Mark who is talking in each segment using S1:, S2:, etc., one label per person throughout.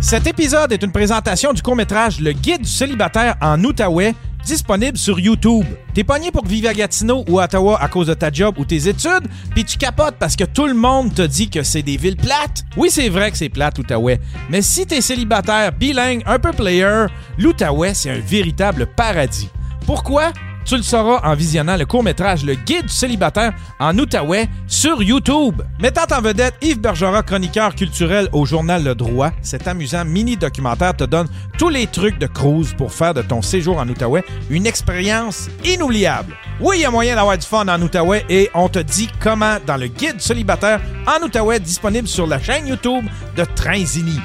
S1: Cet épisode est une présentation du court-métrage Le Guide du célibataire en Outaouais, disponible sur YouTube. T'es pogné pour vivre à Gatineau ou à Ottawa à cause de ta job ou tes études, puis tu capotes parce que tout le monde te dit que c'est des villes plates. Oui, c'est vrai que c'est plate, Outaouais, mais si t'es célibataire, bilingue, un peu player, l'Outaouais, c'est un véritable paradis. Pourquoi? Tu le sauras en visionnant le court-métrage Le Guide du célibataire en Outaouais sur YouTube. Mettant en vedette Yves Bergerat, chroniqueur culturel au journal Le Droit, cet amusant mini-documentaire te donne tous les trucs de cruise pour faire de ton séjour en Outaouais une expérience inoubliable. Oui, il y a moyen d'avoir du fun en Outaouais et on te dit comment dans le Guide du célibataire en Outaouais disponible sur la chaîne YouTube de Trinzini.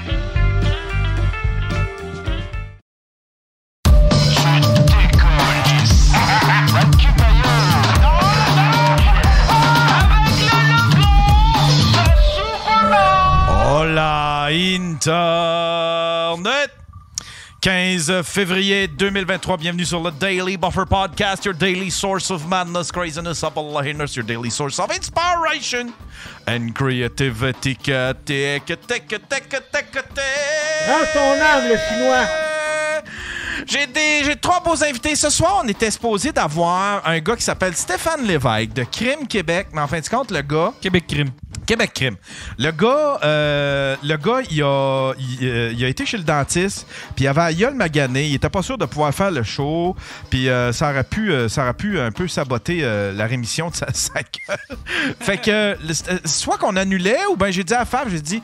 S1: Hola Internet! 15 février 2023, bienvenue sur le Daily Buffer Podcast, your daily source of madness, craziness, Allahiness, your daily source of inspiration and creativity. Tic, tic, tic, tic, tic, tic.
S2: Range ton âme, le chinois.
S1: J'ai des- j'ai trois beaux invités. Ce soir, on était supposé d'avoir un gars qui s'appelle Stéphane Lévesque de Crime Québec, mais en fin de compte, le gars.
S3: Québec Crime.
S1: Québec Crime. Le gars, euh, le gars, il a, il, euh, il a été chez le dentiste, puis il avait la gueule magané. Il était pas sûr de pouvoir faire le show, puis euh, ça aurait pu, euh, ça aurait pu un peu saboter euh, la rémission de sa, sa gueule. fait que le- euh, soit qu'on annulait, ou ben j'ai dit à Fab, j'ai dit.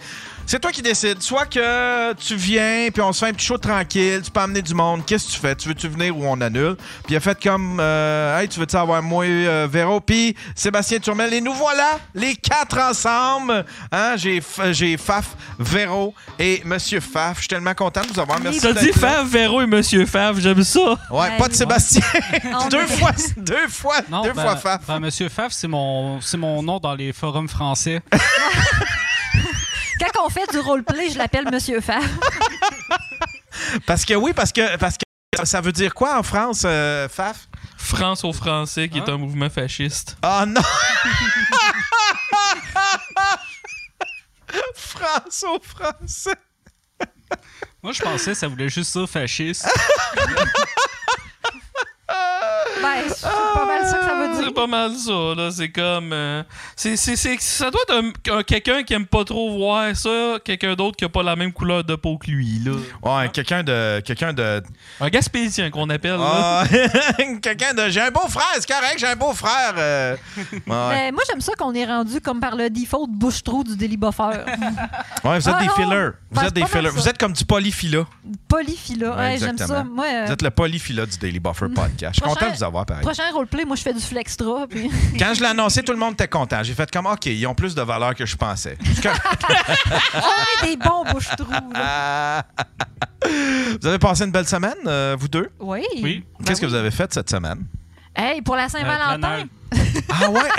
S1: C'est toi qui décides. Soit que tu viens, puis on se fait un petit show tranquille, tu peux amener du monde, qu'est-ce que tu fais? Tu veux-tu venir ou on annule? Puis il a fait comme, euh, hey, tu veux-tu avoir moi, euh, Véro, puis Sébastien Turmel. Et nous voilà, les quatre ensemble. Hein? J'ai, F- j'ai Faf, Véro et Monsieur Faf. Je suis tellement content de vous avoir. Merci.
S3: T'as
S1: d'être
S3: dit
S1: là.
S3: Fave, Véro et Monsieur Fave, j'aime ça.
S1: Ouais,
S4: Ben
S1: pas de
S4: oui.
S1: Sébastien.
S4: On
S1: deux
S4: peut-
S1: fois, deux fois,
S5: Non,
S1: deux
S5: ben-
S1: fois Faf.
S5: ben, Monsieur Faf, c'est mon, c'est mon nom dans les forums français.
S4: Quand on fait du roleplay, je l'appelle Monsieur Fab.
S1: Parce que oui, parce que, parce que ça veut dire quoi en France, euh, Faf?
S3: France aux Français,
S5: Hein?
S3: qui est un mouvement fasciste.
S1: Ah non! France aux Français!
S5: Moi, je pensais que ça voulait juste ça, fasciste.
S4: Ben, c'est pas mal ça que ça
S5: Ah
S4: veut
S3: C'est
S4: dire.
S3: pas mal ça, là. C'est comme. euh, c'est, c'est, c'est- ça doit être un- un- quelqu'un qui aime pas trop voir ça, quelqu'un d'autre qui a pas la même couleur de peau que lui, là.
S1: Ouais, quelqu'un de. Quelqu'un de.
S3: Un Gaspésien qu'on appelle,
S1: Ah,
S3: là.
S1: quelqu'un de. J'ai un beau frère, c'est correct, j'ai un beau frère! euh. Ouais.
S4: Ben, moi, j'aime ça qu'on est rendu comme par le default bouche-trou du délit buffer.
S1: Ouais, vous êtes
S4: Ah
S1: des
S4: non!
S1: fillers. Vous
S4: Ben,
S1: êtes
S4: c'est
S1: des
S4: pas mal
S1: fillers.
S4: ça.
S1: Vous êtes comme du polyphila.
S4: Polyphila.
S1: Ouais,
S4: Ouais, j'aime
S1: exactement.
S4: ça. Moi, euh, Mm-hmm.
S1: Vous êtes le polyphila du Daily Buffer podcast. Je suis content
S4: Prochain-
S1: de vous avoir, pareil.
S4: prochain roleplay, moi, je fais du flextra. Puis...
S1: Quand je l'ai annoncé, tout le monde était content. J'ai fait comme, OK, ils ont plus de valeur que je pensais. C'est correct.
S4: Ah, des bons bouche-trous. là.
S1: Ah. vous avez passé une belle semaine, euh, vous deux?
S4: Oui.
S5: Oui. Euh,
S4: Ben
S1: Qu'est-ce que
S4: oui.
S1: vous avez fait cette semaine?
S4: Hey, pour la Saint-Valentin.
S5: Planal.
S1: Ah ouais?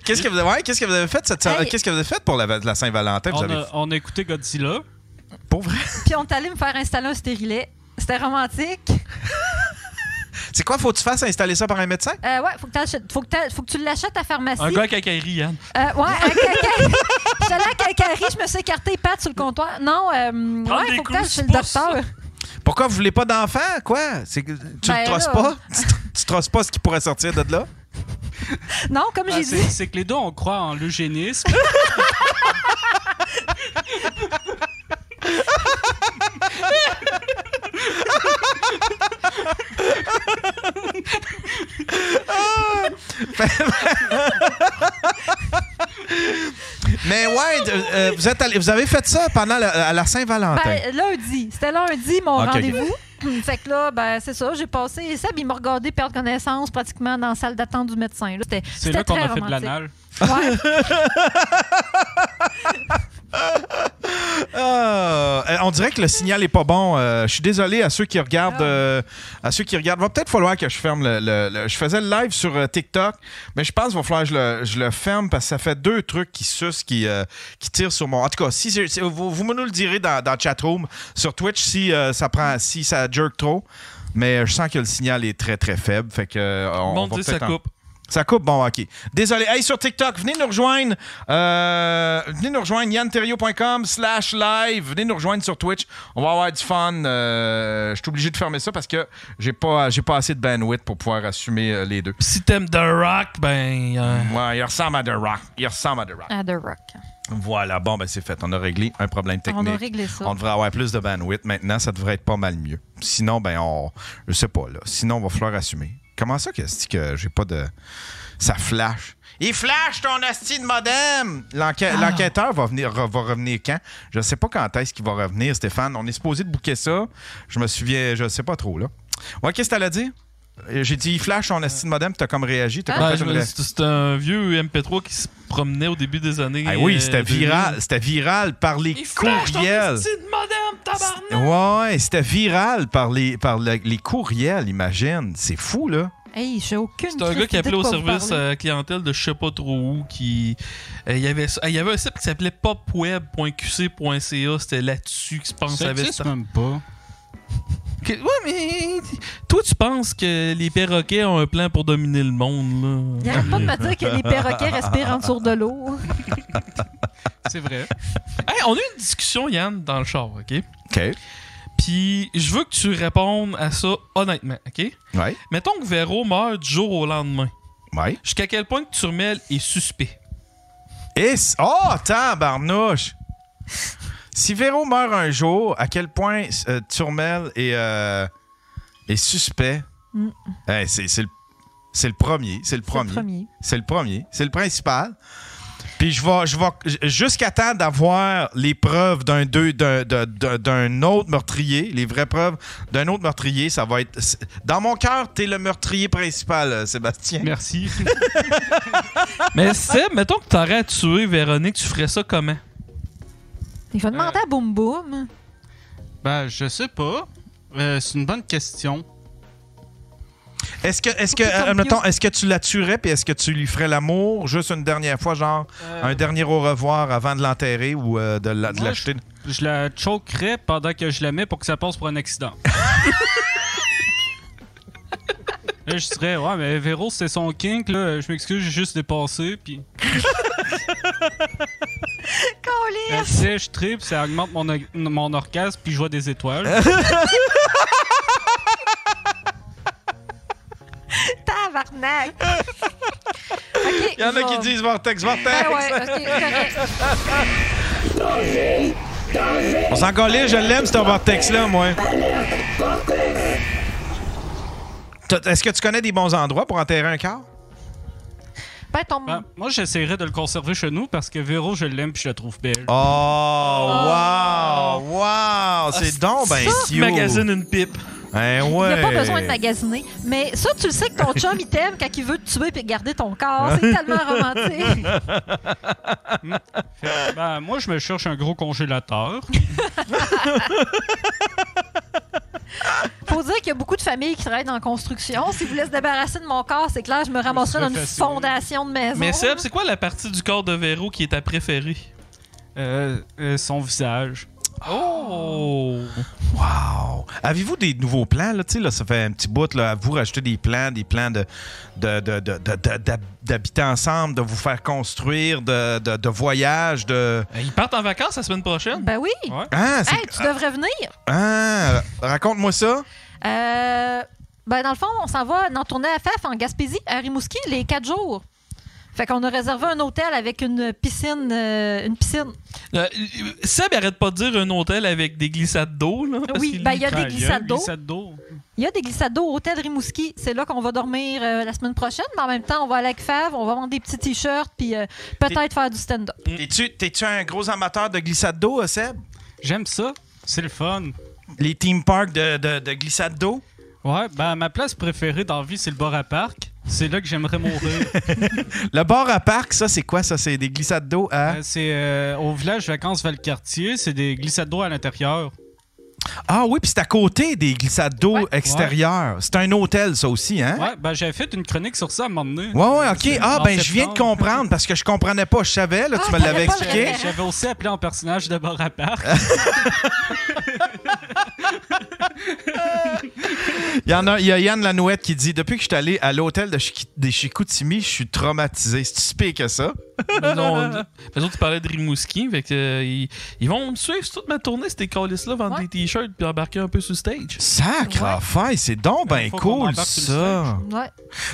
S1: qu'est-ce, que vous avez, ouais, qu'est-ce que vous avez fait cette
S4: Hey.
S1: qu'est-ce que vous avez fait pour la, la Saint-Valentin? Vous
S5: on,
S1: avez
S5: a, on a écouté Godzilla.
S1: pour vrai?
S4: Puis on est allé me faire installer un stérilet. C'était romantique.
S1: C'est quoi, faut que tu fasses installer ça par un médecin?
S4: Euh, ouais, faut que, t'achètes- faut que t'ach- faut que tu l'achètes à pharmacie.
S3: Un gars avec Akari, Yann.
S4: Euh, ouais, à Calgary. J'étais allée à Calgary, je me suis écartée patte sur le comptoir. Non, euh,
S3: Prendre
S4: ouais,
S3: des
S4: faut que
S3: coups,
S4: t'ailles chez le
S3: c'est pas ça.
S4: docteur.
S1: Pourquoi vous voulez pas d'enfant? Quoi? C'est, que- tu ne
S4: Ben
S1: trosses
S4: là.
S1: pas? tu, tu trosses pas ce qui pourrait sortir de là?
S4: Non, comme
S5: Ah,
S4: j'ai
S5: c'est
S4: dit.
S5: c'est que les deux, on croit en l'eugénisme.
S1: Mais ouais, de- euh, vous, êtes allé- vous avez fait ça pendant la, à la Saint-Valentin.
S4: Ben, lundi. C'était lundi, mon
S1: Ok, ok.
S4: rendez-vous. Fait que là, ben, c'est ça, j'ai passé. Seb, il m'a regardé perdre connaissance pratiquement dans la salle d'attente du médecin. Là, c'était,
S5: C'est
S4: c'était
S5: là qu'on
S4: très
S5: a fait de
S4: romantique.
S5: l'anal.
S4: Ouais.
S1: Ah, euh, on dirait que le signal est pas bon. Euh, je suis désolé à ceux qui regardent. euh, à ceux qui regardent. Va peut-être falloir que je ferme le, le- le- Je faisais le live sur euh, TikTok, mais je pense qu'il va falloir que je le, je le ferme parce que ça fait deux trucs qui sucent, qui, euh, qui tirent sur mon. En tout cas, si, c'est- c'est- vous, vous me nous le direz dans, dans le chatroom sur Twitch si euh, ça prend si ça jerk trop. Mais je sens que le signal est très très faible. Fait que euh, on,
S3: Mon
S1: on va
S3: Dieu, ça
S1: peut-être en-
S3: coupe.
S1: Ça coupe, bon, ok. Désolé. Hey, sur TikTok, venez nous rejoindre. Euh, venez nous rejoindre, yanterio.com slash live. Venez nous rejoindre sur Twitch. On va avoir du fun. Euh, je suis obligé de fermer ça parce que j'ai pas, j'ai pas assez de bandwidth pour pouvoir assumer euh, les deux.
S3: Si t'aimes The Rock, ben. euh,
S1: Ouais, il ressemble à The Rock. Il ressemble à The Rock.
S4: À Ah, The Rock.
S1: Voilà, bon, ben c'est fait. On a réglé un problème technique.
S4: On a réglé ça.
S1: On devrait avoir plus de bandwidth maintenant, ça devrait être pas mal mieux. Sinon, ben on. Je sais pas, là. Sinon, on va falloir assumer. Comment ça que, esti, que j'ai pas de. Ça flash. Il flash ton asti de modem! L'enquê-
S3: Ah.
S1: L'enquêteur va, venir, va revenir quand? Je sais pas quand est-ce qu'il va revenir, Stéphane. On est supposé de bouquer ça. Je me souviens, je sais pas trop, là. Ouais, qu'est-ce que t'allais dire? Euh, J'ai dit, il flash ton asti de modem, t'as comme réagi, t'as
S4: Ah.
S1: comme
S3: ben,
S1: fait
S3: je
S1: une
S3: me-
S1: ré-
S3: c'est c'est un vieux MP3 qui se promenait au début des années.
S1: Ah oui,
S3: euh,
S1: c'était
S3: 2000.
S1: viral, c'était viral par les
S3: Il flash ton
S1: courriels.
S3: esti de modem, tabarnak!
S1: Ouais, ouais, c'était viral par les par la- les courriels, imagine. C'est fou là.
S4: Hey, j'ai aucune
S3: C'est un
S4: triste
S3: gars qui
S4: idée de
S3: appelait au
S4: quoi vous
S3: service
S4: parlez.
S3: euh, clientèle de je sais pas trop où. Qui, euh, il, y avait, ça- il y avait un site qui s'appelait popweb.qc.ca. C'était là-dessus que je pense
S5: Ça
S3: avait
S5: existe même pas.
S3: Que- ouais, mais toi, tu penses que les perroquets ont un plan pour dominer le monde, là?
S4: Arrête pas de me dire que les perroquets respirent en dessous de l'eau.
S5: C'est vrai.
S3: Hey, on a eu une discussion, Yann, dans le char, OK?
S1: OK.
S3: Puis je veux que tu répondes à ça honnêtement, OK?
S1: Ouais.
S3: Mettons que Véro meurt du jour au lendemain.
S1: Ouais.
S3: Jusqu'à quel point que Turmel est suspect?
S1: Et c- oh, attends, barnouche. Si Véro meurt un jour, à quel point euh, Turmel est euh, est suspect
S4: Mm.
S1: Eh, c'est c'est le c'est le premier, c'est le
S4: C'est le
S1: premier. C'est le premier. C'est le principal. Puis je vais, je vais j- jusqu'à temps d'avoir les preuves d'un deux- d'un- d'un- d'un- d'un autre meurtrier, les vraies preuves d'un autre meurtrier, ça va être. c'est- Dans mon cœur, t'es le meurtrier principal, euh, Sébastien.
S5: Merci.
S3: Mais c'est, mettons que t'aurais à tuer Véronique, tu ferais ça comment?
S4: Il faut demander à Boum Boum.
S5: ben, je sais pas. Euh, c'est une bonne question.
S1: Est-ce que, est-ce que,
S4: Faut que tu
S1: euh,
S4: tombes
S1: mettons,
S4: mieux.
S1: est-ce que tu la tuerais puis est-ce que tu lui ferais l'amour juste une dernière fois, genre un dernier au revoir avant de l'enterrer ou euh, de la- de
S5: Moi,
S1: l'acheter?
S5: Je la choquerais pendant que je la mets pour que ça passe pour un accident. Là, je dirais, ouais, mais Véro, c'était son kink, là. Je m'excuse, j'ai juste dépassé, puis. Elle sait, je tripe, ça augmente mon, o- mon orgasme, puis je vois des étoiles.
S4: Tabarnak! OK,
S1: Il y en a
S4: je
S1: qui
S4: vais-
S1: disent vortex, vortex.
S4: Ben ouais, ok, correct.
S1: On s'en collait, je l'aime, ce vortex-là, moi. T'as- Est-ce que tu connais des bons endroits pour enterrer un corps?
S4: Ben, ton-
S5: Ben, moi, j'essaierais de le conserver chez nous parce que Véro, je l'aime, puis je la trouve belle.
S1: Oh, wow! Wow! C'est donc ben cute!
S3: Magazine une pipe.
S1: Hein,
S4: Ah, Il n'y
S1: ouais.
S4: a pas besoin de magasiner. Mais ça, tu le sais que ton chum, il t'aime quand il veut te tuer et garder ton corps. C'est tellement romantique.
S5: Ben, moi, je me cherche un gros congélateur.
S4: Faut dire qu'il y a beaucoup de familles qui travaillent dans la construction. Si vous laissez débarrasser de mon corps, c'est clair, je me ramasserais dans
S5: serait
S4: une
S5: facile.
S4: fondation de maison.
S3: Mais Seb, c'est quoi la partie du corps de Véro qui est ta préférée?
S5: Euh, euh, son visage.
S3: Oh!
S1: Wow! Avez-vous des nouveaux plans? Là? Tu sais, là, ça fait un petit bout. Là, à vous rajouter des plans, des plans de, de, de- de- de- de- d'hab- d'habiter ensemble, de vous faire construire, de, de, de voyage, de.
S3: Euh, Ils partent en vacances la semaine prochaine?
S4: Ben oui!
S5: Ouais.
S1: Ah, c'est-
S4: Hey, tu devrais venir!
S1: ah, raconte-moi ça.
S4: Euh, ben, dans le fond, on s'en va en tournée à FAF en Gaspésie, à Rimouski, les quatre jours. Fait qu'on a réservé un hôtel avec une piscine. euh, une piscine.
S3: Euh, Seb il arrête pas de dire un hôtel avec des glissades d'eau, là. parce
S4: Oui,
S3: qu'il-
S4: ben, il y a des
S5: Ah, il y
S4: glissades d'eau.
S5: glissade d'eau.
S4: Il y a des glissades d'eau au hôtel Rimouski. C'est là qu'on va dormir euh, la semaine prochaine. Mais en même temps, on va aller avec Fav, on va vendre des petits t-shirts, puis euh, peut-être faire du stand-up.
S1: Mm. T'es-tu, t'es-tu un gros amateur de glissade d'eau, euh, Seb?
S5: J'aime ça. C'est le fun.
S1: Les theme parks de, de, de glissade d'eau?
S5: Ouais, ben ma place préférée dans la vie, c'est le bar à parc. C'est là que j'aimerais mourir.
S1: Le bar à parc, ça, c'est quoi? Ça, c'est des glissades d'eau à...
S5: Euh, c'est euh, au village Vacances Valcartier, c'est des glissades d'eau à l'intérieur.
S1: Ah oui, puis c'est à côté des glissades d'eau
S4: Ouais.
S1: extérieures. C'est un hôtel, ça aussi, hein?
S5: Ouais, ben j'avais fait une chronique sur ça à un moment donné.
S1: Ouais, ouais, OK. Ah,
S5: en
S1: ben, je viens de
S5: septembre.
S1: comprendre parce que je comprenais pas. Je savais, là, tu
S4: Ah,
S1: me
S4: t'avais
S1: l'avais
S4: pas le
S1: expliqué.
S4: référent.
S1: Ah,
S5: J'avais aussi appelé en personnage de bar à parc.
S1: Il y en a, il y a Yann Lanouette qui dit Depuis que je suis allé à l'hôtel de Chiqui- des Chicoutimi, je suis traumatisé. C'est si pire que ça.
S3: Mais non, mais autres, tu parlais de Rimouski. Fait que, euh, ils, ils vont me suivre sur toute ma tournée, c'était calices-là, vendre
S4: Ouais.
S3: des t-shirts puis embarquer un peu sur stage.
S1: Sacrafaille, c'est donc ben
S5: Faut qu'on
S1: cool
S5: embarque sur le
S1: ça.
S4: Ouais.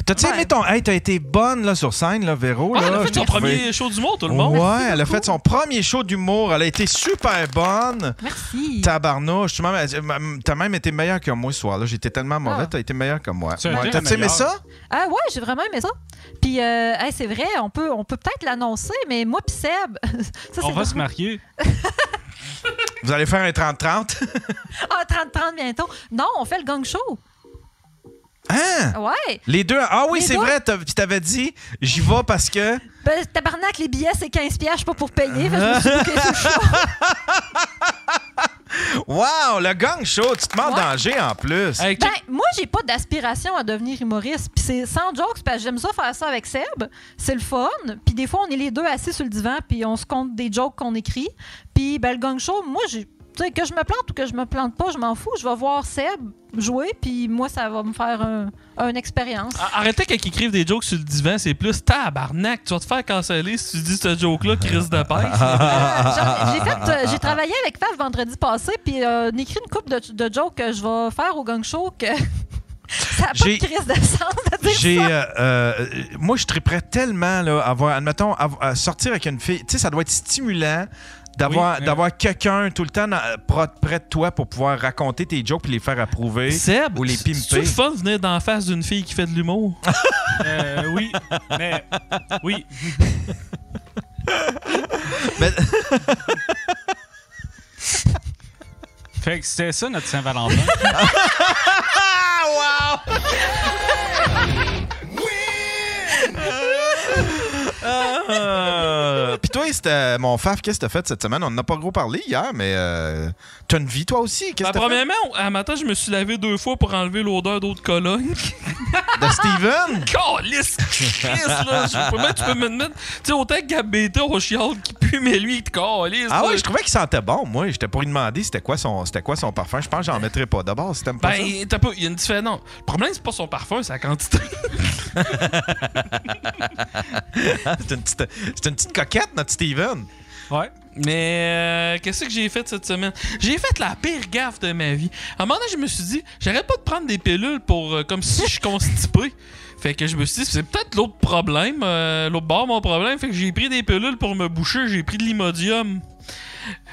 S1: T'as-tu
S4: Ouais.
S1: aimé ton. Hey, t'as été bonne là, sur scène, là, Véro.
S3: Ah,
S5: hein,
S1: là,
S3: elle a
S1: je
S3: fait son
S1: t'ai trouvé-
S3: premier show du monde, tout le monde.
S1: Ouais, elle a fait son premier show d'humour. Elle a été super bonne.
S4: Merci.
S1: Tabarnouche, tu m'as- t'as même été meilleur que moi ce soir-là. J'étais tellement mauvais,
S4: Ah.
S1: t'as été meilleur que moi.
S5: Tu as
S1: Ouais,
S5: été
S1: T'as-tu aimé
S5: meilleur.
S1: ça?
S4: Ah ouais, j'ai vraiment aimé ça. Puis, euh, hey, c'est vrai, on peut on peut peut-être l'annoncer, mais moi puis Seb, ça
S5: On
S4: c'est
S5: va se
S4: drôle.
S5: marier.
S1: Vous allez faire un 30-30?
S4: Ah, 30-30 bientôt. Non, on fait le gang show.
S1: Hein?
S4: Ouais.
S1: Les deux. Ah oui,
S4: Les
S1: c'est
S4: deux.
S1: vrai. t'as- Puis t'avais dit, j'y vais parce que.
S4: Ben, tabarnak, les billets, c'est 15$, piastres, je suis pas pour payer. fait que je me suis bouquée sur le show.
S1: Wow, le gang show, tu te mets en
S4: Ouais.
S1: danger en plus.
S3: Avec
S4: Ben, moi, j'ai pas d'aspiration à devenir humoriste. Puis c'est sans jokes, parce que j'aime ça faire ça avec Seb. C'est le fun. Puis des fois, on est les deux assis sur le divan, puis on se compte des jokes qu'on écrit. Puis ben, le gang show, moi, j'ai. Tu sais, que je me plante ou que je me plante pas, je m'en fous. Je vais voir Seb jouer, puis moi, ça va me faire un- une expérience.
S3: A- Arrêtez quand ils écrivent des jokes sur le divan, c'est plus tabarnak. Tu vas te faire canceller si tu dis ce joke-là, Chris de pêche.
S4: Euh, j'ai- j'ai fait, euh, j'ai travaillé avec Faf vendredi passé, puis euh, on écrit une coupe de, de jokes que je vais faire au gang show que ça n'a pas
S1: J'ai-
S4: de crise de sens de dire
S1: J'ai,
S4: ça.
S1: euh, euh, moi, je triperais tellement là, à avoir, admettons, à, à sortir avec une fille. Tu sais, ça doit être stimulant d'avoir,
S5: Oui, euh.
S1: d'avoir quelqu'un tout le temps dans- pro- près de toi pour pouvoir raconter tes jokes puis les faire approuver.
S3: Seb,
S1: Ou les
S3: c'est- c'est-tu
S1: pimper.
S3: le fun de venir d'en face d'une fille qui fait de l'humour?
S5: Euh, oui, mais oui.
S1: Mais-
S5: Fait que c'était ça notre Saint-Valentin.
S1: Ah, wow! oui! Euh, Puis toi, c'était mon faf, qu'est-ce que t'as fait cette semaine? On n'en a pas gros parlé hier, mais euh, t'as une vie toi aussi. Qu'est-ce
S3: Ben,
S1: que t'as fait?
S3: premièrement, à matin, je me suis lavé deux fois pour enlever l'odeur d'eau de Cologne.
S1: De Steven?
S3: Calisse! Chris, là! Je peux même, tu peux me mettre. Tu sais, autant que Gab Beta au chial qui pue, mais lui, il te calisse.
S1: Ah
S3: là.
S1: ouais, je trouvais qu'il sentait bon, moi. J'étais pour lui demander c'était quoi son, c'était quoi son parfum. Je pense que j'en mettrais pas. D'abord, si t'aimes pas ça.
S3: Ben, t'as pas. Il y a une différence. Non. Le problème, c'est pas son parfum, c'est la quantité.
S1: C'est une petite, c'est une petite coquette, notre Steven.
S5: Ouais.
S3: Mais euh, qu'est-ce que j'ai fait cette semaine? J'ai fait la pire gaffe de ma vie. À un moment donné, je me suis dit, j'arrête pas de prendre des pilules pour euh, comme si je suis constipé. Fait que je me suis dit, c'est peut-être l'autre problème, euh, l'autre bord de mon problème. Fait que j'ai pris des pilules pour me boucher, j'ai pris de l'imodium.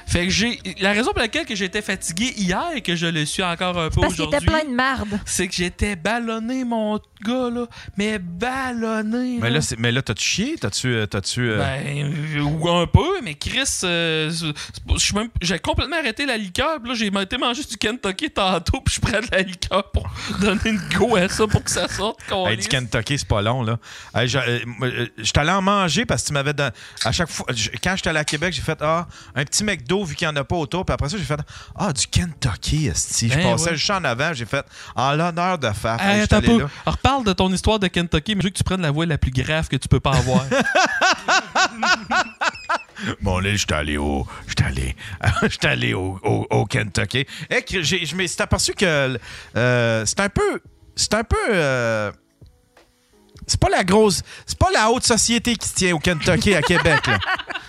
S3: Fait que j'ai. La raison pour laquelle que j'étais fatigué hier et que je le suis encore un peu
S4: Parce qu'il
S3: aujourd'hui.
S4: était plein de marde.
S3: C'est que j'étais ballonné, mon gars, là. Mais ballonné.
S1: Mais
S3: là.
S1: là, c'est- mais là, t'as-tu chié? T'as-tu. euh, T'as-tu euh,
S3: Mhm. Ben, euh, ou un peu, mais Chris, euh, c'est- c'est- je suis même- j'ai complètement arrêté la liqueur. Puis là, j'ai été manger du Kentucky tantôt, puis je prends de la liqueur pour donner une go à ça pour que ça sorte.
S1: Hey, du
S3: câlisse.
S1: Kentucky, c'est pas long, là. Hey, je euh, moi, euh, j'étais allé en manger parce que tu m'avais. don- À chaque fois. je- Quand j'étais allé à Québec, j'ai fait Ah, un petit McDo vu qu'il n'y en a pas autour. Puis après ça, j'ai fait Ah, du Kentucky, esti. Je
S3: Ben
S1: passais
S3: ouais.
S1: juste en avant, j'ai fait En l'honneur de faire.
S3: Hey, attends un peu. Alors, parle de ton histoire de Kentucky, mais je veux que tu prennes la voie la plus grave que tu peux pas avoir.
S1: Bon, là, j'étais allé au. J'étais allé. j'étais allé au, au- au Kentucky. Hey, que j'ai- je me suis aperçu que. euh, c'est un peu. C'est un peu. euh, c'est pas la grosse. C'est pas la haute société qui se tient au Kentucky à Québec, là.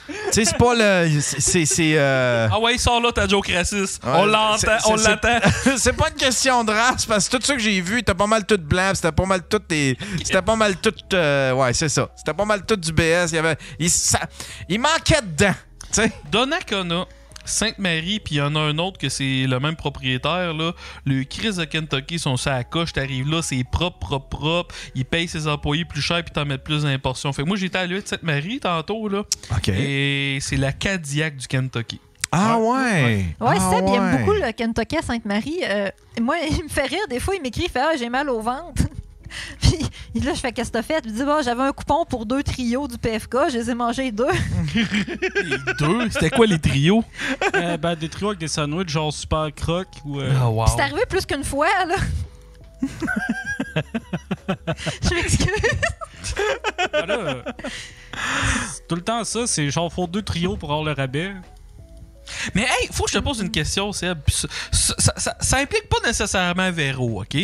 S1: Tu sais, c'est pas le. c'est- C'est. c'est, euh,
S3: ah ouais, sors là ta joke raciste.
S1: Ouais,
S3: on l'entend,
S1: c'est-
S3: on
S1: c'est-
S3: l'attend.
S1: c'est pas une question de race, parce que tout ce que j'ai vu, c'était pas mal tout blanc, puis c'était pas mal tout des. C'était pas mal tout. euh, ouais, c'est ça. C'était pas mal tout du BS. Il y avait. Il, ça- il manquait dedans. Tu sais.
S3: Donnacona, Sainte-Marie, puis il y en a un autre que c'est le même propriétaire, là. Le Chris de Kentucky, sont sur la coche, t'arrives là, c'est propre, propre, propre. Ils payent ses employés plus cher, puis t'en mettent plus dans les portions. Fait que moi, j'étais à l'huile de Sainte-Marie tantôt, là.
S1: OK.
S3: Et c'est la Cadillac du Kentucky.
S1: Ah ouais!
S4: Ouais,
S1: ah
S4: Seb, il aime
S1: ouais.
S4: beaucoup le Kentucky à Sainte-Marie. Euh, moi, il me fait rire. Des fois, il m'écrit, il fait Ah, j'ai mal au ventre. Puis il- là, je fais Qu'est-ce que t'as fait? Il me dit Bah, J'avais un coupon pour deux trios du PFK, je les ai mangés deux.
S1: Ah
S3: Les deux, c'était quoi les trios?
S5: Euh, ben, des trios avec des sandwichs genre super croc ou. euh,
S3: Ah, wow.
S4: Puis c'est arrivé plus qu'une fois, là. je m'excuse.
S5: voilà, euh, c'est tout le temps ça, c'est genre faut deux trios pour avoir le rabais.
S3: Mais hey, faut que je te pose une question, Seb. Ça, ça, ça- ça implique pas nécessairement Véro, OK?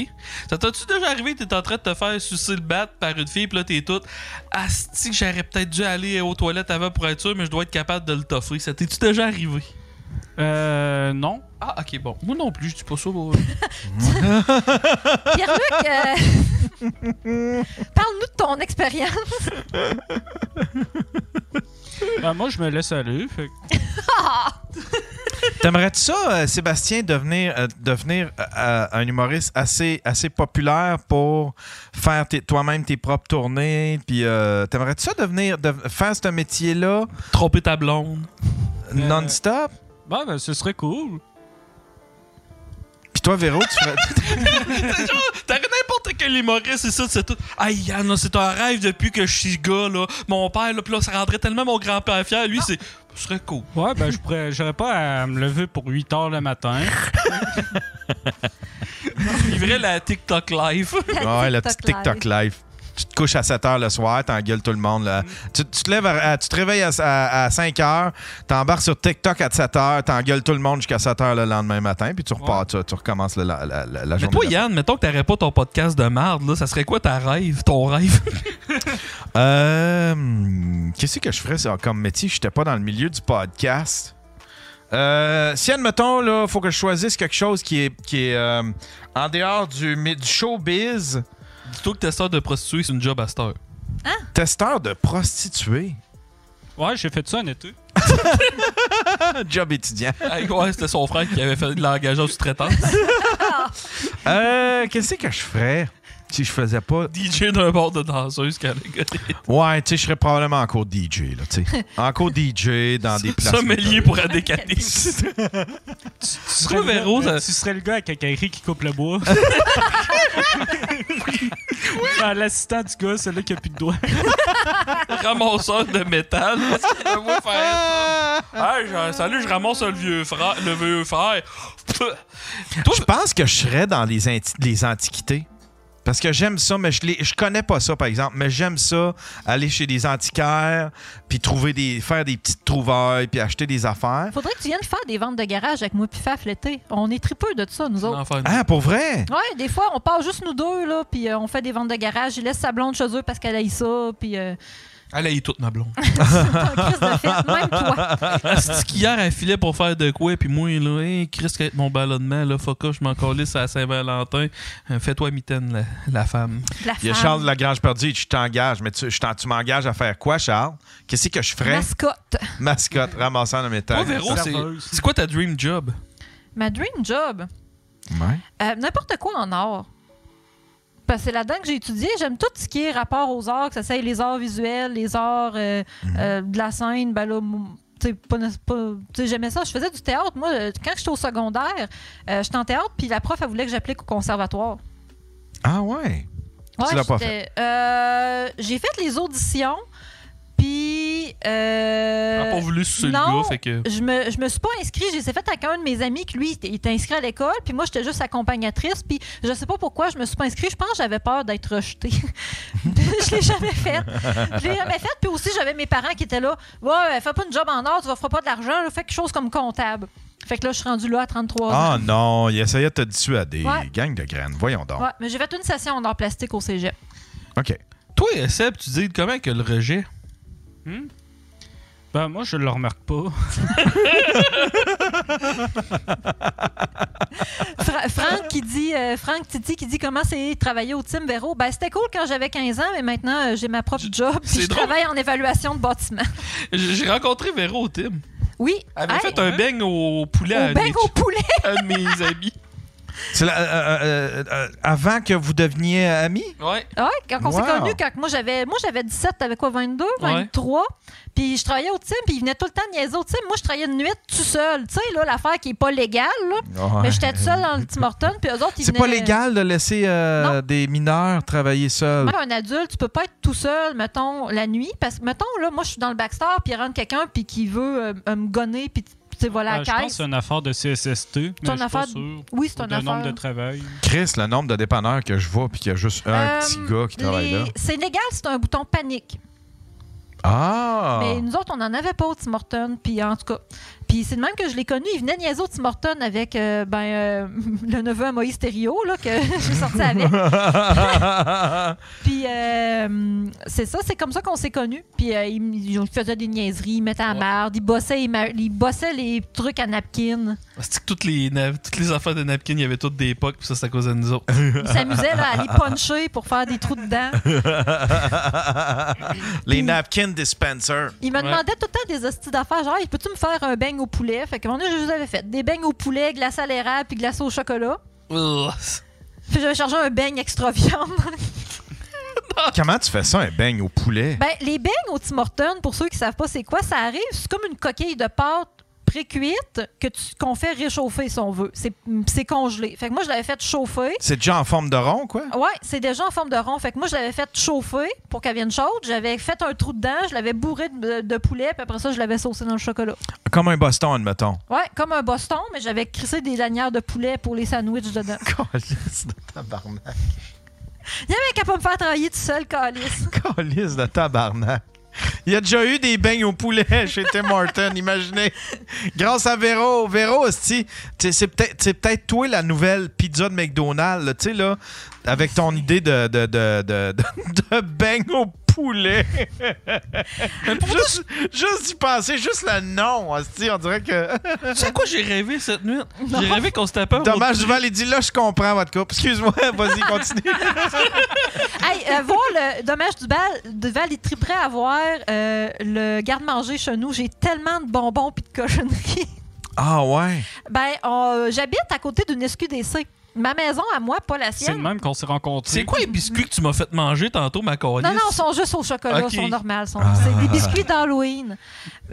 S3: Ça t'as-tu déjà arrivé que t'es en train de te faire sucer le bat par une fille, pis là t'es toute. Asti, j'aurais peut-être dû aller aux toilettes avant pour être sûr, mais je dois être capable de le t'offrir. Ça t'es-tu déjà arrivé?
S5: Euh, non.
S3: Ah, ok, bon. Moi non plus, je dis pas ça. bon.
S4: Pierre-Luc, euh, parle-nous de ton expérience.
S5: Ben, moi, je me laisse aller. Fait... que-
S1: T'aimerais-tu ça, euh, Sébastien, devenir, euh, devenir euh, euh, un humoriste assez, assez populaire pour faire tes- toi-même tes propres tournées? Puis euh, t'aimerais-tu ça devenir, de- faire ce métier-là
S3: Tromper ta blonde.
S1: Euh, non-stop?
S5: Ben, ben, ce serait cool.
S1: Puis toi, Véro, tu ferais...
S3: C'est genre, T'aurais n'importe quel humoriste, c'est ça, c'est tout. Aïe, Yann, là, c'est un rêve depuis que je suis gars, là. Mon père, là, pis là, ça rendrait tellement mon grand-père fier. Lui, c'est. Ce serait cool.
S5: Ouais, ben, je pourrais, j'aurais pas à me lever pour 8 heures le matin.
S3: Vivrait la TikTok live.
S1: Ah Ouais, le petit TikTok live. Tu te couches à 7 h le soir, t'engueules tout le monde.
S3: Mm.
S1: là. Tu, tu te lèves à- à- tu te réveilles à, à- à 5 h, t'embarques sur TikTok à 7 h, t'engueules tout le monde jusqu'à 7 h le lendemain matin, puis tu repars, tu, tu recommences le- la, la- la- la
S3: Mais
S1: journée.
S3: toi, Yann, mettons que t'aurais pas ton podcast de marde, là, ça serait quoi ta rêve, ton rêve?
S1: Euh, hmm, Qu'est-ce que je ferais ça, comme métier? J'étais pas dans le milieu du podcast. Euh, si, admettons, là, faut que je choisisse quelque chose qui est, qui est euh, en dehors du, mi- du showbiz,
S3: Dis-toi que testeur de prostituée, c'est une job à cette heure.
S1: testeur de prostituées.
S5: Ouais, j'ai fait ça en été.
S1: Job étudiant.
S3: Hey, ouais, c'était son frère qui avait fait de l'engagement sous-traitant.
S1: Euh, qu'est-ce que je ferais si je faisais pas.
S3: DJ d'un bord de danseuse, catégorie.
S1: Ouais, tu sais, je serais probablement en cours DJ, là, tu sais. En cours DJ, dans des places.
S3: Sommelier pour adécater.
S5: Tu
S3: serais le gars- euh,
S5: Tu serais le gars avec la caillerie qui coupe le bois. Ah, L'assistant du gars, celui qui a plus de doigts.
S3: Ramasseur de métal. Je le vois faire ça. Hey, je- salut, je ramasse le vieux frère. Le vieux frère.
S1: Je pense que je serais dans les, anti- les antiquités. Parce que j'aime ça, mais je, les- je connais pas ça, par exemple. Mais j'aime ça, aller chez des antiquaires, puis trouver des, faire des petites trouvailles, puis acheter des affaires.
S4: Faudrait que tu viennes faire des ventes de garage avec moi puis Faf l'été. On est tripeux de ça, nous autres.
S3: Enfin,
S1: Ah, pour vrai?
S4: Ouais, des fois, on part juste nous deux, là, puis euh, on fait des ventes de garage. Il laisse sa blonde chez eux parce qu'elle aille ça, puis euh,
S3: Elle a eu toute ma blonde.
S4: t'as un Christ de fête, même toi.
S3: C'est qu'hier, elle filait pour faire de quoi, puis moi, là, hey, Chris, qu'avec mon ballonnement, là, fuck off, je m'en calisse à Saint-Valentin. Euh, Fais-toi mitaine, la, la femme.
S4: La
S1: Il y a
S4: femme,
S1: Charles de Lagrange Perdue, je t'engage, mais tu, je t'en- tu m'engages à faire quoi, Charles? Qu'est-ce que je ferais?
S4: mascotte.
S1: Mascotte, ramassant le métal.
S3: Toi, Véro, c'est-
S5: Serveuse.
S3: c'est quoi ta dream job?
S4: Ma dream job.
S1: Ouais.
S4: Euh, N'importe quoi en art. Parce que c'est là-dedans que j'ai étudié. J'aime tout ce qui est rapport aux arts, que ça soit les arts visuels, les arts euh,
S1: Mhm.
S4: euh, de la scène. Ben là, mou- tu sais, pas, nec- pas- tu sais, j'aimais ça. Je faisais du théâtre. Moi, euh, quand j'étais au secondaire, euh, j'étais en théâtre, puis la prof, elle voulait que j'applique au conservatoire.
S1: Ah ouais. Tu l'as pas
S4: j'étais- euh, j'ai fait les auditions, puis. euh,
S3: Elle
S1: Ah,
S3: a pas voulu sucer le
S4: non.
S3: gars, fait que.
S4: je me, je me suis pas inscrite. Je les ai faites avec un de mes amis qui, lui, était- était inscrit à l'école. Puis moi, j'étais juste accompagnatrice. Puis je sais pas pourquoi je me suis pas inscrite. Je pense que j'avais peur d'être rejetée. je l'ai jamais faite. Je l'ai jamais faite. Puis aussi, j'avais mes parents qui étaient là. Ouais, euh, fais pas une job en or, tu vas faire pas de l'argent. là. Fais quelque chose comme comptable. Fait que là, je suis rendue là à 33 ans.
S1: Ah non, il essayait de te dissuader.
S4: Ouais.
S1: Gang de graines, voyons donc.
S4: Ouais, mais j'ai fait une session en art plastique au cégep.
S1: OK.
S3: Toi, Seb, tu dis comment que le rejet?
S5: Ben, moi, je le remarque pas.
S4: Fra- Franck qui dit euh, Franck Titi qui dit comment c'est travailler au Team Véro. Ben c'était cool quand j'avais 15 ans, mais maintenant euh, j'ai ma propre job.
S3: c'est
S4: Puis je
S3: drôle.
S4: travaille en évaluation de bâtiment.
S3: J'ai j'ai rencontré Véro au Tim.
S4: Oui.
S3: Elle avait
S4: Hey,
S3: fait un beigne au poulet à
S4: au
S3: un
S4: bec au
S3: de-
S4: poulet.
S3: un de mes amis.
S1: C'est la- euh, euh, euh, euh, avant que vous deveniez amis?
S3: Ouais.
S4: Ah Ouais, quand on s'est
S1: Wow.
S4: connus, quand moi j'avais moi j'avais 17, t'avais quoi 22, 23, puis je travaillais au team, puis il venait tout le temps niaiser au team. Moi je travaillais de nuit tout seul, tu sais là l'affaire qui est pas légale là. Mais j'étais toute seule dans le Tim Horton, puis eux autres ils
S1: C'est pas
S4: venaient-
S1: légal de laisser euh, des mineurs travailler seuls.
S4: Même un adulte, tu peux pas être tout seul, mettons, la nuit. Parce que, mettons, là, moi, je suis dans le backstore, puis il rentre quelqu'un, puis qui veut euh, euh, me gonner, puis tu sais, voilà,
S5: Euh,
S4: la
S5: je pense que
S4: caisse.
S5: c'est une affaire de CSST. Mais
S4: C'est
S5: je
S4: une
S5: suis
S4: affaire
S5: pas
S4: de-
S5: sûr.
S4: Oui, c'est
S5: Ou
S4: un
S5: de nombre de
S4: affaire.
S5: travail.
S1: Chris, le nombre de dépanneurs que je vois puis qu'il y a juste un
S4: Euh,
S1: petit gars qui travaille
S4: les-
S1: là.
S4: C'est légal, c'est un bouton panique.
S1: Ah!
S4: Mais nous autres, on n'en avait pas au Tim Horton, puis en tout cas. Puis c'est de même que je l'ai connu. Il venait niaiser au Tim Hortons avec euh, ben, euh, le neveu à Moïse Thériault, là, que j'ai sorti avec. Puis euh, c'est ça, c'est comme ça qu'on s'est connus. Puis euh, il, il faisait des niaiseries, il mettait à
S3: Ouais.
S4: merde, il bossait, il, ma- il bossait les trucs à napkin.
S3: C'est Ah, que toutes les, na- toutes les affaires de napkin, il y avait toutes des pocs, puis ça, c'est à cause de nous autres.
S4: Il s'amusait là, à aller puncher pour faire des trous dedans.
S1: Les napkin dispensers.
S4: Il me
S3: Ouais.
S4: demandait tout le temps des hosties d'affaires, genre, Hey, peux-tu me faire un beigne au poulet? Fait que mon je vous avais fait des beignes au poulet, glacé à l'érable, puis glacé au chocolat.
S3: Ugh.
S4: Puis j'avais chargé un beigne extra viande.
S1: Comment tu fais ça, un beigne au poulet?
S4: Ben, les beignes au Tim Hortons, pour ceux qui savent pas c'est quoi, ça arrive, c'est comme une coquille de pâte précuite que tu- qu'on fait réchauffer si on veut. C'est c'est congelé. Fait que moi, je l'avais fait chauffer.
S1: C'est déjà en forme de rond, quoi?
S4: Ouais, c'est déjà en forme de rond. Fait que moi, je l'avais fait chauffer pour qu'elle vienne chaude. J'avais fait un trou dedans, je l'avais bourré de, de poulet, puis après ça, je l'avais saucé dans le chocolat.
S1: Comme un Boston, admettons.
S4: Ouais, comme un Boston, mais j'avais crissé des lanières de poulet pour les sandwichs dedans.
S1: Calice de tabarnak.
S4: Il y avait qu'à pas me faire travailler tout seul, Calice.
S1: Calice de tabarnak. Il y a déjà eu des beignes au poulet chez Tim Horton, imaginez. Grâce à Véro. Véro, esti, t'sais, c'est peut-être c'est peut-être toi la nouvelle pizza de McDonald's, là, tu sais, là, avec ton idée de, de, de, de, de- de beignes au poulet. juste, juste y penser, juste le nom, esti, on dirait que...
S3: Tu sais à quoi j'ai rêvé cette nuit? J'ai rêvé qu'on se tapait un road
S1: Dommage,
S3: trip.
S1: Duval, il dit, là, je comprends votre couple. Excuse-moi, vas-y, continue.
S4: Hey, euh, voir le dommage du bal, de Val, il triperait à voir euh, le garde-manger chez nous. J'ai tellement de bonbons puis de cochonneries.
S1: Ah ouais?
S4: Ben, on- j'habite à côté d'une SQDC. Ma maison à moi, pas la
S5: C'est le
S4: sienne.
S5: même qu'on s'est rencontrés.
S3: C'est quoi les biscuits que tu m'as fait manger tantôt, ma calice?
S4: Non, non, ils sont juste au chocolat,
S3: Ok.
S4: ils sont normaux. sont-
S5: Ah.
S4: C'est des biscuits d'Halloween.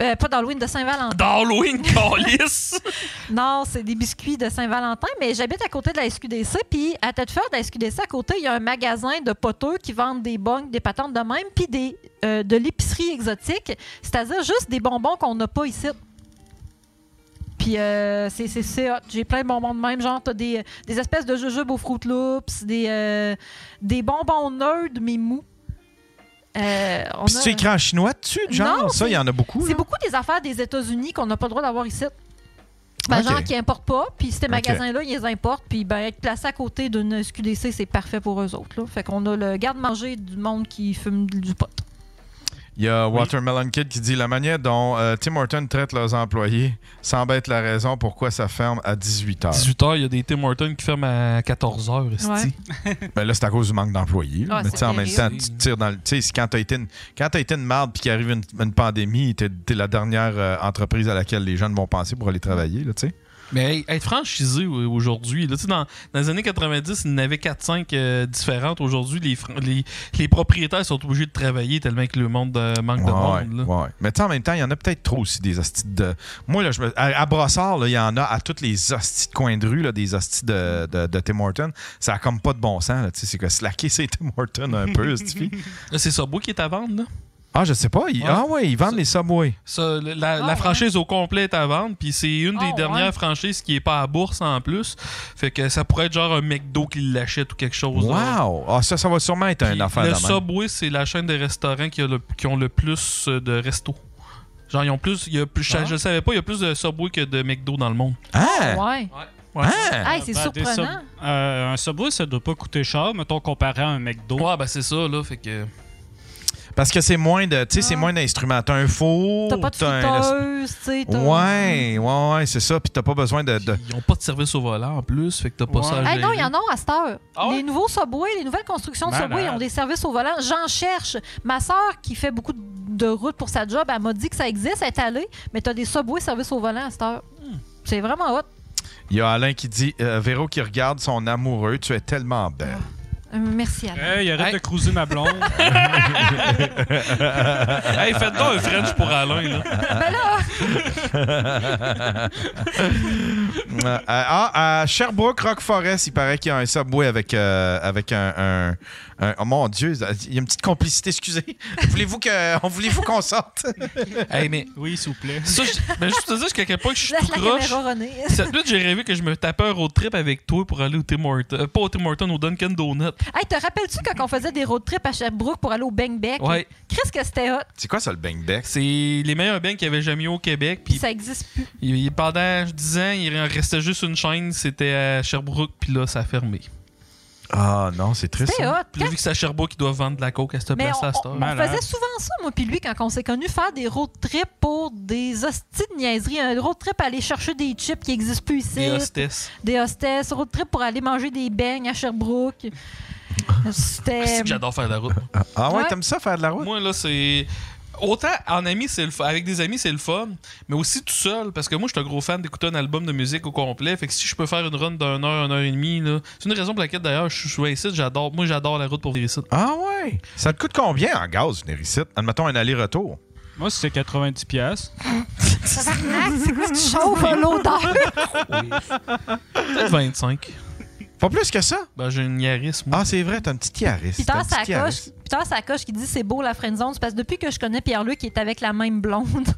S4: Euh, pas d'Halloween, de Saint-Valentin.
S3: D'Halloween, calice!
S4: Non, c'est des biscuits de Saint-Valentin, mais j'habite à côté de la SQDC. Puis à Tête de la SQDC, à côté, il y a un magasin de poteux qui vendent des bonnes, des patentes de même, puis des, euh, de l'épicerie exotique, c'est-à-dire juste des bonbons qu'on n'a pas ici. Puis euh, c'est c'est- c'est hot. J'ai plein de bonbons de même. Genre, t'as des, des espèces de jujubes aux Fruit Loops, des, euh, des bonbons neutres, mais mous. Euh, on
S1: Puis
S4: a-
S1: tu écris en chinois dessus, genre,
S4: Non,
S1: ça, il y en a beaucoup.
S4: c'est
S1: là.
S4: beaucoup des affaires des États-Unis qu'on n'a pas le droit d'avoir ici. Ben,
S1: Ok.
S4: Genre qui importent pas, puis ces
S1: Ok.
S4: magasins-là, ils les importent, puis ben, être placé à côté d'une SQDC, c'est parfait pour eux autres. Là. Fait qu'on a le garde-manger du monde qui fume du pot.
S1: Il y a Watermelon Kid qui dit la manière dont euh, Tim Horton traite leurs employés semble être la raison pourquoi ça ferme à 18 h
S3: 18h, il y a des Tim Hortons qui ferment à 14h, esti.
S4: Ouais.
S1: Ben là, c'est à cause du manque d'employés. là.
S4: Ah,
S1: mais
S4: c'est
S1: tu sais, en même temps,
S3: terrible.
S1: tu tires dans le. Tu sais, c'est quand t'as été une, quand t'as été une marde puis qu'il arrive une, une pandémie, t'es, t'es la dernière euh, entreprise à laquelle les jeunes vont penser pour aller travailler, là, tu sais.
S3: Mais hey, être franchisé au- aujourd'hui, là, tu sais, dans, dans les années 90, il y en avait 4-5 euh, différentes. Aujourd'hui, les, fran- les, les propriétaires sont obligés de travailler tellement que le monde euh, manque de monde. là.
S1: ouais. Mais tu sais, en même temps, il y en a peut-être trop aussi des hosties de. Moi, là, je me- à, à Brossard, là, il y en a à toutes les hosties de coin de rue, là, des hosties de, de, de Tim Horton. Ça a comme pas de bon sens, là, tu sais. C'est que slacker, c'est Tim Horton un peu, cette fille.
S3: Là, c'est Subway qui est à vendre. Là.
S1: Ah, je sais pas. ils-
S3: Ouais.
S1: Ah ouais, ils vendent
S3: Ça-
S1: les Subway.
S3: Ça, la, la-
S4: Ah,
S3: la
S4: ouais.
S3: franchise au complet est à vendre, puis c'est une des
S4: Ah,
S3: dernières
S4: ouais.
S3: franchises qui est pas à bourse en plus. Fait que ça pourrait être genre un McDo qui l'achète ou quelque chose. là.
S1: Wow! Ah, ça, ça va sûrement être
S3: Puis
S1: une affaire de
S3: le
S1: même.
S3: Subway, c'est la chaîne de restaurants qui, a le- qui ont le plus euh, de restos. Genre, ils ont plus. il y a plus je,
S5: Ah.
S3: je le savais pas, il y a plus de Subway que de McDo dans le monde.
S1: Hein?
S4: Ouais.
S3: Ouais.
S1: Hein?
S4: Hey, c'est
S5: Ben, des
S4: surprenant.
S5: sub- euh, un Subway, ça doit pas coûter cher, mettons, comparé à un McDo.
S3: Ouais, ben c'est ça, là. Fait que.
S1: Parce que c'est moins de. Tu sais, c'est
S4: Ah.
S1: moins d'instruments. T'as un four.
S4: T'as pas de
S1: un-
S4: friteuse, tu sais. t'as-
S1: Ouais, ouais, ouais, c'est ça. Puis t'as pas besoin de. de-
S3: Ils ont pas de service au volant en plus, fait que t'as pas
S5: Ouais.
S3: ça à gérer.
S4: Hey, non, il y en a à cette heure.
S3: Ah ouais?
S4: Les nouveaux Subway, les nouvelles constructions de
S5: Malade.
S4: Subway, ils ont des services au volant. J'en cherche. Ma sœur, qui fait beaucoup de- de route pour sa job, elle m'a dit que ça existe, elle est allée, mais t'as des Subway services au volant à cette heure. C'est vraiment hot.
S1: Il y a Alain qui dit euh, Véro qui regarde son amoureux, tu es tellement belle.
S4: Euh, Merci, Alain.
S5: Hey, arrête
S3: Hey.
S5: de cruiser ma blonde.
S3: Hey, faites donc un French pour Alain, là.
S1: Euh, ah, à Sherbrooke, Rock Forest, il paraît qu'il y a un subway avec, euh, avec un, un- un- Oh mon Dieu, il y a une petite complicité, excusez. Voulez-vous que- voulez-vous qu'on sorte
S3: hey, mais.
S5: oui, s'il vous plaît.
S3: Ça, je, ben, juste te dire jusqu'à quel point que je suis
S4: Laisse
S3: tout
S4: la
S3: croche.
S4: caméra runner.
S3: Cette nuit, j'ai rêvé que je me tapais un road trip avec toi pour aller au Tim Hortons. euh, pas au Tim Hortons, au Dunkin' Donut.
S4: Hey, te rappelles-tu quand on faisait des road trips à Sherbrooke pour aller au Bang Beck?
S3: Ouais.
S4: Chris, que c'était hot.
S1: C'est quoi ça, le bang deck?
S3: C'est les meilleurs bangs qu'il y avait jamais eu au Québec.
S4: Puis
S3: Puis
S4: ça existe plus.
S3: il- il- pendant 10 ans, il en restait juste une chaîne, c'était à Sherbrooke, puis là, ça a fermé.
S1: Ah non, c'est triste.
S4: C'était hot.
S3: Puis là, vu que c'est à Sherbrooke qu'ils doivent vendre de la coke à cette
S4: Mais
S3: place-là, à cette
S4: on,
S3: heure.
S4: on
S5: Malade.
S4: faisait souvent ça, moi puis lui, quand on s'est connus, faire des road trips pour des hosties de niaiseries. Un road trip aller chercher des chips qui n'existent plus ici.
S3: Des hostesses.
S4: des hostesses, road trip pour aller manger des beignes à Sherbrooke. C'était.
S3: C'est que J'adore faire de la route.
S1: Ah ouais,
S4: Ouais.
S1: t'aimes ça faire de la route?
S3: Moi, là, c'est. Autant en ami, c'est le fun. Avec des amis, c'est le fun, mais aussi tout seul, parce que moi, je suis un gros fan d'écouter un album de musique au complet. Fait que si je peux faire une run d'un heure, une heure et demie, là. C'est une raison pour laquelle, d'ailleurs, je suis souvent ici. J'adore. Moi, j'adore la route pour venir ici.
S1: Ah ouais! Ça te coûte combien en gaz, venir ici? Admettons un aller-retour.
S5: Moi, c'était 90$. piastres.
S4: Tabarnak, Ah, c'est quoi cette chauffe à l'odeur?
S3: Peut-être 25.
S1: Pas plus que ça?
S3: Ben, j'ai une Yaris, moi.
S1: Ah, c'est vrai, t'as un petit Yaris.
S4: Peter
S1: t'as un petit Yaris.
S4: Sacoche, Peter Sacoche qui dit c'est beau la friendzone, c'est parce que depuis que je connais Pierre-Luc, il est avec la même blonde.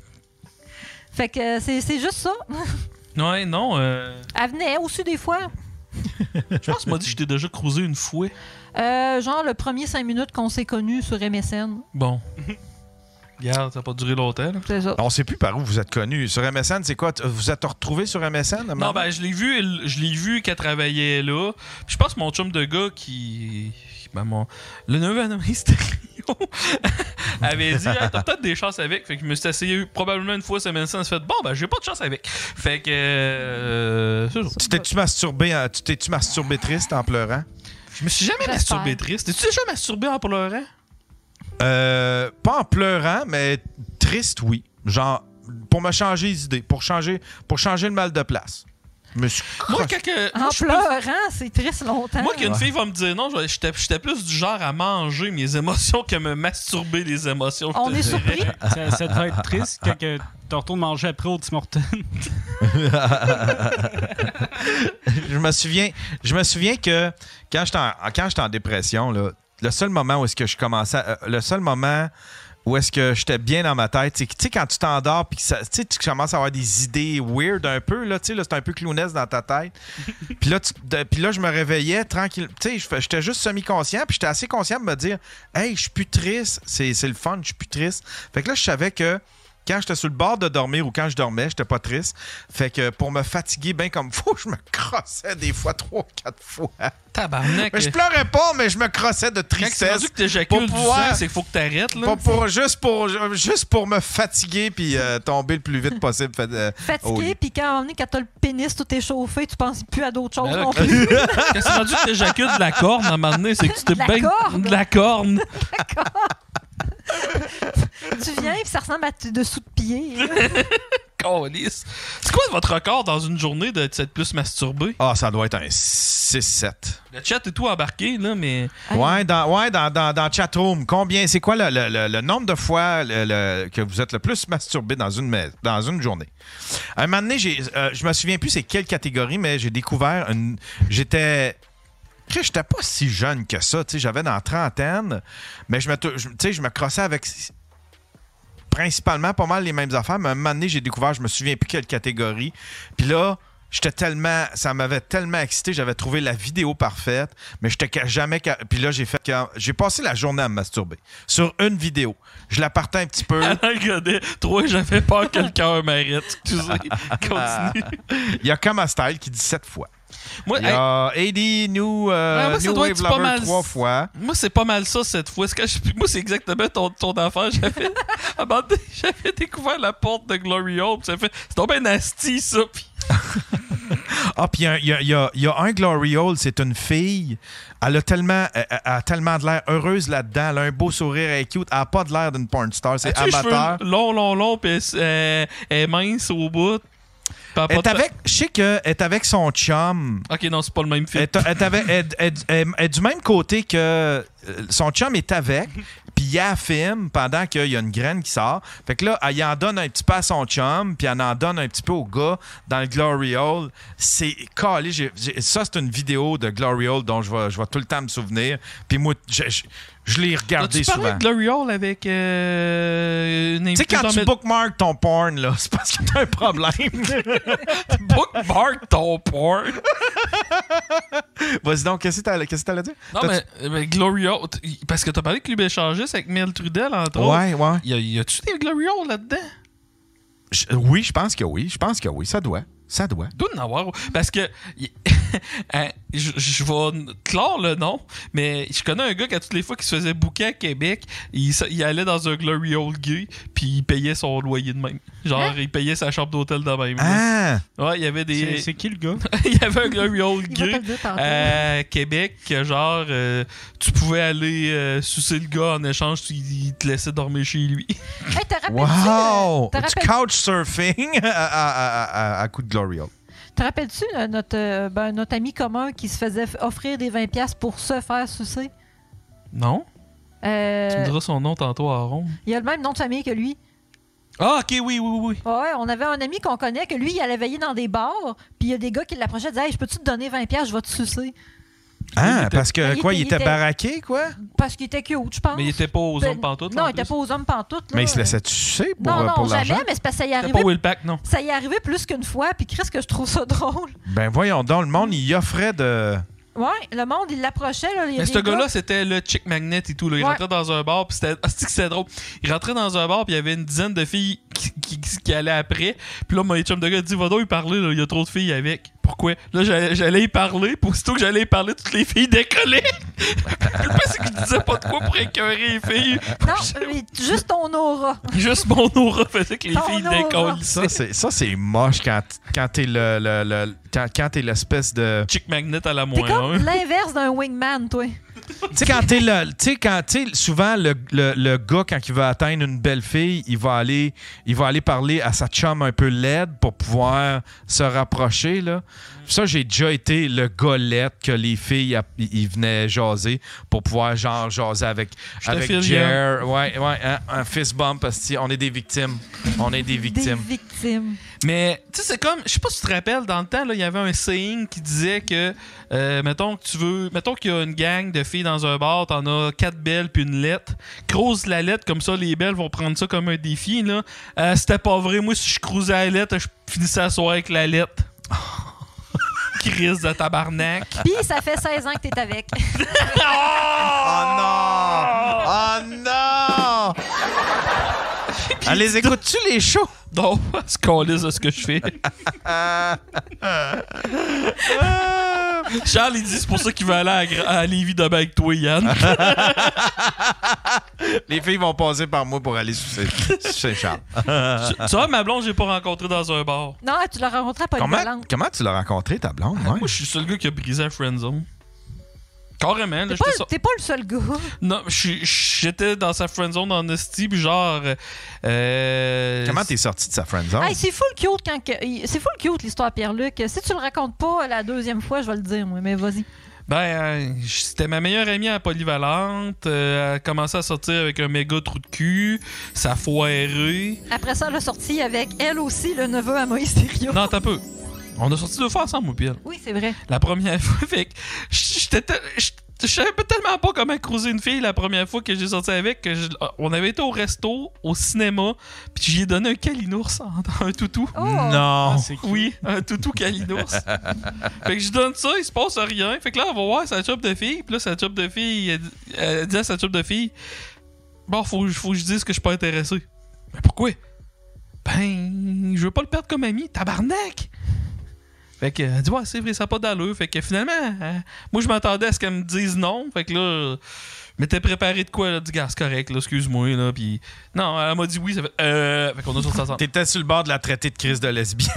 S4: Fait que euh, c'est c'est juste ça.
S3: Ouais, non. euh,
S4: Elle venait aussi des fois.
S3: Je pense qu'il m'a dit que j'étais déjà cruisé une fois.
S4: Euh, genre le premier cinq minutes qu'on s'est connus sur MSN.
S3: Bon. Regarde, ça n'a pas duré longtemps, là.
S4: C'est ça.
S1: On sait plus par où vous êtes connus. Sur MSN, c'est quoi? T- Vous êtes retrouvés sur MSN? à un moment?
S3: Non, ben, je l'ai vu, elle- je l'ai vu qu'elle travaillait là. Puis je pense que mon chum de gars qui. Ben, mon. Le neveu Anna-Marie Stério avait dit, Ah, t'as peut-être des chances avec. Fait que je me suis essayé probablement une fois semaine sans. fait, bon, ben, j'ai pas de chance avec. Fait que. euh, c'est ça.
S1: Tu t'es-tu masturbé, en- tu t'es-tu masturbé triste en pleurant?
S3: Je me suis jamais
S4: J'espère.
S3: masturbé triste. T'es-tu déjà masturbé en pleurant?
S1: Euh, pas en pleurant, mais triste, oui. Genre, pour me changer les idées, pour changer, pour changer le mal de place. Je me suis
S3: Moi,
S1: croche-
S3: quand que.
S4: En
S3: moi, je pense-
S4: pleurant, c'est triste longtemps.
S3: Moi, qu'une
S1: Ouais.
S3: fille va me dire non, je- j'étais j'étais plus du genre à manger mes émotions que me masturber les émotions. je
S4: On
S3: te
S4: est
S3: dirais.
S4: surpris.
S5: Ça, ça devait être triste quand que t'en retournes manger après au Tim Hortons.
S1: je me souviens, je me souviens que quand j'étais en, quand j'étais en dépression, là, le seul moment où est-ce que je commençais, à- euh, le seul moment où est-ce que j'étais bien dans ma tête, c'est que, tu sais quand tu t'endors puis que ça- tu sais, tu commences à avoir des idées weird un peu là, tu sais là, c'est un peu clownesque dans ta tête. puis là tu- de- puis là je me réveillais tranquille, tu sais je fais- j'étais juste semi-conscient puis j'étais assez conscient de me dire hey, je suis plus triste, c'est c'est le fun, je suis plus triste. Fait que là je savais que quand j'étais sur le bord de dormir ou quand je dormais, j'étais pas triste. Fait que pour me fatiguer bien comme faut, je me crossais des fois trois, quatre fois.
S3: Tabarnak. euh,
S1: Mais je pleurais pas, mais je me crossais de
S3: Quand c'est
S1: tristesse.
S3: rendu que t'éjacules
S1: Pour
S3: du
S1: pouvoir-
S3: sang, c'est qu'il faut que t'arrêtes, là.
S1: Pas pour, juste, pour, juste pour me fatiguer puis euh, tomber le plus vite possible. Fait, euh,
S4: Fatigué,
S1: Oh oui.
S4: puis quand, à un moment donné, quand t'as le pénis tout échauffé, tu penses plus à d'autres choses
S3: Ben là,
S4: non
S3: Chris,
S4: plus.
S3: Quand c'est rendu que t'éjacules de la corne, à un moment donné, c'est que tu te
S4: De la
S3: baignes
S4: corne?
S3: de la corne.
S4: tu viens, puis ça ressemble à tes dessous de pied. hein. là.
S3: Câlisse. C'est quoi votre record dans une journée de t'être plus masturbé?
S1: Ah, ça doit être un 6-7.
S3: Le chat est tout embarqué, là, mais.
S4: Hey.
S1: Ouais, dans, ouais, dans, dans, dans Chatroom, combien, c'est quoi le, le- le- le nombre de fois le- le- que vous êtes le plus masturbé dans une, mais- dans une journée? À un moment donné, j'ai, euh, je me souviens plus c'est quelle catégorie, mais j'ai découvert une. J'étais. Chris, J'étais pas si jeune que ça, tu sais, j'avais dans la trentaine, mais je me, tou- je- tu sais, je me crossais avec principalement pas mal les mêmes affaires, mais à un moment donné, j'ai découvert, je me souviens plus quelle catégorie. Puis là, j'étais tellement, ça m'avait tellement excité, j'avais trouvé la vidéo parfaite, mais j'étais ca- jamais. ca- Puis là, j'ai fait, ca- j'ai passé la journée à me masturber sur une vidéo. Je la partais un petit peu.
S3: Alain Godet, toi, j'avais peur que le cœur m'arrête. Excusez. Continue.
S1: Il y a comme style qui dit sept fois.
S3: Moi,
S1: Il y a AD New, euh,
S3: Ouais, moi, ça
S1: New
S3: doit
S1: Wave
S3: être pas
S1: Lover
S3: mal.
S1: trois fois.
S3: Moi, c'est pas mal ça cette fois. C'est quand je- Moi, c'est exactement ton, ton affaire. J'avais à un moment donné, j'avais découvert la porte de Glory Home. Ça fait, c'est tombé nasty, ça. Puis,
S1: Ah, puis il y a- il y a, il y a- il y a un Glory Hole, c'est une fille. Elle a tellement, elle- elle a tellement de l'air heureuse là-dedans. Elle a un beau sourire, elle est cute. Elle n'a pas de l'air d'une porn star, c'est
S3: as-tu les cheveux
S1: amateur.
S3: Long, long, long, puis elle, s- euh, elle est mince au bout. Puis elle a pas
S1: Elle est
S3: de-
S1: avec, je sais qu'elle est avec son chum.
S3: Ok, non, c'est pas le même film.
S1: Elle est- elle est avec- elle- elle- elle- elle est du même côté que euh, son chum est avec, puis il la filme pendant qu'il y a une graine qui sort. Fait que là, elle en donne un petit peu à son chum, puis elle en donne un petit peu au gars dans le Glory Hole. C'est calé. j'ai- j'ai- Ça, c'est une vidéo de Glory Hole dont je vais, je vais tout le temps me souvenir. Puis moi, je, je- je l'ai regardé
S3: tu parlé
S1: souvent.
S3: de Glory Hole avec euh, une
S1: Tu sais, quand tu bookmark ton porn, là, c'est parce que t'as un problème.
S3: bookmark ton porn.
S1: Vas-y donc, qu'est-ce que t'allais qu'est-ce que t'allais dire?
S3: Non,
S1: T'as-
S3: mais, mais Gloria, t- parce que t'as parlé de club échangiste avec Mel Trudel, entre autres.
S1: Ouais, ouais.
S3: Y a- Y a-tu des Gloria là-dedans?
S1: Je- oui, je pense que oui. Je pense que oui. Ça doit. Ça doit.
S3: doit en avoir. Parce que. y- hein, je, je vais clore le nom, mais je connais un gars qui, à toutes les fois qu'il se faisait bouquer à Québec, il, s- il allait dans un Glory Old Gay, puis il payait son loyer de même. Genre,
S4: Hein?
S3: il payait sa chambre d'hôtel de même. là.
S1: Ah!
S3: Ouais, il y avait
S5: C'est
S3: des.
S5: c'est qui le gars?
S3: il y avait un Glory Old
S4: Il va te
S3: Gay.
S4: le dire tantôt.
S3: À Québec, que genre, euh, tu pouvais aller euh, sucer le gars en échange, tu- il te laissait dormir chez lui.
S4: Hey, euh, te
S1: Ah,
S4: rappelles-tu
S1: Wow!
S4: de- te
S1: Du
S4: rappelles-
S1: couchsurfing à, à, à- à- à coup de Glorio.
S4: te rappelles-tu de notre, euh, ben, notre ami commun qui se faisait f- offrir des 20$ piastres pour se faire sucer?
S3: Non?
S4: Euh,
S3: Tu me diras son nom tantôt à Ron.
S4: il a le même nom de famille que lui.
S3: Ah, ok, oui, oui, oui.
S4: Ouais, on avait un ami qu'on connaît que lui, il allait veiller dans des bars, puis il y a des gars qui l'approchaient et disaient Hey, je peux-tu te donner 20$, piastres, je vais te sucer.
S1: Ah, parce
S4: il
S1: que
S4: était-
S1: quoi, il
S4: il
S1: était,
S4: était-
S1: baraqué, quoi?
S4: Parce qu'il était cute, je pense.
S3: Mais il était pas aux
S4: Ben,
S3: hommes pantoute.
S4: Non,
S3: en
S4: il était
S3: plus.
S4: pas aux hommes pantoute.
S1: Mais
S4: là.
S1: il se laissait sucer pour, euh,
S4: Non,
S1: pour
S4: non,
S1: l'argent?
S4: jamais, mais c'est parce que ça y est
S3: C'était
S4: arrivé.
S3: pas Will Pack, non.
S4: Ça y est arrivé plus qu'une fois, puis Chris, que je trouve ça drôle.
S1: Ben voyons donc, le monde, il offrait de...
S4: Ouais, le monde, il l'approchait. Là, il y a
S3: Mais
S4: des
S3: ce gars-là, c'était le chick magnet et tout. là. Il
S4: Ouais.
S3: rentrait dans un bar, puis c'était. Ah, c'est-tu que c'est drôle. Il rentrait dans un bar, puis il y avait une dizaine de filles qui, qui, qui- qui allaient après. Puis là, mon chum de gars dit Va donc y parler, là, il y a trop de filles avec. Pourquoi Là, j'allais j'allais y parler, puis aussitôt que j'allais y parler, toutes les filles décollaient. Je pense que je disais pas de quoi pour écœurer les filles.
S4: Non, mais juste ton aura.
S3: Juste mon aura faisait que les
S4: Ton
S3: filles
S4: aura.
S1: Ça,
S3: décollissaient.
S1: c'est ça, c'est moche quand, quand t'es le, le- le- quand, quand t'es l'espèce de...
S3: Chick magnet à la
S4: T'es
S3: moins
S4: comme
S3: un.
S4: l'inverse d'un wingman, toi.
S1: Tu sais, quand t'es le. Tu sais, quand t'es. Souvent, le, le- le gars, quand il veut atteindre une belle fille, il va aller, il va aller parler à sa chum un peu laide pour pouvoir se rapprocher, là. Ça, j'ai déjà été le gars laide que les filles, a- ils ils venaient jaser pour pouvoir, genre, jaser avec,
S3: te
S1: avec
S3: file,
S1: Jer. Ouais, ouais, un, un fist bump, parce que on est des victimes. On est des victimes.
S4: Des victimes.
S3: Mais tu sais, c'est comme, je sais pas si tu te rappelles, dans le temps, là, il y avait un saying qui disait que, euh, mettons que tu veux, mettons qu'il y a une gang de filles dans un bar, t'en as quatre belles puis une lettre. Croise la lettre, comme ça, les belles vont prendre ça comme un défi, là. Euh, C'était pas vrai, moi, si je croisais la lettre, je finissais la soirée avec la lettre. Crise de tabarnak.
S4: Puis ça fait 16 ans que t'es avec.
S1: Oh non! Oh non! Allez, écoutes-tu les shows?
S3: Donc, ce qu'on lise de ce que je fais. Charles, il dit, c'est pour ça qu'il veut aller à, Gra- à Lévis demain avec toi, Yann.
S1: Les filles vont passer par moi pour aller sous chez Charles.
S3: tu, tu vois, ma blonde, j'ai pas rencontré dans un bar.
S4: Non, tu l'as rencontré à
S1: Comment,
S4: Polyvalente.
S1: comment tu l'as rencontré, ta blonde?
S4: Ah,
S1: ouais?
S3: Moi, je suis le seul gars qui a brisé la friendzone. Carrément, là,
S4: T'es
S3: j'étais
S4: pas,
S3: sor-
S4: t'es pas le seul gars.
S3: Non, je suis- j'étais dans sa friendzone en esti, puis genre... euh,
S1: Comment t'es sorti de sa friendzone?
S4: Hey, c'est fou le cute quand que- c'est fou le cute l'histoire Pierre-Luc. Si tu le racontes pas la deuxième fois, je vais le dire, moi, mais vas-y.
S3: Ben, euh, c'était ma meilleure amie à Polyvalente. euh, elle a commencé à sortir avec un méga trou de cul. Ça a foiré.
S4: Après ça, elle a sorti avec elle aussi le neveu à Moïse Thériault.
S3: Non, t'as peu. On a sorti deux fois ensemble, moi, puis elle.
S4: Oui, c'est vrai.
S3: La première fois, fait que j'étais tel- j'étais- Je savais pas tellement pas comment croiser une fille la première fois que j'ai sorti avec. Que je- on avait été au resto, au cinéma, puis j'y ai donné un calinours, en- un toutou.
S4: Oh!
S1: Non!
S5: Ah, c'est qui?
S3: Oui, un toutou calinours. fait que je donne ça, il se passe rien. Fait que là, on va voir sa chope de fille. Puis là, sa chope de fille, elle, elle dit à sa chope de fille Bon, faut, faut que je dise que je suis pas intéressé. Mais pourquoi Ben, je veux pas le perdre comme ami, tabarnak fait que, elle dit, ouais, c'est vrai, ça n'a pas d'allure. Fait que finalement, euh, moi, je m'attendais à ce qu'elle me dise non. Fait que là, je m'étais préparé de quoi, là, du gars, c'est correct, là, excuse-moi, là. Puis, non, elle m'a dit oui, ça fait, euh, fait qu'on a sorti ensemble.
S1: T'étais sur le bord de la traité de crise de lesbienne.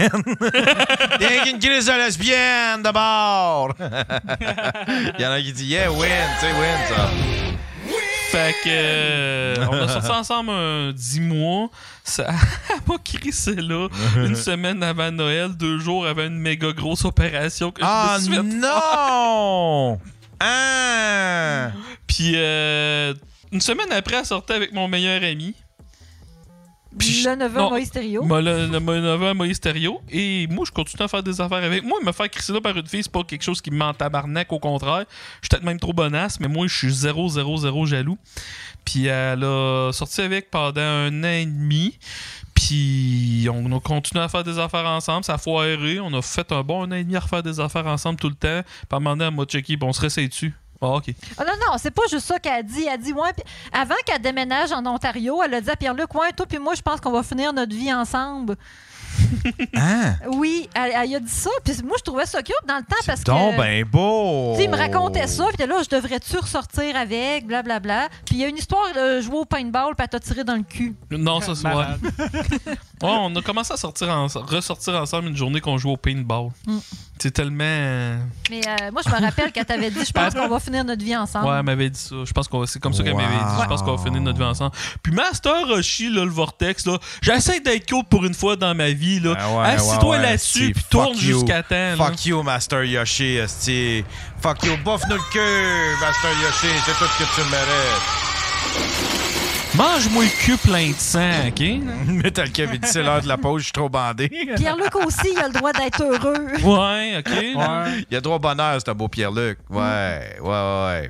S1: Il y a une crise de lesbienne de bord! Il y en a qui dit Yeah, win, tu sais, win, ça.
S3: Fait que. euh, on a sorti ensemble un 10 mois. Ça elle m'a crissé là. Une semaine avant Noël, deux jours avant une méga grosse opération que je
S1: Ah
S3: me suis faite.
S1: non! Ah!
S3: Puis euh, une semaine après, elle sortait avec mon meilleur ami. Puis je-
S4: le neveu à
S3: non.
S4: Moïse Thériault.
S3: Mon le- le- mon neveu Moïse Thériault. Et moi, je continue à faire des affaires avec. Moi, me faire crisser là par une fille, c'est pas quelque chose qui m'en tabarnak. Au contraire, je suis peut-être même trop bonasse, mais moi, je suis 0, 0, 0 jaloux. Puis elle a sorti avec pendant un an et demi. Puis Puis on a continué à faire des affaires ensemble, ça a foiré. On a fait un bon un an et demi à refaire des affaires ensemble tout le temps. Puis à un moment donné, elle m'a checké, bon, on se réessaye dessus. Ah, ok.
S4: Ah non, non, c'est pas juste ça qu'elle a dit. Elle a dit, ouais, puis avant qu'elle déménage en Ontario, elle a dit à Pierre-Luc, ouais, toi puis moi, je pense qu'on va finir notre vie ensemble.
S1: Hein?
S4: Oui, elle, elle a dit ça. Puis moi, je trouvais ça cute dans le temps parce
S1: Donc,
S4: que.
S1: ben oh. beau!
S4: Tu sais, il me racontait ça, puis là, je devrais-tu ressortir avec, blablabla. Puis il y a une histoire de jouer au paintball, puis elle t'a tiré dans le cul.
S3: Non, ça c'est ouais.
S5: Malade.
S3: Ouais, on a commencé à sortir en- ressortir ensemble une journée qu'on jouait au paintball.
S4: Mm.
S3: C'est tellement.
S4: Mais euh, moi, je me rappelle qu'elle t'avait dit, je pense qu'on va finir notre vie ensemble.
S3: Ouais, elle m'avait dit ça. Je pense que c'est comme ça qu'elle m'avait dit. Je pense qu'on va finir notre vie ensemble. Puis Master Roshi, là, le Vortex, là, j'essaie d'être cool pour une fois dans ma vie. là.
S1: Ah ouais,
S3: Assis-toi
S1: ouais, ouais,
S3: là-dessus,
S1: c'est
S3: puis tourne
S1: fuck you.
S3: jusqu'à temps. là.
S1: Fuck you, Master Yoshi, esti. Fuck you, bouffe-nous le cul, Master Yoshi, c'est tout ce que tu mérites.
S3: Mange-moi le cul plein de sang, ok?
S1: Metal Kev, il dit c'est l'heure de la pause, je suis trop bandé.
S4: Pierre-Luc aussi, il a le droit d'être heureux.
S3: Ouais, ok?
S5: Ouais.
S1: Il a droit au bonheur, c'est un beau Pierre-Luc. Ouais, ouais, ouais.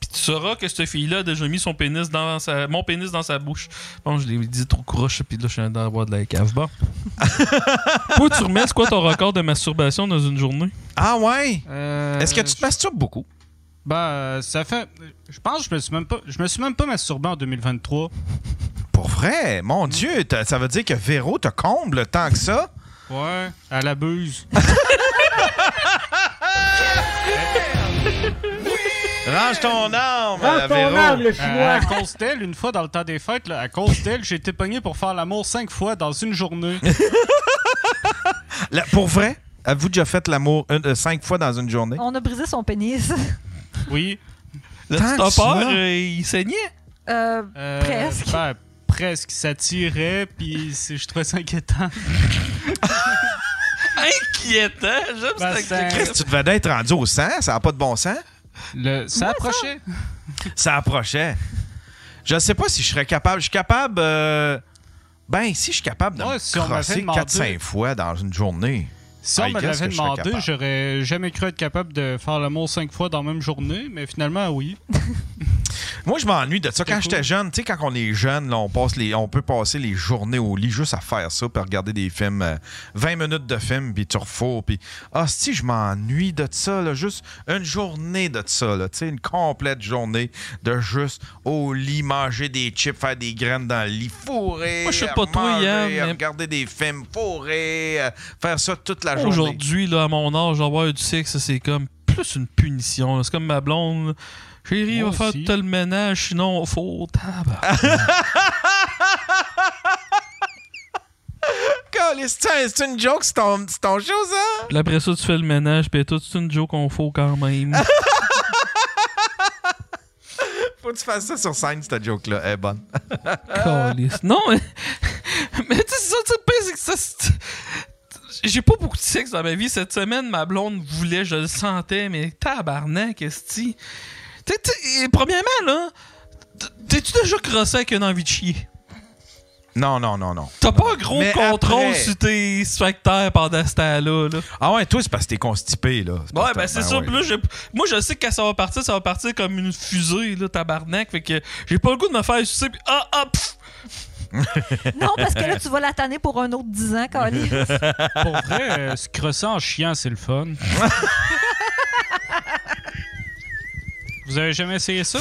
S3: Puis tu sauras que cette fille-là a déjà mis son pénis dans sa... mon pénis dans sa bouche. Bon, je l'ai dit trop croche, puis là, je suis dans le bois de la cave. Bon. Toi, tu remets, c'est quoi ton record de masturbation dans une journée?
S1: Ah ouais?
S5: Euh,
S1: Est-ce que tu te masturbes beaucoup?
S5: Bah, euh, ça fait. Je pense que je me suis même pas, je me suis même pas masturbé en 2023.
S1: Pour vrai? Mon Dieu, t'as- ça veut dire que Véro te comble tant que ça?
S5: Ouais, à la buse.
S1: Range ton arme,
S2: Rends ton
S1: Véro.
S2: âme, le
S5: Euh,
S2: chinois!
S5: à cause d'elle, une fois dans le temps des fêtes, là, à cause d'elle, j'ai été pogné pour faire l'amour cinq fois dans une journée.
S1: La- pour vrai? Avez-vous déjà fait l'amour une- euh, cinq fois dans une journée?
S4: On a brisé son pénis.
S5: Oui.
S3: Le
S1: Tant que
S3: petit
S1: ça.
S3: peur, il saignait.
S4: Euh,
S5: Euh,
S4: Presque.
S5: ben, presque. Ça tirait, puis c'est- je trouvais ça inquiétant.
S3: Inquiétant, j'aime
S5: Ben,
S3: cette
S5: c'est-
S1: Chris, tu devais être rendu au 100, ça n'a pas de bon sens.
S5: Le, ça approchait.
S1: Ça approchait. Je sais pas si je serais capable. Je suis capable. euh, Ben, si je suis capable de
S5: Ouais,
S1: me
S5: si on m'avait
S1: crosser
S5: demandé-
S1: 4-5 fois dans une journée.
S5: Si
S1: Ah,
S5: on me
S1: qu'est-ce que
S5: l'avait
S1: je serais
S5: demandé,
S1: capable.
S5: j'aurais jamais cru être capable de faire l'amour cinq fois dans la même journée, mais finalement, oui.
S1: Moi, je m'ennuie de ça. Quand
S5: cool.
S1: j'étais jeune, tu sais, quand on est jeune, là, on, passe les, on peut passer les journées au lit juste à faire ça, puis regarder des films, euh, 20 minutes de film, puis tu refours, puis... Ah, si, je m'ennuie de ça, là, juste une journée de ça, là, tu sais, une complète journée de juste au lit, manger des chips, faire des graines dans le lit, fourrer,
S3: Moi, je sais pas toi,
S1: manger,
S3: Yann, mais-
S1: regarder des films, fourrer, euh, faire ça toute la journée.
S3: Aujourd'hui, là, à mon âge, avoir du sexe, c'est comme plus une punition. C'est comme ma blonde. Chérie,
S5: Moi
S3: va faire
S5: aussi.
S3: tel ménage, sinon, faut. tabarnak.
S1: Caliste, C'est c'est une joke, c'est ton, c'est ton show, ça?
S3: Puis après ça, tu fais le ménage, puis tout, c'est une joke qu'on faut quand même.
S1: Faut que tu fasses ça sur scène, cette joke-là. Elle est bonne.
S3: Calisse. Non, mais. mais tu sais, c'est ça, tu sais, le pire, c'est que ça. c'est- J'ai pas beaucoup de sexe dans ma vie. Cette semaine, ma blonde voulait, je le sentais, mais tabarnak, est-ce que. T'sais, t'sais, premièrement, là, t- t'es-tu déjà crossé avec une envie de chier?
S1: Non, non, non, non.
S3: T'as pas un gros
S1: Mais
S3: contrôle
S1: après-
S3: sur tes sphincters pendant ce temps-là. Là.
S1: Ah ouais, toi, c'est parce que t'es constipé, là.
S3: Ouais,
S1: parce que-
S3: ben c'est ça.
S1: ouais.
S3: Puis là, j'ai- moi, je sais que quand ça va partir, ça va partir comme une fusée, là, tabarnak. Fait que j'ai pas le goût de me faire sucer. Puis ah, ah, pff!
S4: non, parce que là, tu vas la tanner pour un autre 10 ans, Carlis.
S5: Pour vrai, euh, se crosser en chiant, c'est le fun. Vous avez jamais essayé ça?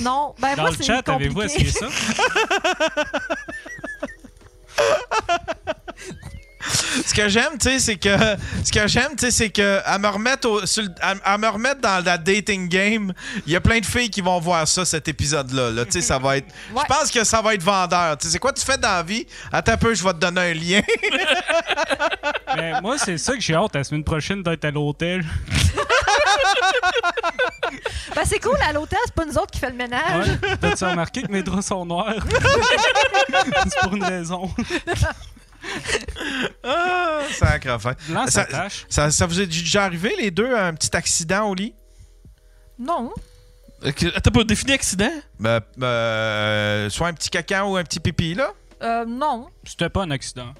S4: Non, ben
S5: Dans
S4: moi,
S5: le
S4: c'est
S5: chat, avez-vous
S4: compliqué.
S5: essayé ça?
S1: Ce que j'aime, tu sais, c'est que. Ce que j'aime, tu sais, c'est que. À me remettre, au- sur le- à, à me remettre dans la dating game, il y a plein de filles qui vont voir ça, cet épisode-là. là. Tu sais, ça va être.
S4: Ouais.
S1: Je pense que ça va être vendeur. Tu sais, c'est quoi tu fais dans la vie? Attends un peu, je vais te donner un lien.
S5: Mais Ben, moi, c'est ça que j'ai hâte la semaine prochaine d'être à l'hôtel.
S4: Ben, c'est cool, à l'hôtel, c'est pas nous autres qui fait le ménage.
S5: Ouais. T'as-tu remarqué que mes draps sont noirs? c'est pour une raison.
S1: ah, sacrefin.
S5: Là,
S1: Ça-
S5: ça tâche.
S1: Ça, ça vous est déjà arrivé, les deux, un petit accident au lit?
S4: Non.
S3: Ok, T'as pas défini accident?
S1: Ben, euh, soit un petit caca ou un petit pipi, là?
S4: Euh, non.
S5: C'était pas un accident.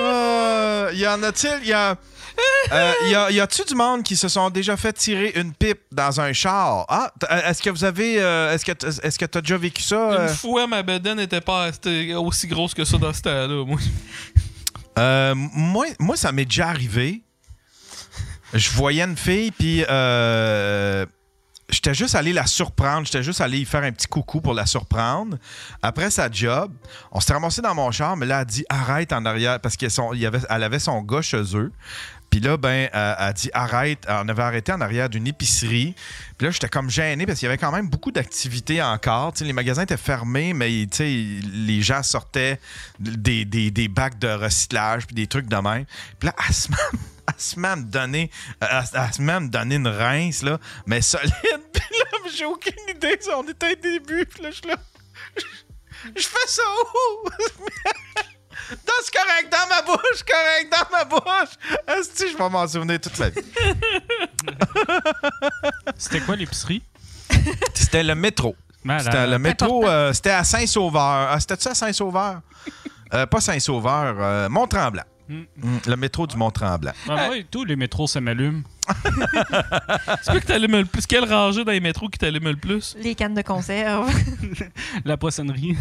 S1: en a-t-il? Il Eh, Euh, y a. euh, y a- y a-tu du monde qui se sont déjà fait tirer une pipe dans un char? Ah, t- euh, est-ce que vous avez. euh, est-ce que t- est-ce que t'as déjà vécu ça? euh?
S3: Une fois, ma bedaine n'était pas c'était aussi grosse que ça dans ce temps-là. Moi.
S1: Euh, moi, moi, ça m'est déjà arrivé. Je voyais une fille, puis euh, j'étais juste allé la surprendre. J'étais juste allé y faire un petit coucou pour la surprendre. Après sa job, on s'est ramassé dans mon char, mais là, elle a dit arrête en arrière, parce qu'elle son- il y avait, elle avait son gars chez eux. Puis là, ben, euh, elle a dit arrête. Alors, On avait arrêté en arrière d'une épicerie. Puis là, j'étais comme gêné parce qu'il y avait quand même beaucoup d'activités encore. Tu sais, les magasins étaient fermés, mais tu sais, les gens sortaient des, des- des bacs de recyclage puis des trucs de même. Puis là, elle se met elle se met à me donner, elle- elle se met à me donner une rince, là, mais solide. Puis là, j'ai aucune idée. ça, On était au début. Puis là, je suis là. Je fais ça où? Dans ce correct, dans ma bouche, correct, dans ma bouche. Est-ce que je vais m'en souvenir toute ma vie?
S5: C'était quoi l'épicerie? Ben,
S1: C'était le métro. C'était
S5: Malade.
S1: le métro,
S4: Important.
S1: euh, c'était à Saint-Sauveur. Ah, C'était-tu à Saint-Sauveur? Euh, pas Saint-Sauveur, euh, Mont-Tremblant.
S5: Mm.
S1: Mm, Le métro du Mont-Tremblant.
S5: Ah, moi et tout, les métros, ça m'allume.
S3: C'est pas que t'allumes le plus. Quelle rangée dans les métros qui t'allume le plus?
S4: Les cannes de conserve.
S5: La poissonnerie.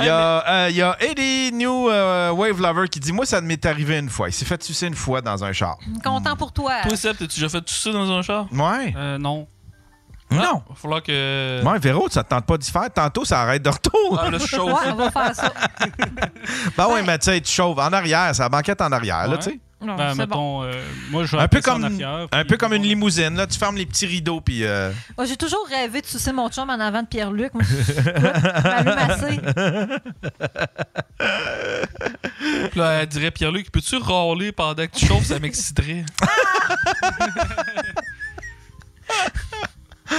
S1: Il y a, euh, il y a Eddie New euh, Wave Lover qui dit Moi, ça m'est arrivé une fois. Il s'est fait sucer une fois dans un char.
S4: Content pour toi.
S3: Toi, Seb, t'as-tu déjà fait tout ça dans un char?
S1: Ouais.
S5: Euh, non.
S1: Non.
S3: Il va falloir que.
S1: Ouais, Véro, ça te tente pas d'y faire. Tantôt, ça arrête de retour.
S3: Ah, là, je suis chaud.
S4: Ouais, on va faire ça.
S1: Ben ouais,
S4: ouais.
S1: mais tu sais, tu chauves en arrière, ça banquette en arrière, là,
S5: Ouais.
S1: tu sais.
S4: Non,
S5: Ben,
S4: c'est bon.
S5: mettons, euh, moi, je vais
S1: Un peu
S5: appeler ça en
S1: comme-
S5: arrière,
S1: Un
S5: puis-
S1: peu comme une limousine, là, tu fermes les petits rideaux, puis. euh,
S4: Moi, J'ai toujours rêvé de sucer mon chum en avant de Pierre-Luc. Moi, M'allume assez.
S3: Puis là, elle dirait Pierre-Luc, peux-tu râler pendant que tu chauffes? Ça m'exciterait.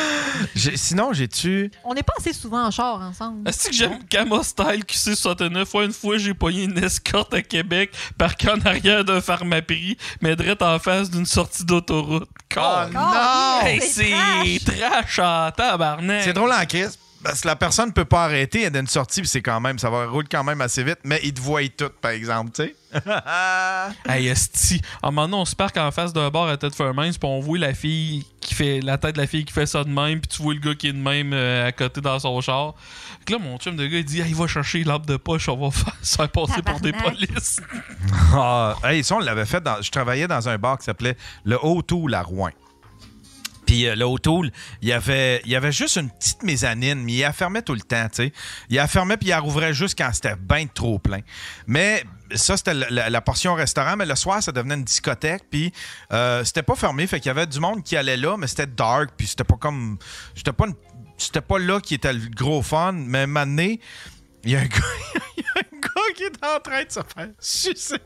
S1: j'ai- Sinon, j'ai-tu.
S4: On n'est pas assez souvent en char ensemble.
S3: Est-ce que j'aime Kama Style QC69? Ouais, une fois, j'ai pogné une escorte à Québec parquée en arrière d'un pharmaprix, mais direct en face d'une sortie d'autoroute. Con.
S4: Ah,
S3: Hey, c'est trash en tabarnak.
S1: C'est drôle en crise. Parce que la personne peut pas arrêter, elle donne une sortie, puis c'est quand même, ça va rouler quand même assez vite, mais ils te voient tout, par exemple, tu sais.
S3: Hey, esti. À un moment donné, on se parque en face d'un bar à tête fermée, puis on voit la fille qui fait la tête de la fille qui fait ça de même, puis tu vois le gars qui est de même euh, à côté dans son char. Fait que là, mon chum de gars, il dit, hey, il va chercher l'arbre de poche, on va faire, se faire passer pour des
S4: Tabarnak.
S3: polices.
S1: Ah, hey, ça, on l'avait fait. Dans, je travaillais dans un bar qui s'appelait le O'Toole à Rouen. Puis euh, le O'Toole, il y avait, il y avait juste une petite mésanine, mais il la fermait tout le temps, tu sais. Il la fermait puis il la rouvrait juste quand c'était bien trop plein. Mais ça, c'était la, la- la portion restaurant, mais le soir, ça devenait une discothèque, puis euh, c'était pas fermé, fait qu'il y avait du monde qui allait là, mais c'était dark, puis c'était pas comme... C'était pas, une- c'était pas là qui était le gros fun, mais maintenant, il y a un gars... il y a un gars qui est en train de se faire sucer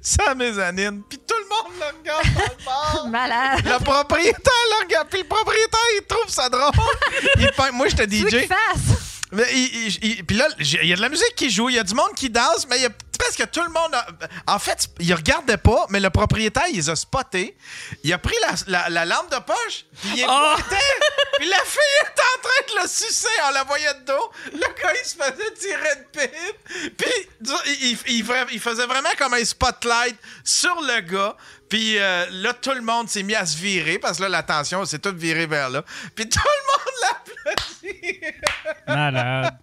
S1: sa mésanine, puis tout le monde le regarde dans le bar.
S4: Malade.
S1: Le propriétaire le regarde, puis le propriétaire, il trouve ça drôle. Il peint- moi, j'étais
S4: Tu veux qu'il
S1: DJ.
S4: fasse?
S1: Mais il- il- il- puis là, j'ai- il y a de la musique qui joue, il y a du monde qui danse, mais il y a presque tout le monde. a- en fait, il regardait pas, mais le propriétaire, il les a spotés. Il a pris la, la- la lampe de poche, puis il est
S3: Ah!
S1: pointé, puis la fille est en train de le sucer. On la voyait de dos. Le gars, il se faisait tirer de pipe. Puis du- il, il- il fra- il faisait vraiment comme un spotlight sur le gars. Puis euh, là, tout le monde s'est mis à se virer, parce que là, l'attention s'est toute virée vers là. Puis tout le monde l'applaudit.
S5: Malade.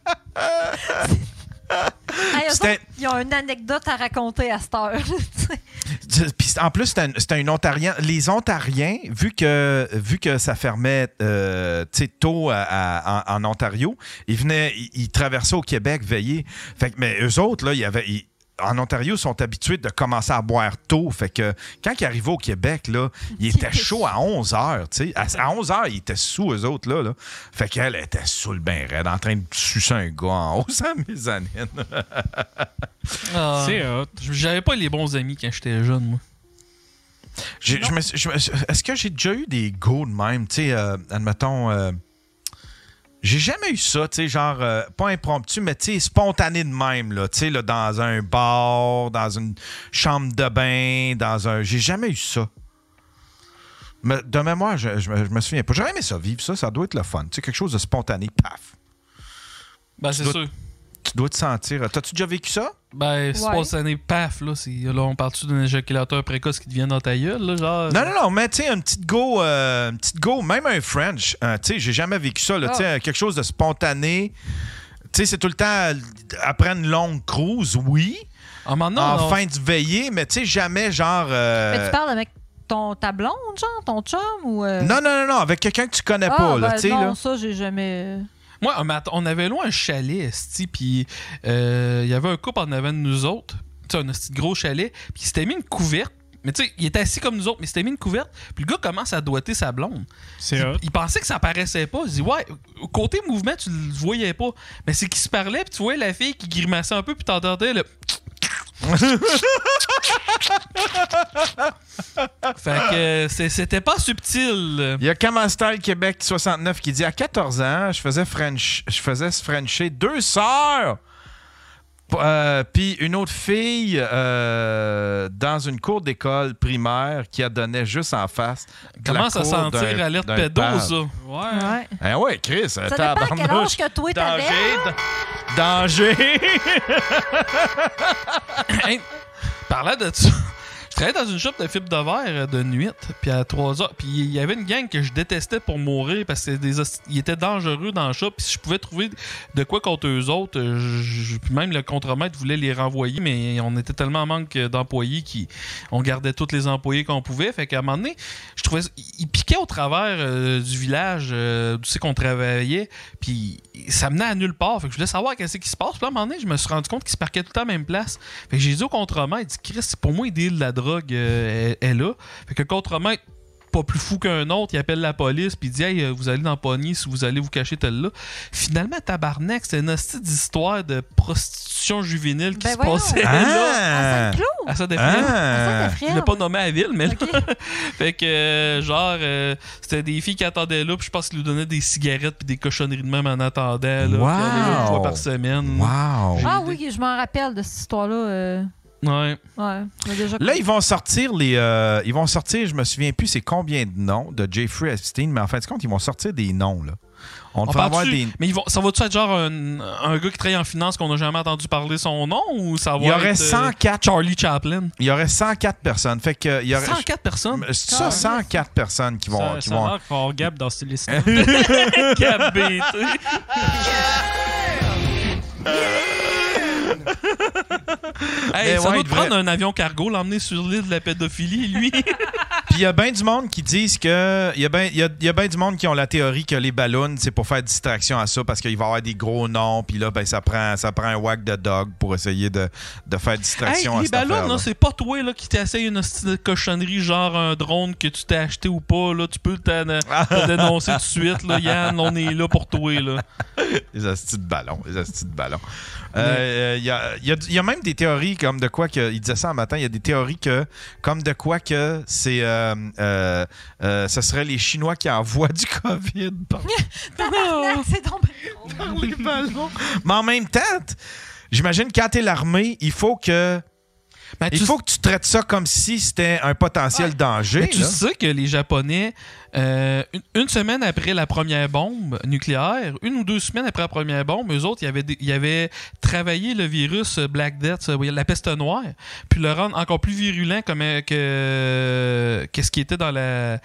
S4: Hey, eux
S1: C'était-
S4: autres, Ils ont une anecdote à raconter à cette heure. tu
S3: Euh,
S4: sais.
S1: Puis c'est- en plus, c'était un- c'était un Ontarien. Les Ontariens, vu que, vu que ça fermait euh, tu sais, tôt à- à- en, en Ontario, ils venaient, ils, ils traversaient au Québec veiller. Fait que, mais eux autres, là, il y avait. ils- en Ontario, ils sont habitués de commencer à boire tôt. Fait que quand ils arrivaient au Québec, là, ils étaient chauds à 11 heures. tu sais. À, à 11 heures, ils étaient sous eux autres. Là, là. Fait qu'elle était sous le bain raide, en train de sucer un gars en haut, ça, mes années.
S3: Ah.
S5: C'est hot.
S3: J'avais pas les bons amis quand j'étais jeune, moi.
S1: J'ai- je me suis- je me suis- Est-ce que j'ai déjà eu des go de même? Tu sais, euh, admettons. euh, j'ai jamais eu ça, tu sais, genre, euh, pas impromptu, mais tu sais, spontané de même, là, tu sais, là, dans un bar, dans une chambre de bain, dans un. J'ai jamais eu ça. Mais de mémoire, je, je me- je me souviens pas. J'aurais aimé ça vivre, ça, ça doit être le fun. Tu sais, quelque chose de spontané, paf.
S3: Ben, c'est
S1: dois-
S3: sûr.
S1: Tu dois te sentir. euh, T'as-tu déjà vécu ça?
S3: Ben, c'est
S4: Ouais.
S3: pas année, paf, là, c'est, là, on parle-tu d'un éjaculateur précoce qui devient dans ta gueule, là, genre.
S1: Non, non, non, mais tu sais, une petite go, euh, une petite go, même un French, hein, tu sais, j'ai jamais vécu ça, là,
S4: Ah.
S1: tu sais, quelque chose de spontané. Tu sais, c'est tout le temps euh, après une longue cruise, oui,
S3: À un moment donné,
S1: en
S3: on-
S1: fin de veillée, mais tu sais, jamais genre. euh,
S4: Mais tu parles avec ton, ta blonde, genre, ton chum ou. euh,
S1: Non, non, non, non, avec quelqu'un que tu connais
S4: ah,
S1: pas, là,
S4: ben
S1: tu sais,
S4: non,
S1: là.
S4: ça, j'ai jamais. euh,
S3: Moi, on m'a- on avait loin un chalet, esti, puis euh, il y avait un couple en avant de nous autres. Tu sais, un esti de gros chalet, puis il s'était mis une couverte. Mais tu sais, il était assis comme nous autres, mais il s'était mis une couverte. Puis le gars commence à doiter sa blonde.
S5: C'est hot.
S3: Il pensait que ça paraissait pas. Il dit, ouais, côté mouvement, tu le voyais pas. Mais c'est qu'il se parlait, puis tu voyais la fille qui grimaçait un peu, puis t'entendais le. fait que euh, c'est- c'était pas subtil.
S1: Il y a Camastal Québec 69 qui dit à 14 ans, je faisais French, je faisais se Frencher deux sœurs. P- euh, Puis une autre fille euh, dans une cour d'école primaire qui a donné juste en face. de la
S3: Commence à
S1: cour d'un-
S3: sentir alerte
S1: d'un
S3: pédo,
S1: pub.
S3: ça.
S5: Ouais.
S4: Ouais. hein.
S1: Eh ouais, Chris,
S4: Ça dépend à quel âge que toi
S1: Danger,
S4: t'avais.
S1: d- danger.
S3: Hey, parlant de ça, je travaillais dans une shop de fibres de verre euh, de nuit, puis à 3 heures, puis il y avait une gang que je détestais pour mourir parce que des hosti- ils étaient dangereux dans le shop, puis si je pouvais trouver de quoi contre eux autres, euh, je- je- puis même le contremaître voulait les renvoyer, mais on était tellement en manque euh, d'employés qu'on gardait tous les employés qu'on pouvait, fait qu'à un moment donné, je trouvais ils piquaient au travers euh, du village euh, d'où c'est qu'on travaillait, puis ça menait à nulle part, fait que je voulais savoir qu'est-ce qui se passe, puis là, à un moment donné, je me suis rendu compte qu'ils se parquaient tout le temps à la même place. Fait que j'ai dit au contremaître, il dit Chris, pour moi, il deal de la drogue euh, est, est là. Fait que le contremaître, pas plus fou qu'un autre, il appelle la police, puis il dit Hey, euh, vous allez dans le pogner si vous allez vous cacher tel là. Finalement, tabarnak, c'est une hostie d'histoire de prostitution juvénile qui
S4: Ben
S3: se
S4: voyons.
S3: passait là.
S1: Ah!
S4: À Saint-Cloud.
S3: À ça
S1: Ah!
S4: À
S3: Je
S4: Saint-Efrien.
S3: l'ai pas nommé à la ville, mais là.
S4: Ok.
S3: Fait que, euh, genre, euh, c'était des filles qui attendaient là, puis je pense qu'ils lui donnaient des cigarettes puis des cochonneries de même en attendant. Là, Puis il y en avait là
S1: Wow.
S3: une fois par semaine.
S1: Wow!
S3: J'ai
S4: Ah
S3: idée.
S4: oui, je m'en rappelle de cette histoire-là. euh,
S3: Ouais.
S4: Ouais. on a déjà
S1: Là, ils vont sortir les. euh, ils vont sortir, je me souviens plus c'est combien de noms de Jeffrey Epstein, mais en fin de compte, ils vont sortir des noms, là. On,
S3: On
S1: devrait avoir
S3: parle-tu-
S1: des.
S3: Mais ils vont, ça va-tu être genre un, un gars qui travaille en finance qu'on n'a jamais entendu parler son nom ou ça va
S1: Il y aurait
S3: être, euh,
S1: 104.
S3: Charlie Chaplin.
S1: Il y aurait 104 personnes. Fait que. euh, Il y aurait,
S3: 104 personnes.
S1: C'est ça, 104 personnes qui vont.
S5: ça
S1: qui
S5: ça
S1: vont-
S5: a l'air qu'il faut avoir Gab dans cette liste.
S3: Cap BT. Hey,
S1: Mais
S3: ça
S1: ouais,
S3: va
S1: il
S3: te
S1: devrait-
S3: prendre un avion cargo, l'emmener sur l'île de la pédophilie, lui.
S1: Puis il y a bien du monde qui disent que. Il y a bien y a, il y a ben du monde qui ont la théorie que les ballons, c'est pour faire distraction à ça parce qu'il va y avoir des gros noms. Puis là, ben, ça prend, ça prend un whack de dog pour essayer de, de faire
S3: Hey,
S1: distraction à
S3: les
S1: cette affaire
S3: ballons, là, c'est pas toi là, qui t'essayes une hostie de cochonnerie, genre un drone que tu t'es acheté ou pas. Là, tu peux t'en- te dénoncer tout de suite. Là, Yann, on est là pour toi. Là.
S1: Les astis de ballon, les astis de ballon. Euh, euh, Il y, a, il y a- il y a même des théories comme de quoi que. Il disait ça en matin, il y a des théories que. Comme de quoi que c'est. euh, euh, euh, ce serait les Chinois qui envoient du COVID par,
S4: Tabarnak, c'est donc bien drôle.
S1: par les ballons. Mais en même temps, t- j'imagine quand t'es l'armée, il faut que.
S3: Ben,
S1: Il
S3: tu-
S1: faut que tu traites ça comme si c'était un potentiel danger.
S3: Mais tu
S1: là.
S3: sais que les Japonais, euh, une, une semaine après la première bombe nucléaire, une ou deux semaines après la première bombe, eux autres, ils avaient, dé- ils avaient travaillé le virus euh, Black Death, euh, oui, la peste noire, puis le rendre encore plus virulent comme euh, que, que ce qui était dans la...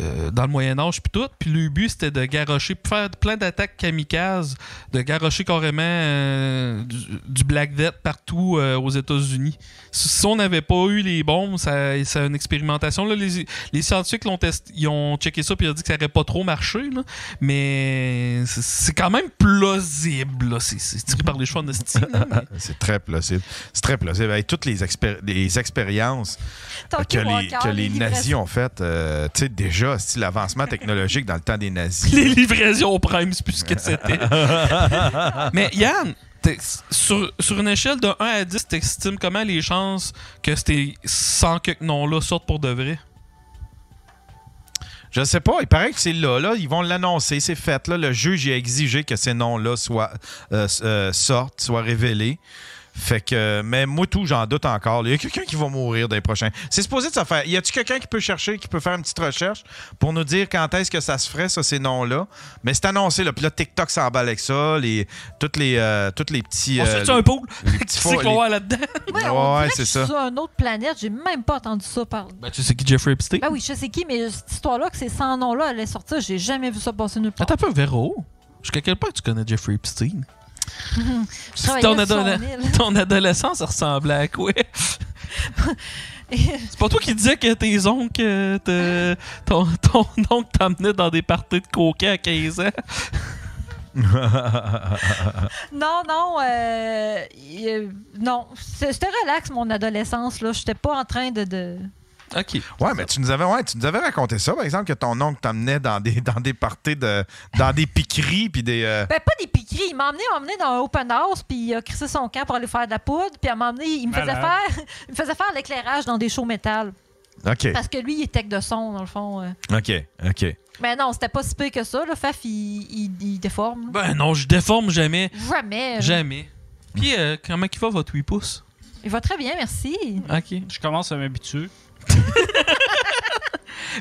S3: euh, dans le Moyen-Âge, puis tout. Puis le but, c'était de garrocher, puis faire plein d'attaques kamikazes, de garrocher carrément euh, du, du Black Death partout euh, aux États-Unis. Si, si on n'avait pas eu les bombes, ça, c'est une expérimentation. Là, les, les scientifiques l'ont testé, ils ont checké ça puis ils ont dit que ça n'aurait pas trop marché, là. mais c'est- c'est quand même plausible. là. C'est c'est tiré par les cheveux de style.
S1: C'est très plausible. C'est très plausible. Avec toutes les, expér- les expériences
S4: Tokyo
S1: que les,
S4: Walker,
S1: que les
S4: livraisons.
S1: nazis ont faites, euh, tu sais, déjà, c'est l'avancement technologique dans le temps des nazis.
S3: les livraisons au prime, c'est plus ce que c'était. mais Yann, t'es- sur, sur une échelle de 1 à 10, t'estimes comment les chances que ces 100 que noms-là sortent pour de vrai?
S1: Je sais pas, il paraît que c'est là, là, ils vont l'annoncer, c'est fait. Là, le juge il a exigé que ces noms-là soient, euh, s- euh, sortent, soient révélés. Fait que, mais moi, tout, j'en doute encore. Il y a quelqu'un qui va mourir des prochains. C'est supposé de se faire. Y a-tu quelqu'un qui peut chercher, qui peut faire une petite recherche pour nous dire quand est-ce que ça se ferait, ça, ces noms-là? Mais c'est annoncé, là. Puis là, TikTok s'emballe avec ça. Les, toutes les, euh, toutes les petits.
S3: On
S1: euh,
S3: se fait un pool.
S1: les
S3: Qui
S1: petits
S3: c'est
S1: fo-
S3: qu'on
S1: les-
S3: va là-dedans?
S4: Moi,
S1: Ouais,
S4: on
S1: ouais,
S4: dirait que
S1: c'est
S4: je suis
S1: ça.
S4: sur une autre planète, j'ai même pas entendu ça parler.
S3: Ben, tu sais qui Jeffrey Epstein?
S4: Ben oui, je sais qui, mais cette histoire-là, que ces 100 noms-là allaient sortir, j'ai jamais vu ça passer nulle part.
S3: Attends un peu, Véro. Jusqu'à quel point tu connais Jeffrey Epstein?
S4: Je
S3: Si
S4: travaillais
S3: ton,
S4: sur
S3: adole-
S4: son île.
S3: ton adolescence ressemblait à quoi? C'est pas toi qui disais que tes oncles, euh, te- ton, ton oncle t'emmenait dans des parties de coca à 15 ans.
S4: Non, non, euh, il- euh, non. C'est- C'était relax, mon adolescence, là. J'étais pas en train de... de-
S3: Ok.
S1: Ouais, mais tu nous avais, ouais, tu nous avais raconté ça, par exemple, que ton oncle t'emmenait dans des, dans des parties de, dans des piqueries puis des. euh,
S4: Ben, pas des piqueries. Il m'a emmené, il m'a emmené dans un open house, puis il a crissé son camp pour aller faire de la poudre, puis il m'a emmené, il me faisait
S5: Malade.
S4: faire, il me faisait faire l'éclairage dans des shows métal.
S1: Ok,
S4: Parce que lui, il est tech de son, dans le fond. euh.
S1: ok, ok.
S4: Mais non, c'était pas si pire que ça, là. Faf, il, il- il déforme.
S3: Ben non, je déforme jamais.
S4: Jamais. là.
S3: Jamais. Puis, euh, comment qu'il va votre 8 pouces?
S4: Il va très bien, merci.
S3: Ok.
S5: Je commence à m'habituer.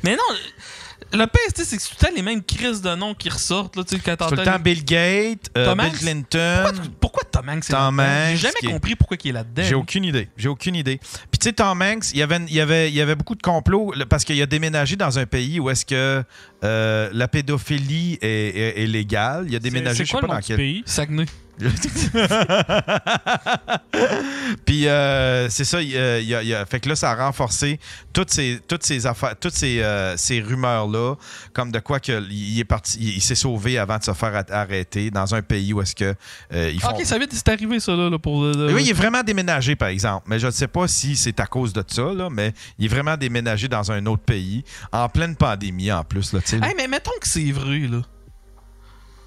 S3: Mais non, le pire, tu sais, c'est que c'est tout le temps les mêmes crises de noms qui ressortent, là, tu sais, quand
S1: Tout le
S3: t'entends-
S1: temps Bill Gates, euh,
S3: Thomas,
S1: Bill Clinton.
S3: Pourquoi Tom Hanks est
S1: Tom
S3: là-dedans? J'ai
S1: Hanks
S3: jamais
S1: qui est-
S3: compris pourquoi il est là-dedans.
S1: J'ai aucune idée. J'ai aucune idée. Puis tu sais, Tom Hanks, il y avait, il y avait, il y avait beaucoup de complots le- parce qu'il a déménagé dans un pays où est-ce que euh, la pédophilie est, est- est légale. Il a déménagé,
S5: C'est- c'est
S1: je sais
S5: quoi le
S1: pas
S5: nom
S1: dans
S5: du
S1: quel.
S5: pays?
S3: Saguenay.
S1: Puis euh, c'est ça, il, euh, il y a- il y a- fait que là, ça a renforcé toutes ces, toutes ces affaires, toutes ces, euh, ces rumeurs-là, comme de quoi que il est parti, il, il s'est sauvé avant de se faire a- arrêter dans un pays où est-ce que euh, ils font.
S3: Ok, ça vient de c'est arrivé, ça, là, là, pour. euh,
S1: Oui, il est vraiment déménagé, par exemple. Mais je ne sais pas si c'est à cause de ça, là, mais il est vraiment déménagé dans un autre pays, en pleine pandémie en plus. Là, tu sais.
S3: Hey, mais mettons que c'est vrai, là.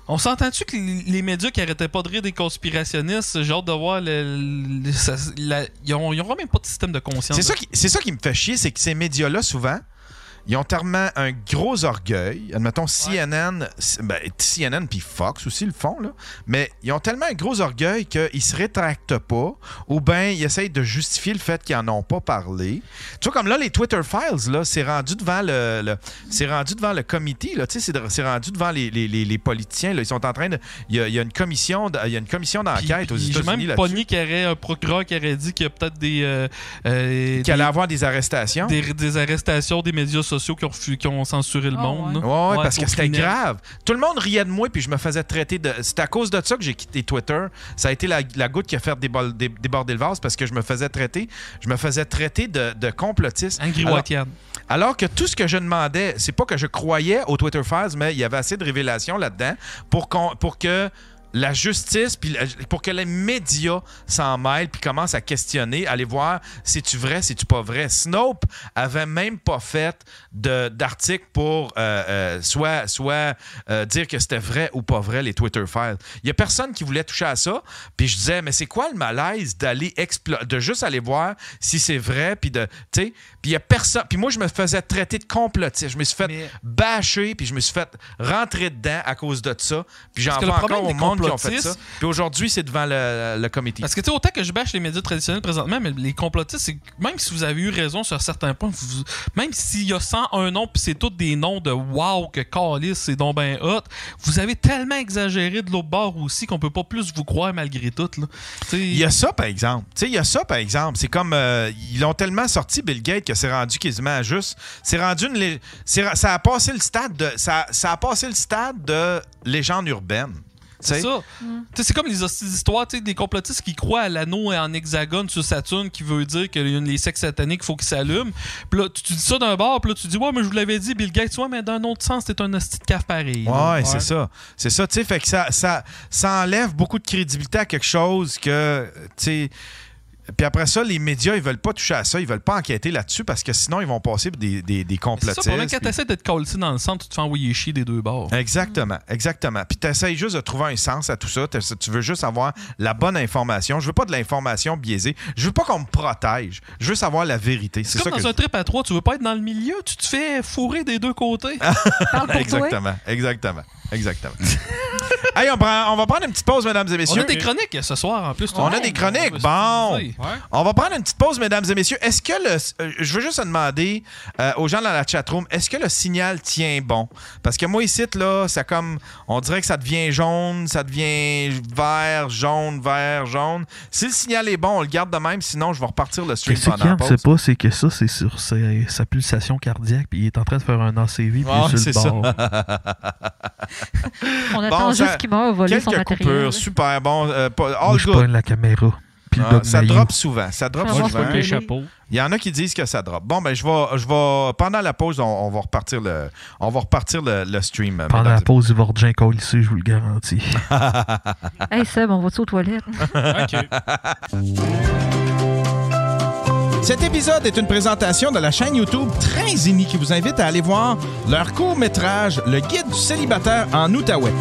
S3: On s'entend-tu que les les médias qui arrêtaient pas de rire des conspirationnistes, j'ai hâte de voir. le- le- ça- la- ils n'auront même pas de système de conscience.
S1: C'est ça, qui, c'est ça qui me fait chier, c'est que ces médias-là, souvent, ils ont tellement un gros orgueil. Admettons, CNN, c- ben, CNN puis Fox aussi le font, là. Mais ils ont tellement un gros orgueil qu'ils se rétractent pas ou bien ils essayent de justifier le fait qu'ils en ont pas parlé. Tu vois, comme là, les Twitter Files, là, c'est rendu devant le, le- c'est rendu devant le comité, là. Tu sais, c'est, de- c'est rendu devant les, les- les- les politiciens, là. Ils sont en train de... Il y a, il y a une commission d- il y a une commission
S3: Puis-
S1: d'enquête aux
S3: puis J'ai
S1: États-Unis,
S3: même
S1: là.
S3: pogné qu'il y aurait un procureur qui aurait dit qu'il y a peut-être des, euh, euh,
S1: Qu'il allait avoir des arrestations.
S3: des, des- des arrestations des médias sociaux qui ont, refu- qui ont censuré le
S4: Ah,
S3: monde.
S4: ouais.
S3: là.
S1: Ouais, ouais, parce
S3: pour
S1: que c'était
S3: criminel.
S1: grave. Tout le monde riait de moi, puis je me faisais traiter de. C'est à cause de ça que j'ai quitté Twitter. Ça a été la, la goutte qui a fait débol- dé- déborder le vase parce que je me faisais traiter. Je me faisais traiter de, de complotiste.
S3: Angry
S1: Alors-
S3: White Yard.
S1: Alors que tout ce que je demandais, c'est pas que je croyais aux Twitter Files, mais il y avait assez de révélations là-dedans pour, qu'on- pour que la justice, puis la- pour que les médias s'en mêlent, puis commencent à questionner, aller voir c'est-tu vrai, c'est-tu pas vrai. Snope avait même pas fait de- d'article pour euh, euh, soit, soit euh, dire que c'était vrai ou pas vrai, les Twitter Files. Il y a personne qui voulait toucher à ça, puis je disais, mais c'est quoi le malaise d'aller explo- de juste aller voir si c'est vrai, puis de, tu sais, puis il y a personne, puis moi, je me faisais traiter de complotiste. Je me suis fait
S3: Mais-
S1: bâcher, puis je me suis fait rentrer dedans à cause de ça. Puis j'en
S3: Parce que
S1: veux
S3: le problème
S1: encore au
S3: des
S1: monde qui ont fait ça.
S3: complotistes-
S1: Puis aujourd'hui, c'est devant le, le comité.
S3: Parce que tu sais, autant que je bâche les médias traditionnels présentement, mais les complotistes, c'est que même si vous avez eu raison sur certains points, vous- même s'il y a 101 noms, puis c'est tous des noms de wow que Calis, c'est donc ben hot, vous avez tellement exagéré de l'autre bord aussi qu'on peut pas plus vous croire malgré tout. Là. Tu sais,
S1: Il y a ça, par exemple. Tu sais, il y a ça, par exemple. C'est comme. euh, ils l'ont tellement sorti, Bill Gates, que c'est rendu quasiment à juste. C'est rendu une. lé- c'est ra- Ça a passé le stade de. Ça, ça a passé le stade de légende urbaine. Tu sais?
S3: C'est ça. Tu sais, C'est comme les hostiles histoires tu sais, des complotistes qui croient à l'anneau et en hexagone sur Saturne qui veut dire que les, les sexes sataniques, faut qu'ils s'allument. Puis là, tu, tu dis ça d'un bord, puis là, tu dis Ouais, mais je vous l'avais dit, Bill Gates, ouais, mais d'un autre sens, t'es un hostile de cave pareil.
S1: Ouais,
S3: là.
S1: c'est ça. C'est ça, tu sais, fait que ça, ça, ça enlève beaucoup de crédibilité à quelque chose que, tu sais... Puis après ça, les médias, ils veulent pas toucher à ça, ils veulles pas enquêter là-dessus parce que sinon, ils vont passer pour des, des, des
S3: C'est ça,
S1: complotistes.
S3: pendant que
S1: puis-
S3: t'essaies d'être collé dans le centre, tu te fais envoyer chier des deux bords.
S1: Exactement, exactement. Puis tu essaies juste de trouver un sens à tout ça. T'essa- Tu veux juste avoir la bonne information. Je veux pas de l'information biaisée. Je veux pas qu'on me protège. Je veux savoir la vérité. C'est
S3: C'est
S1: ça
S3: comme
S1: que
S3: dans un trip à trois, tu veux pas être dans le milieu, tu
S6: Ah,
S3: te fais fourrer des deux côtés.
S4: Parle pour toi.
S1: Exactement, exactement, exactement.
S6: Hey, on, prend- on va prendre une petite pause, mesdames et
S7: On
S6: messieurs.
S7: a des
S3: euh,
S7: chroniques ce soir en plus.
S6: On
S7: toi.
S6: a des chroniques.
S7: Ouais.
S6: Bon.
S7: Ouais.
S5: Ouais.
S6: On va prendre une petite pause, mesdames et messieurs. Est-ce que le. euh, Je veux juste demander euh, aux gens dans la chatroom, est-ce que le signal tient bon? Parce que moi, ici, là, ça comme. On dirait que ça devient jaune, ça devient vert, jaune, vert, jaune. Si le signal est bon, on le garde de même, sinon, je vais repartir le stream
S3: Mais ce
S6: pendant
S3: qu'il
S6: la
S3: ne sait
S6: pause.
S3: pas, c'est que ça, c'est sur sa, sa pulsation cardiaque, puis il est en train de faire un ACV, puis
S6: Ah,
S3: il est
S6: c'est
S3: sur le bord.
S4: On attend
S6: ça-
S4: juste qu'il meure voler son
S6: Quelques
S4: matériel.
S6: coupures, super bon. euh, pas- all
S3: Moi, je
S6: good.
S3: pogne la caméra, puis le
S6: Ah,
S3: Bob
S6: ça
S3: Mayo.
S6: drop souvent. Ça drop
S4: Faut
S5: Ah, Moi,
S4: avoir
S5: je
S6: souvent.
S4: son
S5: vois les chapeaux.
S6: Il y en a qui disent que ça drop. Bon, ben, je vais, je vais pendant la pause, on, on va repartir le, on va repartir le, le stream. euh,
S3: Pendant
S6: mesdames
S3: la
S6: et
S3: pause, il va redire un call ici, je vous le garantis.
S4: Hey Seb, on va-tu aux toilettes?
S5: Ok.
S1: Cet épisode est une présentation de la chaîne YouTube Trinzini qui vous invite à aller voir leur court-métrage Le guide du célibataire en Outaouais.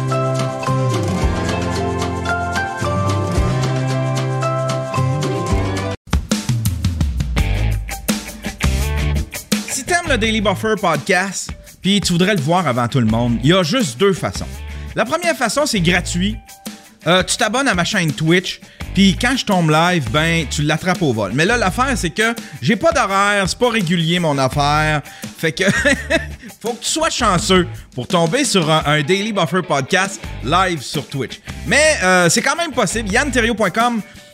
S1: Si t'aimes le Daily Buffer podcast, puis tu voudrais le voir avant tout le monde, il y a juste deux façons. La première façon, c'est gratuit. Euh, tu t'abonnes à ma chaîne Twitch, puis quand je tombe live, ben tu l'attrapes au vol. Mais là, l'affaire, c'est que j'ai pas d'horaire, c'est pas régulier mon affaire. Fait que faut que tu sois chanceux pour tomber sur un, un Daily Buffer podcast live sur Twitch. Mais euh, c'est quand même possible. YannTerrio.com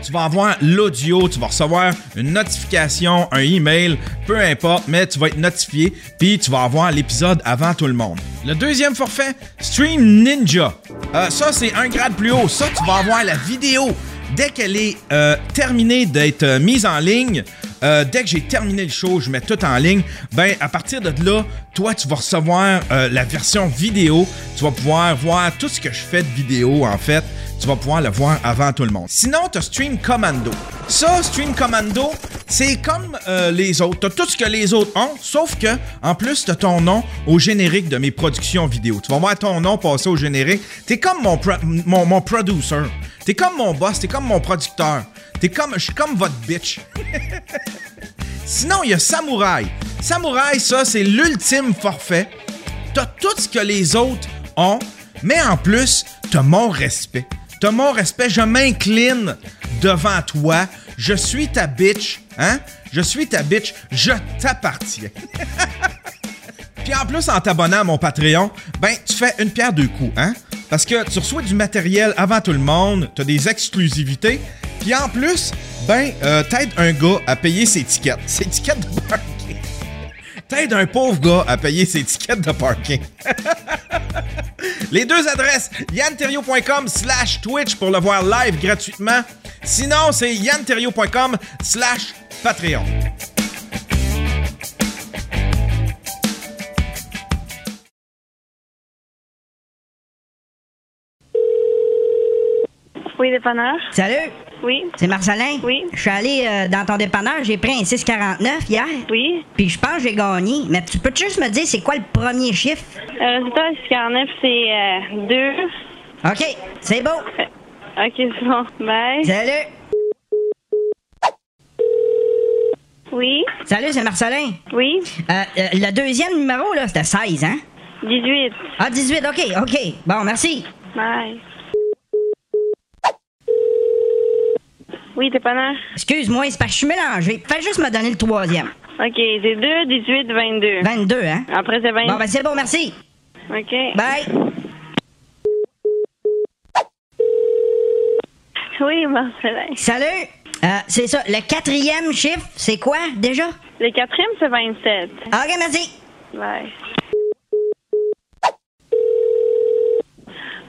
S1: tu vas avoir l'audio, tu vas recevoir une notification, un email, peu importe, mais tu vas être notifié, puis tu vas avoir l'épisode avant tout le monde. Le deuxième forfait, Stream Ninja. Euh, ça, c'est un grade plus haut. Ça, tu vas avoir la vidéo dès qu'elle est euh, terminée d'être euh, mise en ligne. Euh, dès que j'ai terminé le show, je mets tout en ligne. Ben, à partir de là, toi, tu vas recevoir euh, la version vidéo. Tu vas pouvoir voir tout ce que je fais de vidéo, en fait. Tu vas pouvoir le voir avant tout le monde. Sinon, tu Stream Commando. Ça, Stream Commando, c'est comme euh, les autres. Tu tout ce que les autres ont, sauf que, en plus, tu ton nom au générique de mes productions vidéo. Tu vas voir ton nom passer au générique. Tu es comme mon, pro- mon, mon producer. Tu es comme mon boss. Tu es comme mon producteur. T'es comme, je suis comme votre bitch. Sinon, il y a Samouraï. Samouraï, ça, c'est l'ultime forfait. T'as tout ce que les autres ont, mais en plus, t'as mon respect. T'as mon respect, je m'incline devant toi. Je suis ta bitch, hein? Je suis ta bitch, je t'appartiens. Puis en plus, en t'abonnant à mon Patreon, ben, tu fais une pierre deux coups, hein? Parce que tu reçois du matériel avant tout le monde, t'as des exclusivités, puis en plus, ben, euh, t'aides un gars à payer ses tickets. Ses tickets de parking. T'aides un pauvre gars à payer ses tickets de parking. Les deux adresses, yanterio.com slash Twitch pour le voir live gratuitement. Sinon, c'est yanterio.com slash Patreon.
S8: Oui, dépanneur.
S9: Salut,
S8: Oui,
S9: c'est Marcelin.
S8: Oui.
S9: Je suis allé euh, dans ton dépanneur, j'ai pris un 6,49 hier,
S8: oui.
S9: puis je pense que j'ai gagné. Mais tu peux juste me dire c'est quoi le premier chiffre?
S8: Le Euh, résultat du 49, c'est 2.
S9: OK, c'est beau.
S8: Euh, ok, c'est bon. Bye.
S9: Salut.
S8: Oui,
S9: Salut, c'est Marcelin.
S8: oui.
S9: Euh, euh, le deuxième numéro, là, c'était 16, hein?
S8: 18.
S9: Ah, 18, OK, OK. Bon, merci.
S8: Bye. Oui, dépanneur.
S9: Excuse-moi, c'est parce que je suis mélangé. Fais juste me donner le troisième.
S8: Ok, c'est 2, 18, 22.
S9: 22, hein?
S8: Après, c'est 20.
S9: Bon, ben c'est bon, merci.
S8: ok.
S9: Bye.
S8: Oui, Marcelin.
S9: Salut. Euh, c'est ça, le quatrième chiffre, c'est quoi, déjà? Ah,
S8: Le quatrième, c'est 27.
S9: OK, merci.
S8: Bye.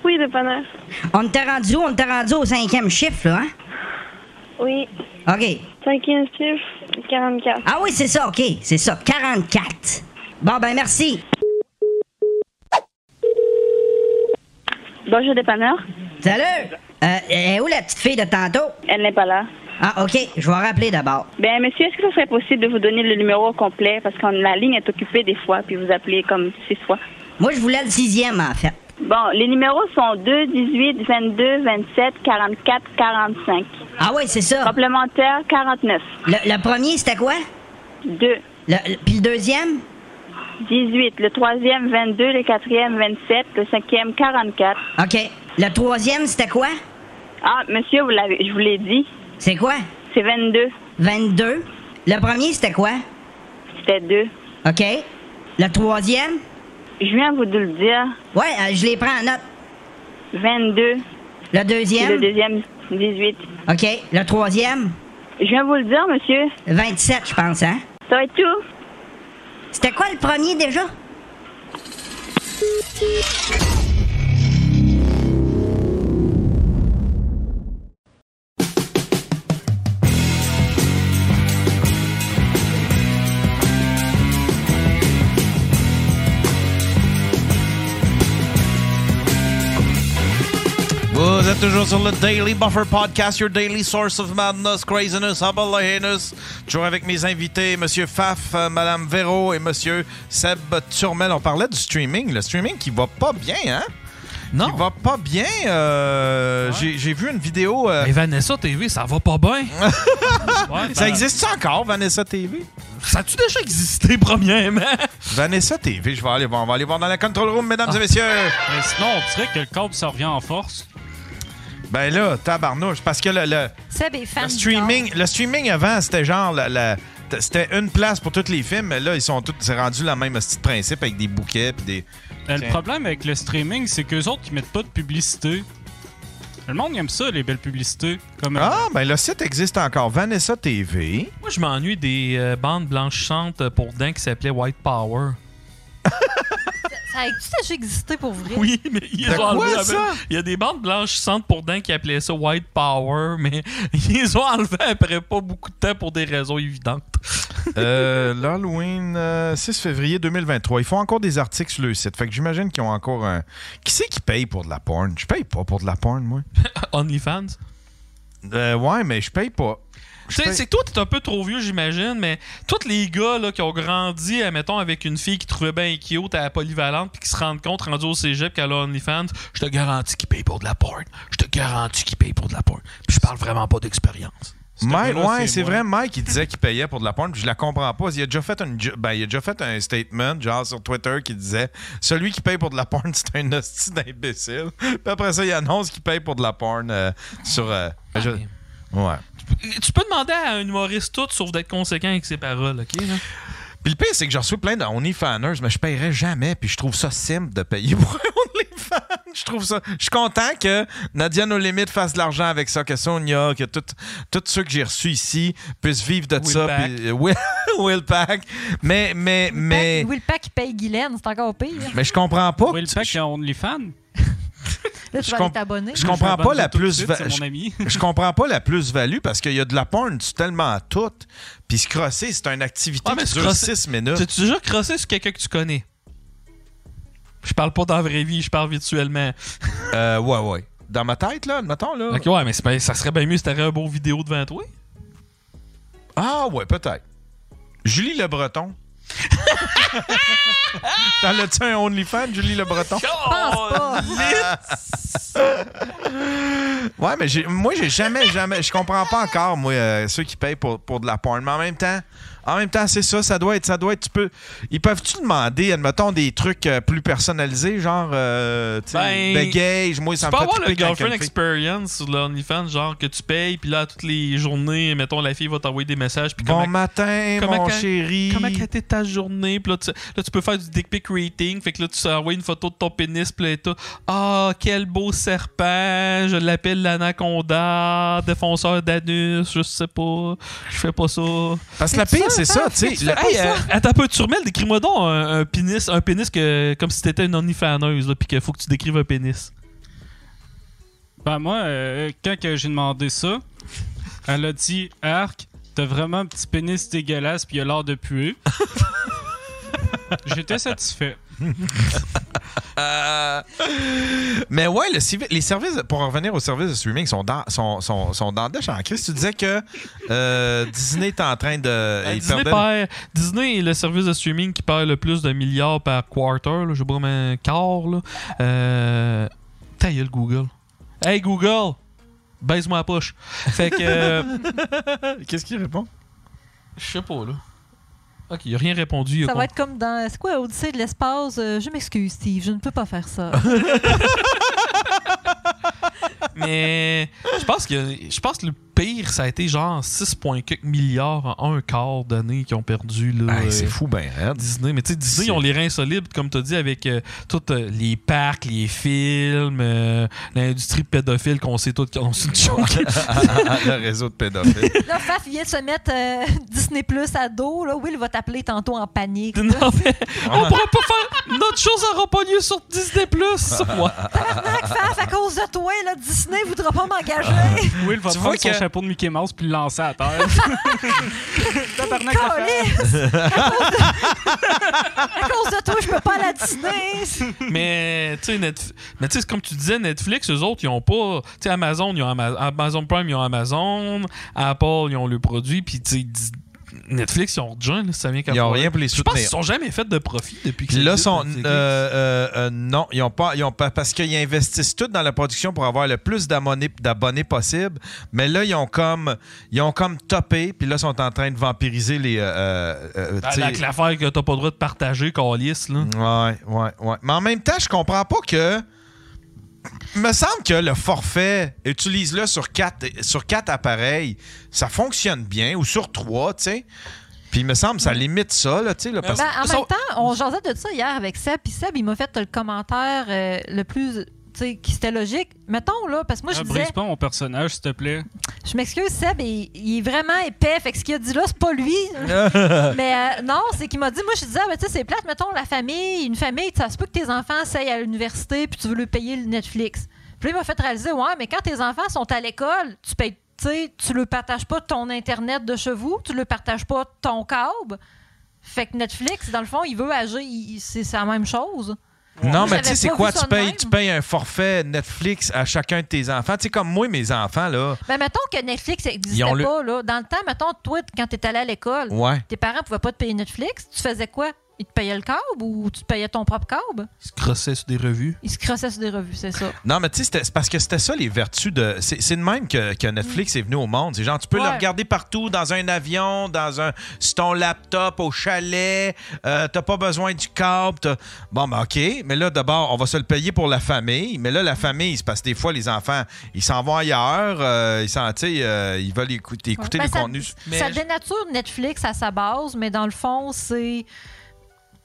S8: Oui, dépanneur.
S9: On t'a rendu où? On t'a rendu au cinquième chiffre, là, hein?
S8: Oui.
S9: OK.
S8: Cinquième chiffre, 44.
S9: Ah oui, c'est ça, OK. C'est ça, 44. Bon, ben merci.
S8: Bonjour, dépanneur.
S9: Salut. Euh, elle est où la petite fille de tantôt?
S8: Elle n'est pas là.
S9: Ah, OK, je vais rappeler d'abord.
S8: Ben, monsieur, est-ce que ce serait possible de vous donner le numéro au complet? Parce que la ligne est occupée des fois, puis vous appelez comme six fois.
S9: Moi, je voulais le sixième, en fait.
S8: Bon, les numéros sont 2, 18, 22, 27, 44, 45.
S9: Ah ouais, c'est ça.
S8: Complémentaire 49.
S9: Le, le premier, c'était quoi?
S8: 2,
S9: Le, le- puis le deuxième?
S8: 18, le troisième 22, le quatrième 27, le cinquième 44.
S9: OK. Le troisième, c'était quoi?
S8: Ah, monsieur, vous l'avez, je vous l'ai dit,
S9: C'est quoi?
S8: c'est 22,
S9: 22. Le premier, c'était quoi?
S8: c'était 2.
S9: OK. Le troisième?
S8: Je viens vous de le dire,
S9: Ouais, euh, je les prends en note.
S8: 22,
S9: Le
S8: puis
S9: deuxième?
S8: le deuxième 18.
S9: OK. Le troisième?
S8: Je viens vous le dire, monsieur,
S9: 27, je pense, hein?
S8: ça va être tout.
S9: C'était quoi le premier déjà?
S1: Vous êtes toujours sur le Daily Buffer Podcast, your daily source of madness, craziness, hubblehiness. Toujours avec mes invités, Monsieur Faf, euh, Madame Véro et Monsieur Seb Turmel. On parlait du streaming, le streaming qui va pas bien, hein?
S3: Non.
S1: Qui va pas bien. euh, j'ai- J'ai vu une vidéo. euh,
S3: Mais Vanessa TV, ça va pas bien.
S5: Ouais,
S1: ça
S5: ben,
S1: existe encore, Vanessa TV?
S3: Ça a-tu déjà existé, premièrement?
S1: Vanessa TV, je vais aller voir. On va aller voir dans la control room, mesdames et messieurs.
S5: mais ben, sinon, on dirait que le câble, ça revient en force.
S1: Ben là, tabarnouche, parce que le- le,
S4: Seb est fan
S1: Le
S4: du
S1: streaming, le streaming avant, c'était genre la- la- t- c'était une place pour tous les films, mais là, ils sont tous c'est rendu le même petit principe avec des bouquets puis des. Tiens.
S5: Euh, le problème avec le streaming, c'est qu'eux autres, ils mettent pas de publicité. Le monde aime ça, les belles publicités. Comme, euh,
S1: Ah, ben le site existe encore. Vanessa TV.
S3: Moi, je m'ennuie des euh, bandes blanchissantes pour dents qui s'appelaient White Power.
S4: Nord. Ça a déjà existé pour vrai.
S3: Oui, mais ils
S1: De
S3: ont enlevé
S1: quoi,
S3: la-
S1: ça?
S3: Il y a des bandes blanchissantes pour dents qui appelaient ça White Power, mais ils ont enlevé après pas beaucoup de temps pour des raisons évidentes.
S1: Euh, L'Halloween, euh, 6 février 2023. Ils font encore des articles sur le site. Fait que j'imagine qu'ils ont encore un. Qui c'est qui paye pour de la porn? Je paye pas pour de la porn, moi.
S3: OnlyFans.
S1: Euh, ouais, mais je paye pas. Je
S3: Tu sais,
S1: paye-
S3: c'est que toi, t'es un peu trop vieux, j'imagine, mais tous les gars là, qui ont grandi, admettons, avec une fille qui trouvait bien cute à la polyvalente, puis qui se rendent compte, rendu au cégep, qu'elle a OnlyFans, je te garantis qu'ils payent pour de la porn. Je te garantis qu'ils payent pour de la porn. Puis je parle vraiment pas d'expérience.
S1: Mike,
S5: gars-là,
S1: ouais,
S5: c'est
S1: c'est
S5: moi.
S1: vrai, Mike, il disait qu'il payait pour de la porn, puis je la comprends pas. Il a déjà fait, une, ju- ben, il a déjà fait un statement, genre sur Twitter, qui disait Celui qui paye pour de la porn, c'est un hostie d'imbécile. Puis après ça, il annonce qu'il paye pour de la porn euh, sur. euh,
S5: Ah,
S1: je-
S3: mais-
S1: Ouais.
S3: Tu peux demander à un humoriste tout, sauf d'être conséquent avec ses paroles, OK? là?
S1: Puis le pire, c'est que j'en reçois plein de OnlyFanners, mais je paierais jamais, puis je trouve ça simple de payer pour un OnlyFans. Je trouve ça. Je suis content que Nadia No Limit fasse de l'argent avec ça, que Sonia, que tout- tous ceux que j'ai reçus ici puissent vivre de
S3: Will
S1: ça.
S3: Pack.
S1: puis- euh, Will, Will Pack. Mais, mais, mais.
S4: Will Pack, il paye Guylaine, c'est encore pire.
S1: Mais je comprends pas. que
S5: euh, Will
S1: tu-
S5: Peck, il
S1: je,
S5: y a OnlyFans.
S4: Là, tu
S1: Je
S4: vas aller
S1: comp-
S4: t'abonner.
S1: je comprends pas la
S5: Tout de
S1: plus
S5: suite,
S1: va-
S5: C'est mon ami.
S1: je comprends pas la plus-value parce qu'il y a de la porn, tu tellement à tout. Puis se crosser, c'est une activité
S3: Ouais, mais
S1: qui
S3: se
S1: dure
S3: crosser-
S1: 6 minutes.
S3: T'as-tu déjà crossé sur quelqu'un que tu connais? Je parle pas dans la vraie vie, je parle virtuellement.
S1: Euh, ouais, ouais. Dans ma tête, là, admettons, là.
S3: Ok, ouais, mais c'est pas- ça serait bien mieux si t'avais un beau vidéo devant toi.
S1: Ah ouais, peut-être. Julie Le Breton. T'en as-tu un OnlyFans, Julie Le Breton?
S4: Je pense pas.
S1: Ouais, mais j'ai- moi, j'ai jamais, jamais. Je comprends pas encore, moi, euh, ceux qui payent pour, pour de la porn. Mais en même temps, en même temps, c'est ça, ça doit être. Ça doit être tu peux, ils peuvent-tu demander, admettons, des trucs euh, plus personnalisés, genre, euh, tu sais,
S3: Ben,
S1: dégage, moi, ça
S3: Tu
S1: me
S3: peux
S1: fait
S3: avoir le
S1: triper quand
S3: girlfriend
S1: quelqu'un fait-
S3: experience sur l'OnlyFans, genre que tu payes, puis là, toutes les journées, mettons, la fille va t'envoyer des messages, puis
S1: Bon
S3: comment,
S1: matin,
S3: comment
S1: mon
S3: qu'elle-
S1: chéri.
S3: comment a été ta journée, puis là tu, là, tu peux faire du dick pic rating, fait que là, tu envoies une photo de ton pénis, puis là, t'as, ah, quel beau serpent, je l'appelle l'anaconda, défenseur d'anus, je sais pas, je fais pas ça.
S1: Parce que la pire, c'est ça, tu sais.
S3: Tu
S1: la-
S3: fais, hey, euh, attends un peu, Turmel, décris-moi donc un, un pénis, un pénis que, comme si t'étais une OnlyFaneuse, là, puis qu'il faut que tu décrives un pénis.
S5: Ben moi, euh, quand que j'ai demandé ça, elle a dit « Arc, t'as vraiment un petit pénis dégueulasse puis il a l'air de puer. » J'étais satisfait.
S1: Mais ouais, le civi- les services, pour en revenir aux services de streaming, sont dans, sont, sont, sont dans le déchet. Chris, tu disais que euh, Disney est en train de.
S3: Ben,
S1: il
S3: Disney,
S1: perdait-
S3: perd- Disney est le service de streaming qui perd le plus de milliards par quarter, là, je sais pas, mais un quart. Là. Euh... Ta gueule, Google. Hey Google, baise-moi la poche. Fait que. euh,
S1: Qu'est-ce qu'il répond?
S3: Je sais pas, là. Ok, il a rien répondu. il a
S4: Ça
S3: compris.
S4: va être comme dans. C'est quoi, Odyssée de l'espace? Euh, je m'excuse, Steve, je ne peux pas faire ça.
S3: Mais je pense que je pense que le pire, ça a été genre 6,4 milliards en un quart d'année qu'ils ont perdu. Là,
S1: Hey, c'est
S3: euh,
S1: fou, ben raide.
S3: Disney. Mais tu sais, Disney,
S1: C'est-
S3: ils ont les reins solides, comme tu as dit, avec euh, tous euh, les parcs, les films, euh, l'industrie pédophile qu'on sait toutes qu'on se choque.
S1: le réseau de pédophiles.
S4: là, Faf vient de se mettre euh, Disney Plus à dos. Là. Will va t'appeler tantôt en panique.
S3: non, mais on pourra pas faire. Notre chose n'aura pas lieu sur Disney. Ouais.
S4: Tabarnak, Faf, à cause de toi, là, Disney voudra pas m'engager.
S5: Will va
S1: Tu vois
S5: prendre son
S1: que-
S5: chapeau de Mickey Mouse puis le lancer à terre. Tabarnak, la fête.
S4: Calisse! à cause de toi, je peux pas aller à Disney.
S3: Mais tu sais, Netf- mais tu sais, c'est comme tu disais, Netflix, eux autres, ils ont pas. Tu sais, Amazon, ils ont Ama- Amazon Prime, ils ont Amazon. Apple, ils ont le produit. Puis tu sais, Dis- Netflix, ils ont rejoint, là, ça vient quand
S1: Ils n'ont rien pour les
S3: Je pense qu'ils
S1: soutenir.
S3: se sont jamais fait de profit depuis que
S1: Puis là,
S3: ça
S1: sont,
S3: existe,
S1: euh, euh, euh, non, ils ont pas, ils ont pas, parce qu'ils investissent tout dans la production pour avoir le plus d'abonnés d'abonnés possible. Mais là, ils ont comme, ils ont comme topé, puis là, ils sont en train de vampiriser les. euh, euh, euh,
S3: Ben,
S1: tu sais-
S3: avec l'affaire que t'as pas le droit de partager, Calis, là.
S1: Ouais, ouais, ouais. Mais en même temps, je comprends pas que. Me semble que le forfait, utilise-le sur quatre, sur quatre appareils, ça fonctionne bien, ou sur trois, tu sais. Puis, me semble, ça limite ça, là, tu sais. là, parce-
S4: Ben, en
S3: Ça-
S4: même temps, on jasait de ça hier avec Seb. Puis Seb, il m'a fait le commentaire euh, le plus. tu sais, qui c'était logique. Mettons, là, parce que moi, je
S5: Ah,
S4: disais,
S5: brise pas mon personnage, s'il te plaît.
S4: je m'excuse, Seb, il, il est vraiment épais. Fait que ce qu'il a dit là, c'est pas lui. mais euh, non, c'est qu'il m'a dit, moi, je disais, ah, ben, tu sais, c'est plate, mettons, la famille, une famille, ça se peut que tes enfants s'aillent à l'université, puis tu veux leur payer le Netflix. Puis là, il m'a fait réaliser, ouais, mais quand tes enfants sont à l'école, tu payes, tu sais, tu leur partages pas ton Internet de chez vous, tu leur partages pas ton câble. Fait que Netflix, dans le fond, il veut agir, il- il- c'est c'est la même chose.
S1: Non,
S4: Moi,
S1: mais tu sais,
S4: j'avais
S1: c'est
S4: pas
S1: quoi?
S4: vu
S1: Tu
S4: ça de
S1: payes,
S4: même.
S1: tu payes un forfait Netflix à chacun de tes enfants. Tu sais, comme moi, mes enfants, là.
S4: Ben, mettons que Netflix n'existait
S1: Ils ont
S4: pas,
S1: le-
S4: là. Dans le temps, mettons, toi, quand t'es allé à l'école,
S1: Ouais.
S4: tes parents pouvaient pas te payer Netflix, tu faisais quoi? Ils te payaient le câble ou tu te payais ton propre câble?
S3: Ils se crossaient sur des revues.
S4: Ils se crossaient sur des revues, c'est ça.
S1: Non, mais tu sais, c'était- c'est parce que c'était ça les vertus de. C'est c'est de même que, que Netflix est venu au monde. C'est genre, tu peux le
S4: Mm. Ouais.
S1: regarder partout, dans un avion, dans un. sur ton laptop, au chalet, euh, t'as pas besoin du câble. t'as- Bon, ben, OK. Mais là, d'abord, on va se le payer pour la famille. Mais là, la famille, c'est parce que des fois, les enfants, ils s'en vont ailleurs, euh, ils s'en. tu sais, euh, ils veulent écouter, écouter
S4: Ben,
S1: les
S4: ça,
S1: contenus.
S3: Mais
S4: ça
S3: je-
S4: dénature Netflix à sa base, mais dans le fond, c'est.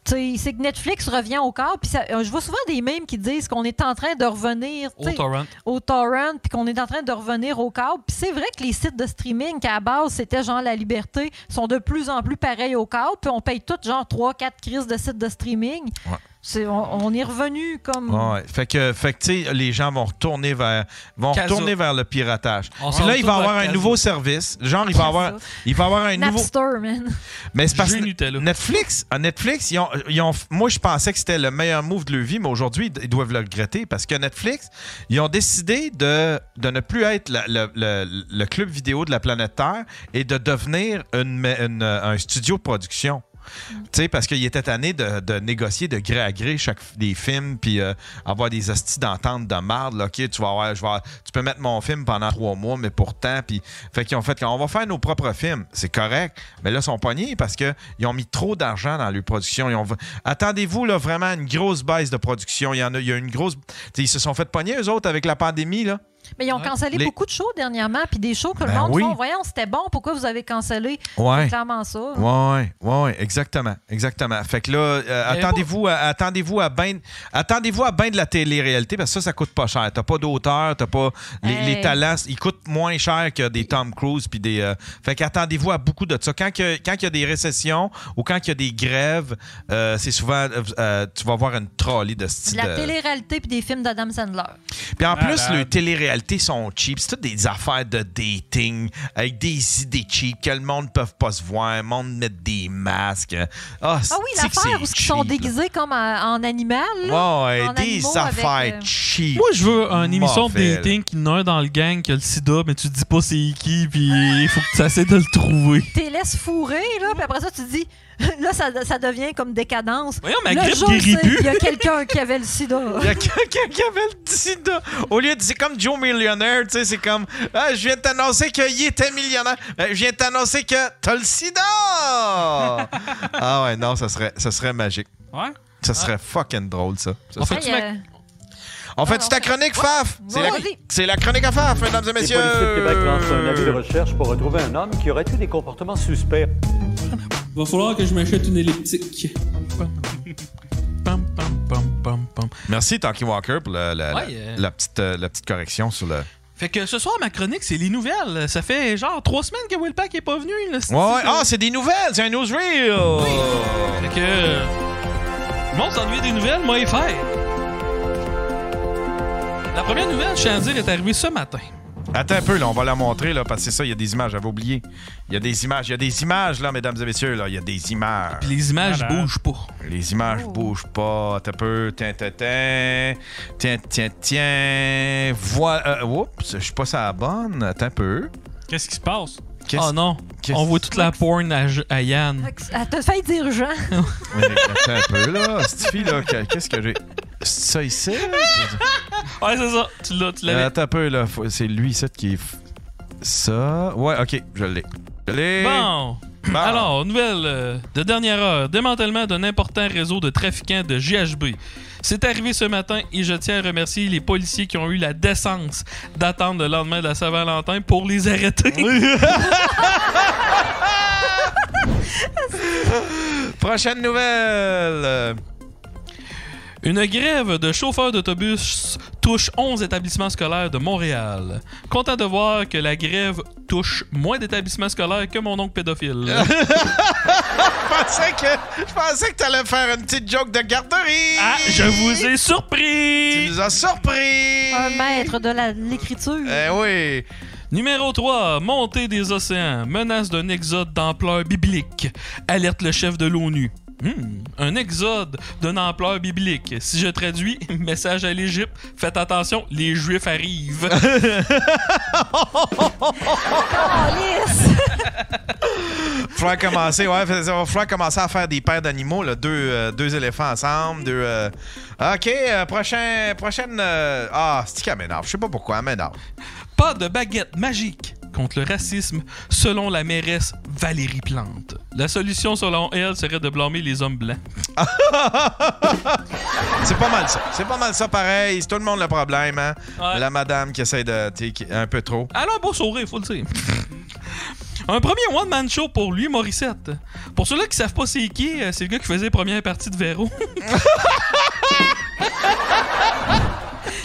S4: tu sais, C'est que Netflix revient au corps. Puis ça- euh, je vois souvent des mèmes qui disent qu'on est en train de revenir tu
S3: Au
S4: sais,
S3: torrent.
S4: au torrent, puis qu'on est en train de revenir au câble. Puis c'est vrai que les sites de streaming, qu'à la base, c'était genre la liberté, sont de plus en plus pareils au câble. Puis on paye toutes genre 3-4 crises de sites de streaming.
S1: Ouais.
S4: C'est- On, on est revenu comme.
S1: Ouais, fait que, fait que tu sais, les gens vont retourner vers, vont
S3: Casa.
S1: retourner vers le piratage.
S3: On
S1: Puis
S3: s'en
S1: là, il va
S3: retourne
S1: avoir
S3: vers
S1: un
S3: Casa.
S1: nouveau service. Genre, il va avoir, il va avoir un nouveau.
S4: Napster, man.
S1: Mais c'est parce
S3: Jus
S1: que
S3: Nutella.
S1: Netflix, à Netflix, ils ont, ils ont- moi, je pensais que c'était le meilleur move de leur vie, mais aujourd'hui, ils doivent le regretter parce que Netflix, ils ont décidé de, de ne plus être la- le, le- le club vidéo de la planète Terre et de devenir une- une- un studio de production. Tu sais, parce qu'il était tanné de, de négocier de gré à gré chaque des films, puis euh, avoir des hosties d'entente de marde. là. OK, tu vas avoir- je vais- tu peux mettre mon film pendant trois mois, mais pourtant, puis fait qu'ils ont fait qu'on va faire nos propres films. C'est correct, mais là, ils sont pognés parce qu'ils ont mis trop d'argent dans leur production. Ils ont- Attendez-vous là, vraiment à une grosse baisse de production. Il y en a, il y a une grosse. tu sais, ils se sont fait pogner, eux autres, avec la pandémie. Là.
S4: Mais ils ont cancellé
S1: Les-
S4: beaucoup de shows dernièrement, puis des shows que le
S1: Ben
S4: monde
S1: oui.
S4: font. Voyons, c'était bon, pourquoi vous avez cancellé?
S1: Ouais.
S4: C'est clairement ça.
S1: Ouais, ouais, ouais, exactement, exactement. Fait que là, euh,
S3: Mais
S1: attendez-vous, à, attendez-vous à ben, attendez-vous à ben de la télé-réalité parce que ça, ça coûte pas cher. T'as pas d'auteur, t'as pas les,
S4: Hey.
S1: les talents, ils coûtent moins cher que des Tom Cruise puis des. euh, fait qu'attendez-vous à beaucoup de ça. Quand que- quand il y a des récessions ou quand il y a des grèves, euh, c'est souvent euh, euh, tu vas voir une trolley de
S4: De
S1: style.
S4: la télé-réalité puis des films d'Adam Sandler. Ah
S3: Ah,
S1: Puis en plus,
S3: ben.
S5: Malade.
S1: le télé réalité sont cheap. C'est toutes des affaires de dating avec des idées cheap que le monde ne peut pas se voir. Le monde met des masques. Ah,
S4: Ah oui,
S1: c'est-tu que
S4: l'affaire
S1: c'est
S4: où ils sont
S1: cheap, là.
S4: déguisés comme en, en animal. là.
S1: Ouais,
S4: en
S1: des
S4: animaux avec,
S1: affaires
S4: euh,
S1: cheap.
S3: Moi, je veux une émission
S1: Mauvais,
S3: de dating qui n'a un dans le gang qui a le sida, mais tu dis pas c'est qui, puis il faut que tu essaies de le trouver.
S4: T'es laisses fourrer, là, puis après ça, tu dis, là, ça, ça devient comme décadence.
S3: Voyons, ma
S4: Le
S3: grippe
S4: jour,
S3: guérit
S4: c'est-
S3: plus.
S4: Il y a quelqu'un qui avait le sida.
S1: Il y a quelqu'un qui avait le sida. Au lieu de. C'est comme Joe Millionnaire, tu sais, c'est comme. Ah, je viens de t'annoncer qu'il était millionnaire. Euh, je viens de t'annoncer que t'as le sida! ah ouais, non, ça serait, ça serait magique.
S5: Ouais.
S1: Ça serait fucking drôle, ça. Ça
S3: En
S1: serait-
S3: fait,
S4: Hey,
S3: tu m'as-
S4: euh,
S1: On
S3: Ah,
S1: fait
S4: alors,
S1: ta chronique, Faf? C'est la,
S4: vas-y.
S1: c'est la chronique à Faf, mesdames et messieurs!
S10: recherche pour retrouver un homme qui aurait eu des comportements suspects.
S11: Va falloir que je m'achète une elliptique.
S3: Pam, pam, pam, pam, pam.
S1: Merci, Tanky Walker, pour le- le-
S3: Ouais,
S1: la,
S3: euh.
S1: la petite, euh, la petite correction sur le.
S3: Fait que ce soir, ma chronique, c'est les nouvelles. Ça fait genre trois semaines que Willpack est pas venu. là. C'est-
S1: Ouais, ouais. Ah, c'est des nouvelles! C'est un newsreel!
S3: Fait que. euh, Le monde s'ennuie des nouvelles, moi, et faire. La première nouvelle, je tiens à dire, est arrivée ce matin.
S1: Attends un peu, là, on va la montrer, là, parce que c'est ça, il y a des images, j'avais oublié. Il y a des images, il y a des images, là, mesdames et messieurs, là, il y a des images.
S3: Puis les images
S5: Voilà.
S3: bougent pas.
S1: Les images
S3: Oh.
S1: bougent pas, attends un peu, tiens, tiens, tiens, tiens, tiens, tiens, voilà, euh, oups, je suis pas à la bonne, attends un peu.
S5: Qu'est-ce qui se passe?
S1: Qu'est-ce-
S3: Oh non,
S1: qu'est-ce-
S3: on voit toute la porn à, à Yann.
S4: Elle euh, te fait dire Jean.
S1: Attends un peu, là, cette fille, là, que- qu'est-ce que j'ai... C'est ça ici?
S3: Ouais, c'est ça. Tu l'as, tu
S1: Euh,
S3: l'avais.
S1: attends un peu, là, faut- c'est lui, ça, qui... est f- Ça, ouais, OK, je l'ai. Je l'ai.
S3: Bon.
S1: Bon.
S3: Alors, nouvelle euh, de dernière heure. Démantèlement d'un important réseau de trafiquants de GHB. C'est arrivé ce matin et je tiens à remercier les policiers qui ont eu la décence d'attendre le lendemain de la Saint-Valentin pour les arrêter.
S1: Prochaine nouvelle!
S3: Une grève de chauffeurs d'autobus touche 11 établissements scolaires de Montréal. Content de voir que la grève touche moins d'établissements scolaires que mon oncle pédophile.
S1: Je pensais que, je pensais que t'allais faire une petite joke de garderie.
S3: ah, je vous ai
S1: Tu
S3: surpris!
S1: nous as surpris.
S4: Un maître de la- l'écriture.
S1: Eh oui.
S3: Numéro 3. Montée des océans. Menace d'un exode d'ampleur biblique. Alerte le chef de l'ONU. Hmm, un exode d'une ampleur biblique. Si je traduis, message à l'Égypte, faites attention, les Juifs arrivent.
S4: Ah, yes!
S1: Faudrait commencer, ouais, fais- ça va falloir commencer à faire des paires d'animaux, là, deux, euh, deux éléphants ensemble, deux. euh, Ok, euh, prochain, prochaine. euh, Ah, c'est qu'elle m'énerve. Je sais pas pourquoi, elle m'énerve.
S3: Pas de baguette magique contre le racisme, selon la mairesse Valérie Plante. La solution, selon elle, serait de blâmer les hommes blancs.
S1: C'est pas mal ça. C'est pas mal ça, pareil. C'est tout le monde le problème, hein.
S3: Ouais.
S1: La madame qui essaie de, tu sais, qui- un peu trop.
S3: Alors, beau sourire, faut le dire. Un premier one-man show pour lui, Morissette. Pour ceux-là qui savent pas c'est qui, euh, c'est le gars qui faisait les premières parties de Véro.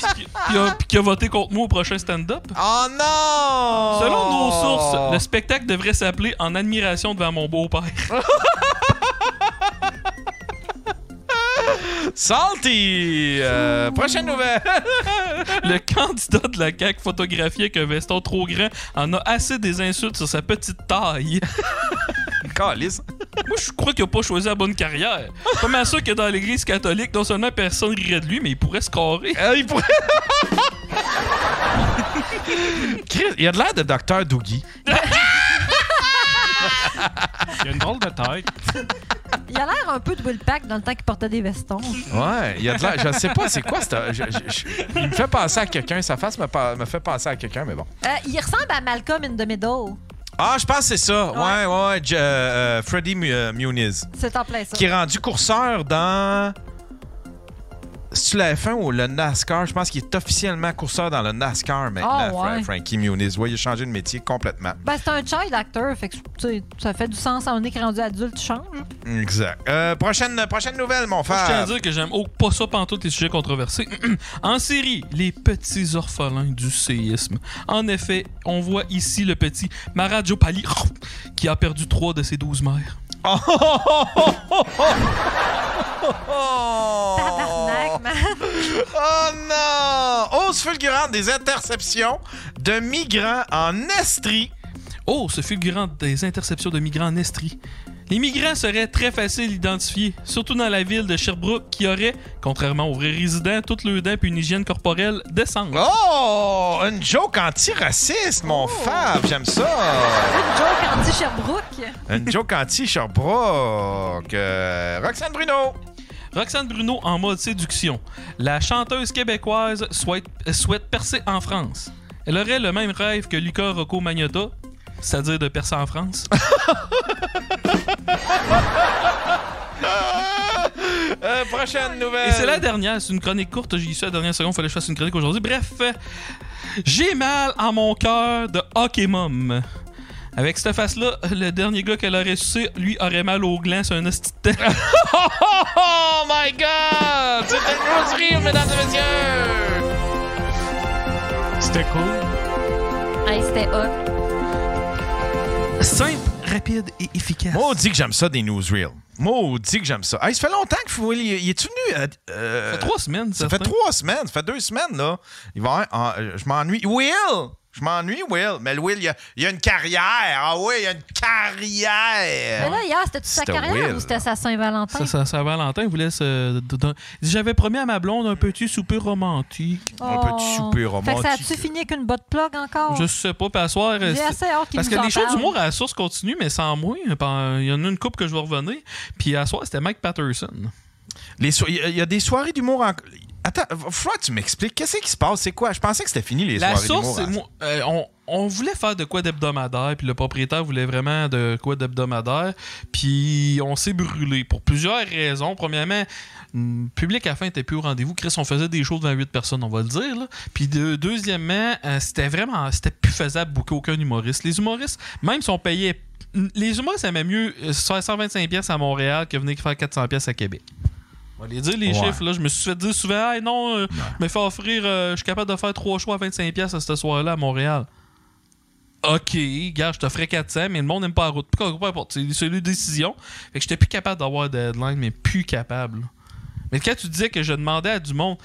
S3: Puis qui- Puis a- puis qui a voté contre moi au prochain stand-up.
S1: Oh non.
S3: Selon
S1: Oh.
S3: nos sources, le spectacle devrait s'appeler En admiration devant mon beau-père.
S1: Salty. Euh, prochaine nouvelle.
S3: Le candidat de la CAQ photographié avec un veston trop grand en a assez des insultes sur sa petite taille.
S1: Calice.
S3: Moi, je crois qu'il a pas choisi la bonne carrière. Pas mal sûr que dans l'église catholique, non seulement personne rirait de lui, mais il pourrait se carrer.
S1: Euh, il pourrait. Chris, il a de l'air de Docteur Doogie.
S5: Il y a une drôle de tête.
S4: Il a l'air un peu de Will Pack dans le temps qu'il portait des vestons.
S1: Ouais, il a de l'air. Je sais pas, c'est quoi ça. Il me fait penser à quelqu'un. Sa face me, pa- me fait penser à quelqu'un, mais bon.
S4: Euh, il ressemble à Malcolm in the Middle.
S1: Ah, je pense que c'est ça. Ouais, ouais, ouais. Je- euh, Freddy Mu- euh, Muniz,
S4: C'est en plein ça.
S1: qui est rendu courseur dans. C'est-tu la F1 ou le NASCAR? Je pense qu'il est officiellement courseur dans le NASCAR maintenant,
S4: Ah, ouais.
S1: Fra- Frankie Muniz. Ouais, il a changé de métier complètement.
S4: Ben, c'est un child actor, fait que tu sais, ça fait du sens à un écran rendu adulte, tu changes.
S1: Exact. Euh, prochaine, prochaine nouvelle, mon
S3: Moi, Je tiens à
S1: frère.
S3: dire que j'aime oh, pas ça pantoute les sujets controversés. en série, les petits orphelins du séisme. En effet, on voit ici le petit Maradjo Pali qui a perdu trois de ses douze mères.
S1: Oh, oh, oh, oh, oh, oh, oh, oh.
S4: Tabarnak.
S1: Oh non! Hausse fulgurante des interceptions de migrants en Estrie.
S3: Oh, ce fulgurant des interceptions de migrants en Estrie. Les migrants seraient très faciles à identifier, surtout dans la ville de Sherbrooke qui aurait, contrairement aux vrais résidents, toutes leurs dents puis une hygiène corporelle décente.
S1: Oh! Une joke anti-raciste,
S4: Oh.
S1: mon Fab, j'aime ça!
S4: Une joke anti-Sherbrooke.
S1: Une joke anti-Sherbrooke. Euh, Roxane Bruno!
S3: Roxane Bruno en mode séduction. La chanteuse québécoise souhaite, souhaite percer en France. Elle aurait le même rêve que Luca Rocco Magnotta, c'est-à-dire de percer en France.
S1: Euh, prochaine nouvelle.
S3: Et c'est la dernière, c'est une chronique courte, j'y suis à la dernière seconde, fallait que je fasse une chronique aujourd'hui. Bref, euh, j'ai mal à mon cœur de Hockey Mom. Avec cette face-là, le dernier gars qu'elle aurait sucé, lui, aurait mal au gland sur un hostie de tête.
S1: Oh my god! C'est une grosse rire, mesdames et messieurs!
S5: C'était cool.
S4: Hey, c'était hot.
S3: Simple, rapide et efficace.
S1: Maudit que j'aime ça des newsreels. Maudit que j'aime ça. Hey, ça fait longtemps que Fouil, il est venu. euh, euh,
S3: Ça fait trois semaines,
S1: ça fait
S3: certain.
S1: trois semaines, ça fait deux semaines, là. Il va y avoir un- euh, je m'ennuie. Will! Je m'ennuie, Will. Mais le Will, il y a, il y a une carrière. Ah oui, il y a une carrière.
S4: Mais là, hier, c'était toute sa
S1: C'était
S4: carrière
S1: Will.
S4: ou c'était sa Saint-Valentin?
S3: Ça, ça, ça, Valentin vous laisse. euh, d- d- Il dit, J'avais promis à ma blonde un petit souper romantique.
S1: Un petit souper
S4: Oh. Fait que ça
S1: romantique.
S4: a-tu fini avec une botte plug encore?
S3: Je sais pas, puis à soir. euh,
S4: Oh. J'ai
S3: c'est-
S4: assez hâte qu'il
S3: Parce
S4: nous
S3: que
S4: en
S3: les shows
S4: parle.
S3: d'humour à la source continuent, mais sans moi. hein, par- Il y en a une coupe que je vais revenir. Puis à soir, c'était Mike Patterson.
S1: Les so- Il y, a- il y a des soirées d'humour en. Attends, va falloir que tu m'expliques. Qu'est-ce qui se passe? C'est quoi? Je pensais que c'était fini les
S3: La
S1: soirées
S3: source,
S1: d'humour.
S3: c'est moi- euh, on, on voulait faire de quoi d'hebdomadaire, puis le propriétaire voulait vraiment de quoi d'hebdomadaire, puis on s'est brûlé pour plusieurs raisons. Premièrement, le public à la fin était plus au rendez-vous. Chris, on faisait des shows de 28 personnes, on va le dire. là. Puis de- deuxièmement, euh, c'était vraiment c'était plus faisable de booker aucun humoriste. Les humoristes, même si on payait. Les humoristes aimaient mieux euh, 125 pièces à Montréal que venir faire 400 pièces à Québec. On va les dire, les
S1: Ouais.
S3: chiffres. Là, je me suis fait dire souvent, hey, non, euh, je me fais offrir, euh, je suis capable de faire trois choix à 25$ piastres à ce soir-là à Montréal. OK, gars, je t'offrais 400, mais le monde n'aime pas la route. Peu importe, peu importe, c'est c'est une décision. Fait que j'étais plus capable d'avoir de deadline, mais plus capable. Mais quand tu disais que je demandais à du monde,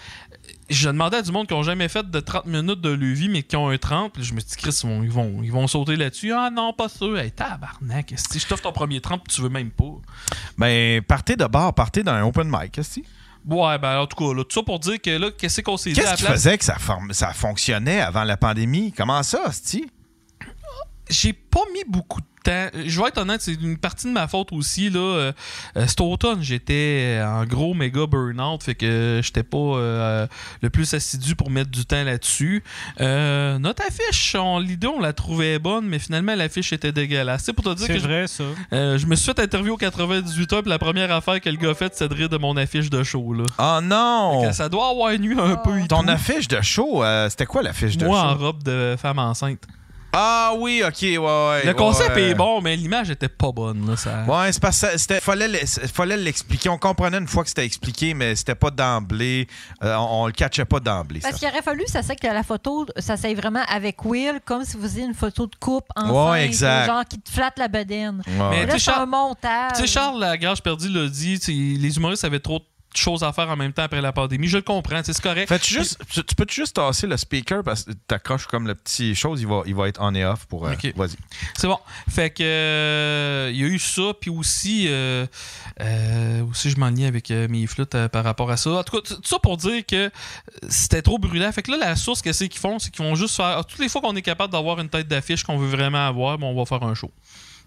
S3: je demandais à du monde qui n'ont jamais fait de 30 minutes de levier, mais qui ont un 30, puis je me dis, Chris, ils vont, ils vont, ils vont sauter là-dessus. Ah non, pas sûr. Hey, tabarnak, esti, je t'offre ton premier 30 puis tu veux même pas.
S1: Ben, partez de bord, partez d'un open mic. Qu'est-ce que
S3: Ouais, ben en tout cas, là, tout ça pour dire que là, qu'est-ce qu'on s'est dit à
S1: Qu'est-ce
S3: la
S1: qui
S3: place?
S1: faisait que ça, form- ça fonctionnait avant la pandémie? Comment ça, Sti?
S3: j'ai pas mis beaucoup de temps. Euh, Je vais être honnête, c'est une partie de ma faute aussi. Là. Euh, euh, cet automne, j'étais euh, en gros méga burn-out, fait que j'étais pas euh, le plus assidu pour mettre du temps là-dessus. Euh, notre affiche, on- l'idée, on la trouvait bonne, mais finalement, l'affiche était dégueulasse. C'est pour te dire
S5: C'est
S3: que je-
S5: vrai, ça.
S3: euh, je me suis fait interview aux 98 heures, puis la première affaire que le gars a faite, c'est de rire de mon affiche de show. Là.
S1: Oh non!
S3: Que Ça doit avoir nu un peu. et
S1: Ton
S3: tout.
S1: affiche de show, euh, c'était quoi l'affiche de
S3: Moi en
S1: show?
S3: robe de femme enceinte.
S1: Ah oui, ok, ouais, ouais.
S3: le
S1: ouais,
S3: concept
S1: ouais.
S3: est bon, mais l'image était pas bonne. Là, ça...
S1: Ouais, c'est parce que ça- c'était- fallait l'e- fallait l'expliquer. On comprenait une fois que c'était expliqué, mais c'était pas d'emblée. Euh, on, on le catchait pas d'emblée. ça.
S4: Parce qu'il aurait fallu, ça c'est que la photo, ça c'est vraiment avec Will, comme si vous faisiez une photo de couple enceinte,
S1: Ouais, exact.
S4: genre qui te flatte la bedaine.
S1: Ouais,
S3: Mais
S1: ouais.
S4: Là,
S3: tu sais,
S4: c'est un
S3: Charles,
S4: montage.
S3: tu sais, Charles Lagarde Perdu l'a dit, tu sais, les humoristes avaient trop de choses à faire en même temps après la pandémie. Je le comprends, tu sais, c'est correct.
S1: Fais-tu juste, tu, tu peux-tu juste tasser le speaker parce que t'accroches comme le petit chose, il va, il va être on et off pour. euh,
S3: Ok.
S1: Vas-y.
S3: C'est bon. Fait que euh, il y a eu ça, puis aussi, euh, euh, aussi je m'enlignais avec euh, mes flûtes euh, par rapport à ça. En tout cas, t- tout ça pour dire que euh, c'était trop brûlant. Fait que là, la source, qu'est-ce qu'ils font, c'est qu'ils vont juste faire. ah, Toutes les fois qu'on est capable d'avoir une tête d'affiche qu'on veut vraiment avoir, ben, on va faire un show.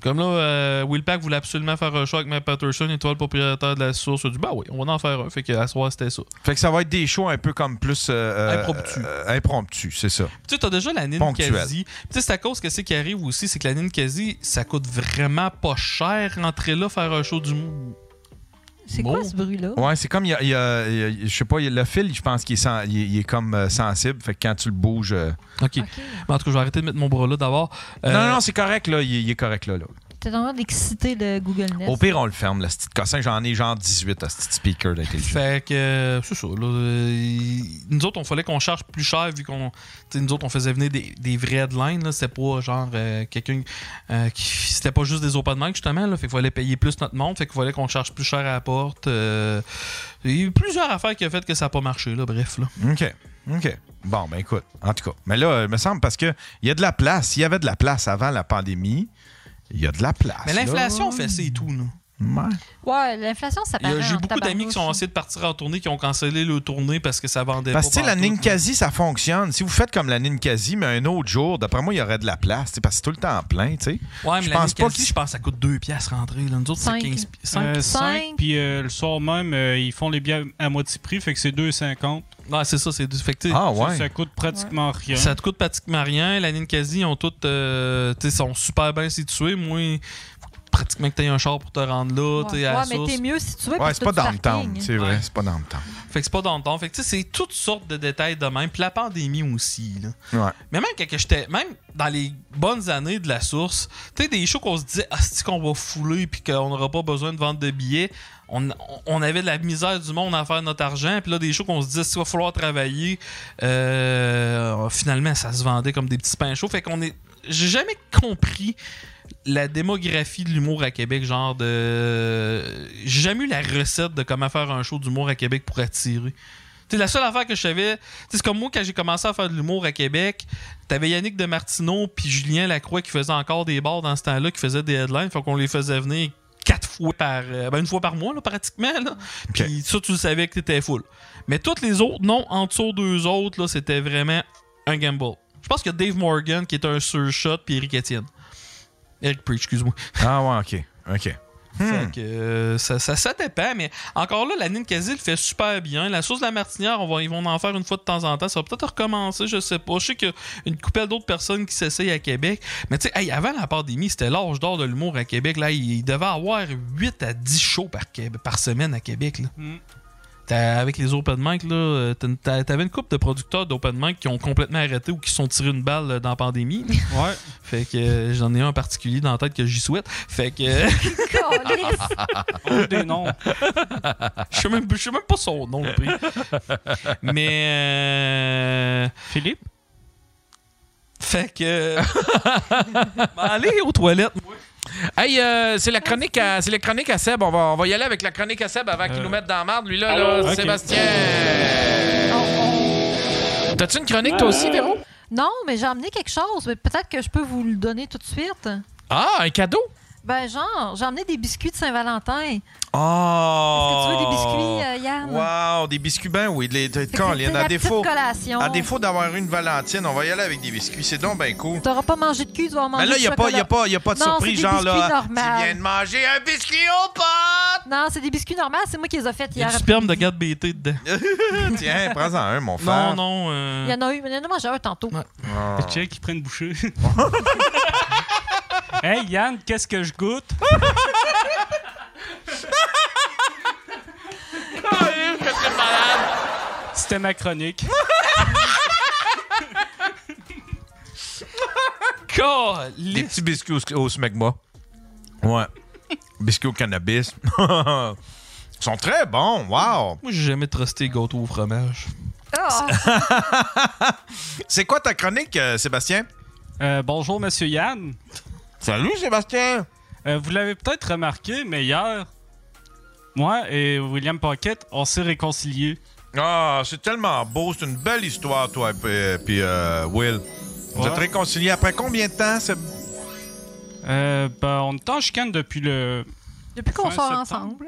S3: Comme là, euh, Will Pack voulait absolument faire un show avec Matt Patterson, étoile propriétaire de la source. Il a dit, bah oui, on va en faire un. Fait que la soirée, c'était ça.
S1: Fait que ça va être des shows un peu comme plus. euh, euh,
S3: Impromptu.
S1: euh, impromptu, c'est ça.
S3: Tu sais, t'as déjà la
S1: Ponctuel.
S3: Ninkasi. Tu sais, c'est à cause que c'est qui arrive aussi, c'est que la Ninkasi, ça coûte vraiment pas cher rentrer là, faire un show du monde.
S4: C'est
S3: Bon.
S4: quoi ce bruit-là?
S1: Ouais, c'est comme il y a, il y a- il y a- il- je sais pas, il y a- le fil, je pense qu'il est, sen- il est- il est comme euh, sensible. Fait que quand tu le bouges. euh,
S3: OK.
S4: Ok.
S3: Mais en tout cas, je vais arrêter de mettre mon bras là d'abord. Euh,
S1: Non, non, c'est correct là, il, il est correct là. là.
S4: T'es en train d'exciter le Google Nest.
S1: Au pire, on le ferme, le petite cossin. J'en ai genre 18 à ce petit speaker d'intelligence.
S3: Fait que, euh, c'est ça. Là, euh, il- nous autres, on fallait qu'on charge plus cher vu qu'on. tu sais, Nous autres, on faisait venir des, des vrais headlines. là. C'était pas genre euh, quelqu'un. euh, qui- C'était pas juste des open mic, justement. Là, fait qu'il fallait payer plus notre monde. Fait qu'il fallait qu'on charge plus cher à la porte. euh, il y a eu plusieurs affaires qui ont fait que ça a pas marché, là, bref. Là.
S1: OK. OK. Bon, ben écoute, en tout cas. Mais là, euh, il me semble parce que il y a de la place. Il y avait de la place avant la pandémie. Il y a de la place.
S3: Mais
S1: là.
S3: l'inflation fait ça et tout, là.
S1: Ouais.
S3: Oh.
S4: Ouais, l'inflation, ça
S3: Il y a-
S4: paraît.
S3: J'ai
S4: en
S3: beaucoup d'amis qui
S4: tabarnouche.
S3: sont essayés de partir en tournée qui ont cancellé le tournée parce que ça vendait
S1: Parce que
S3: pas.
S1: tu sais, la
S3: pantoute.
S1: Ninkasi, ça fonctionne. Si vous faites comme la Ninkasi, mais un autre jour, d'après moi, il y aurait de la place. tu sais, Parce que c'est tout le temps plein, tu sais.
S3: Ouais, mais
S1: je
S3: la
S1: pense pas
S3: Ninkasi, je pense que ça coûte 2 piastres rentrer. Là. Nous autres, c'est
S4: Cinq.
S3: 15
S5: Euh,
S3: 5.
S5: cinq, puis euh, le soir même, euh, ils font les bières à moitié prix, fait que c'est 2,50.
S3: Ouais, c'est ça, c'est du fait que, tu sais,
S1: Ah,
S5: Ça,
S1: ouais.
S5: Ça, coûte pratiquement rien.
S3: Ça te coûte pratiquement rien. La Ninkasi, ils ont toutes, euh, tu sais, sont super bien situés. Moi, faut pratiquement que tu aies un char pour te rendre là. tu
S4: Ouais,
S3: sais, à la
S4: ouais, mais
S3: source.
S4: t'es mieux si tu veux.
S1: Ouais,
S4: parce
S1: c'est
S4: que
S1: pas
S4: t'as
S1: dans
S4: du
S1: le temps.
S3: hein.
S4: parking.
S1: C'est vrai, c'est pas dans le temps.
S3: Fait que c'est pas dans le temps. Fait que tu sais, c'est toutes sortes de détails de même. Puis la pandémie aussi. Là.
S1: Ouais.
S3: Mais même quand que j'étais. Même dans les bonnes années de la source, tu sais, des shows qu'on se disait Ah c'est qu'on va fouler puis qu'on n'aura pas besoin de vendre de billets. On, on avait de la misère du monde à faire notre argent. Puis là, des shows qu'on se disait s'il va falloir travailler. euh, finalement, ça se vendait comme des petits pains chauds. Fait qu'on est. J'ai jamais compris la démographie de l'humour à Québec, genre de. J'ai jamais eu la recette de comment faire un show d'humour à Québec pour attirer. Tu sais, la seule affaire que je savais, tu sais, c'est comme moi quand j'ai commencé à faire de l'humour à Québec, t'avais Yannick de Martineau puis Julien Lacroix qui faisaient encore des bars dans ce temps-là, qui faisaient des headlines, fait qu'on les faisait venir quatre fois par euh, ben une fois par mois là, pratiquement là. puis ça tu le savais que t'étais full mais toutes les autres non en dessous d'eux autres là c'était vraiment un gamble je pense qu'il y a Dave Morgan qui est un surshot puis Eric Etienne Eric Preach excuse-moi
S1: Ah ouais, OK. OK. Hmm.
S3: fait que, euh, ça, ça, ça dépend, mais encore là, la Ninkasi le fait super bien. La sauce de la martinière, on va, ils vont en faire une fois de temps en temps. Ça va peut-être recommencer, je sais pas. Je sais qu'il y a une couple d'autres personnes qui s'essayent à Québec. Mais tu sais, hey, avant la pandémie, c'était l'âge d'or de l'humour à Québec. Là, il, il devait avoir 8 à 10 shows par, Québec- par semaine à Québec. Là. T'as- avec les open mic, là, euh, t'as- t'as- t'avais une couple de producteurs d'open mic qui ont complètement arrêté ou qui se sont tirés une balle euh, dans la pandémie.
S5: Ouais.
S3: Fait que euh, j'en ai un en particulier dans la tête que j'y souhaite. Fait que. euh,
S5: On des noms.
S3: Je sais même, je sais même pas son nom, le prix. Mais. euh,
S5: Philippe?
S3: Fait que. Allez aux toilettes.
S12: Hey, euh, c'est la chronique à, c'est la chronique à Seb. On va, on va y aller avec la chronique à Seb avant
S4: Euh.
S12: qu'il nous mette dans la marde, lui là, là,
S5: ok.
S12: Sébastien.
S4: Oh,
S12: T'as-tu une chronique toi aussi, Véro?
S4: Non, mais j'ai emmené quelque chose. mais Peut-être que je peux vous le donner tout de suite.
S12: Ah, un cadeau.
S4: Ben, genre, j'ai emmené des biscuits de Saint-Valentin.
S1: Oh!
S4: Est-ce que tu veux des biscuits, euh, Yann?
S1: Wow, des biscuits, ben oui. Des, des,
S4: que
S1: Colin,
S4: c'est la
S1: à
S4: petite
S1: défaut,
S4: collation.
S1: à défaut d'avoir une Valentine, on va y aller avec des biscuits. C'est donc ben cool.
S4: T'auras pas mangé de cul, tu vas en manger
S1: Mais là,
S4: du
S1: il n'y a, pas-
S4: chocolat.
S1: y a pas y a pas de
S4: Non,
S1: surprise,
S4: c'est des
S1: genre là.
S4: biscuits normaux.
S1: Tu viens de manger un biscuit au pot!
S4: Non, c'est des biscuits normaux. C'est moi qui les ai faits
S3: Il y a
S4: hier.
S3: du sperme de gars de BT dedans.
S1: Tiens, prends-en un, mon frère.
S3: Non, non.
S4: Il
S3: euh,
S4: y en a eu, il y en a mangé un tantôt.
S1: Ah.
S5: Check, ils prennent bouchée. hey Yann, qu'est-ce que je goûte? C'était ma chronique.
S1: Des
S3: Caliste.
S1: petits biscuits au, au smegma. Ouais. biscuits au cannabis. Ils sont très bons, wow!
S3: Moi, j'ai jamais trusté gâteau au fromage.
S4: Ah!
S1: C'est quoi ta chronique, euh, Sébastien?
S5: Euh, bonjour Monsieur Yann.
S1: Salut, Sébastien!
S5: Euh, vous l'avez peut-être remarqué, mais hier, moi et William Pocket, on s'est réconciliés.
S1: Ah, c'est tellement beau, c'est une belle histoire, toi et puis, euh, puis, euh, Will. Vous
S5: Ouais.
S1: êtes réconciliés après combien de temps? Séb-
S5: Euh, ben, on est en chicane depuis le...
S4: Depuis qu'on
S5: Fin
S4: sort
S5: septembre.
S4: ensemble.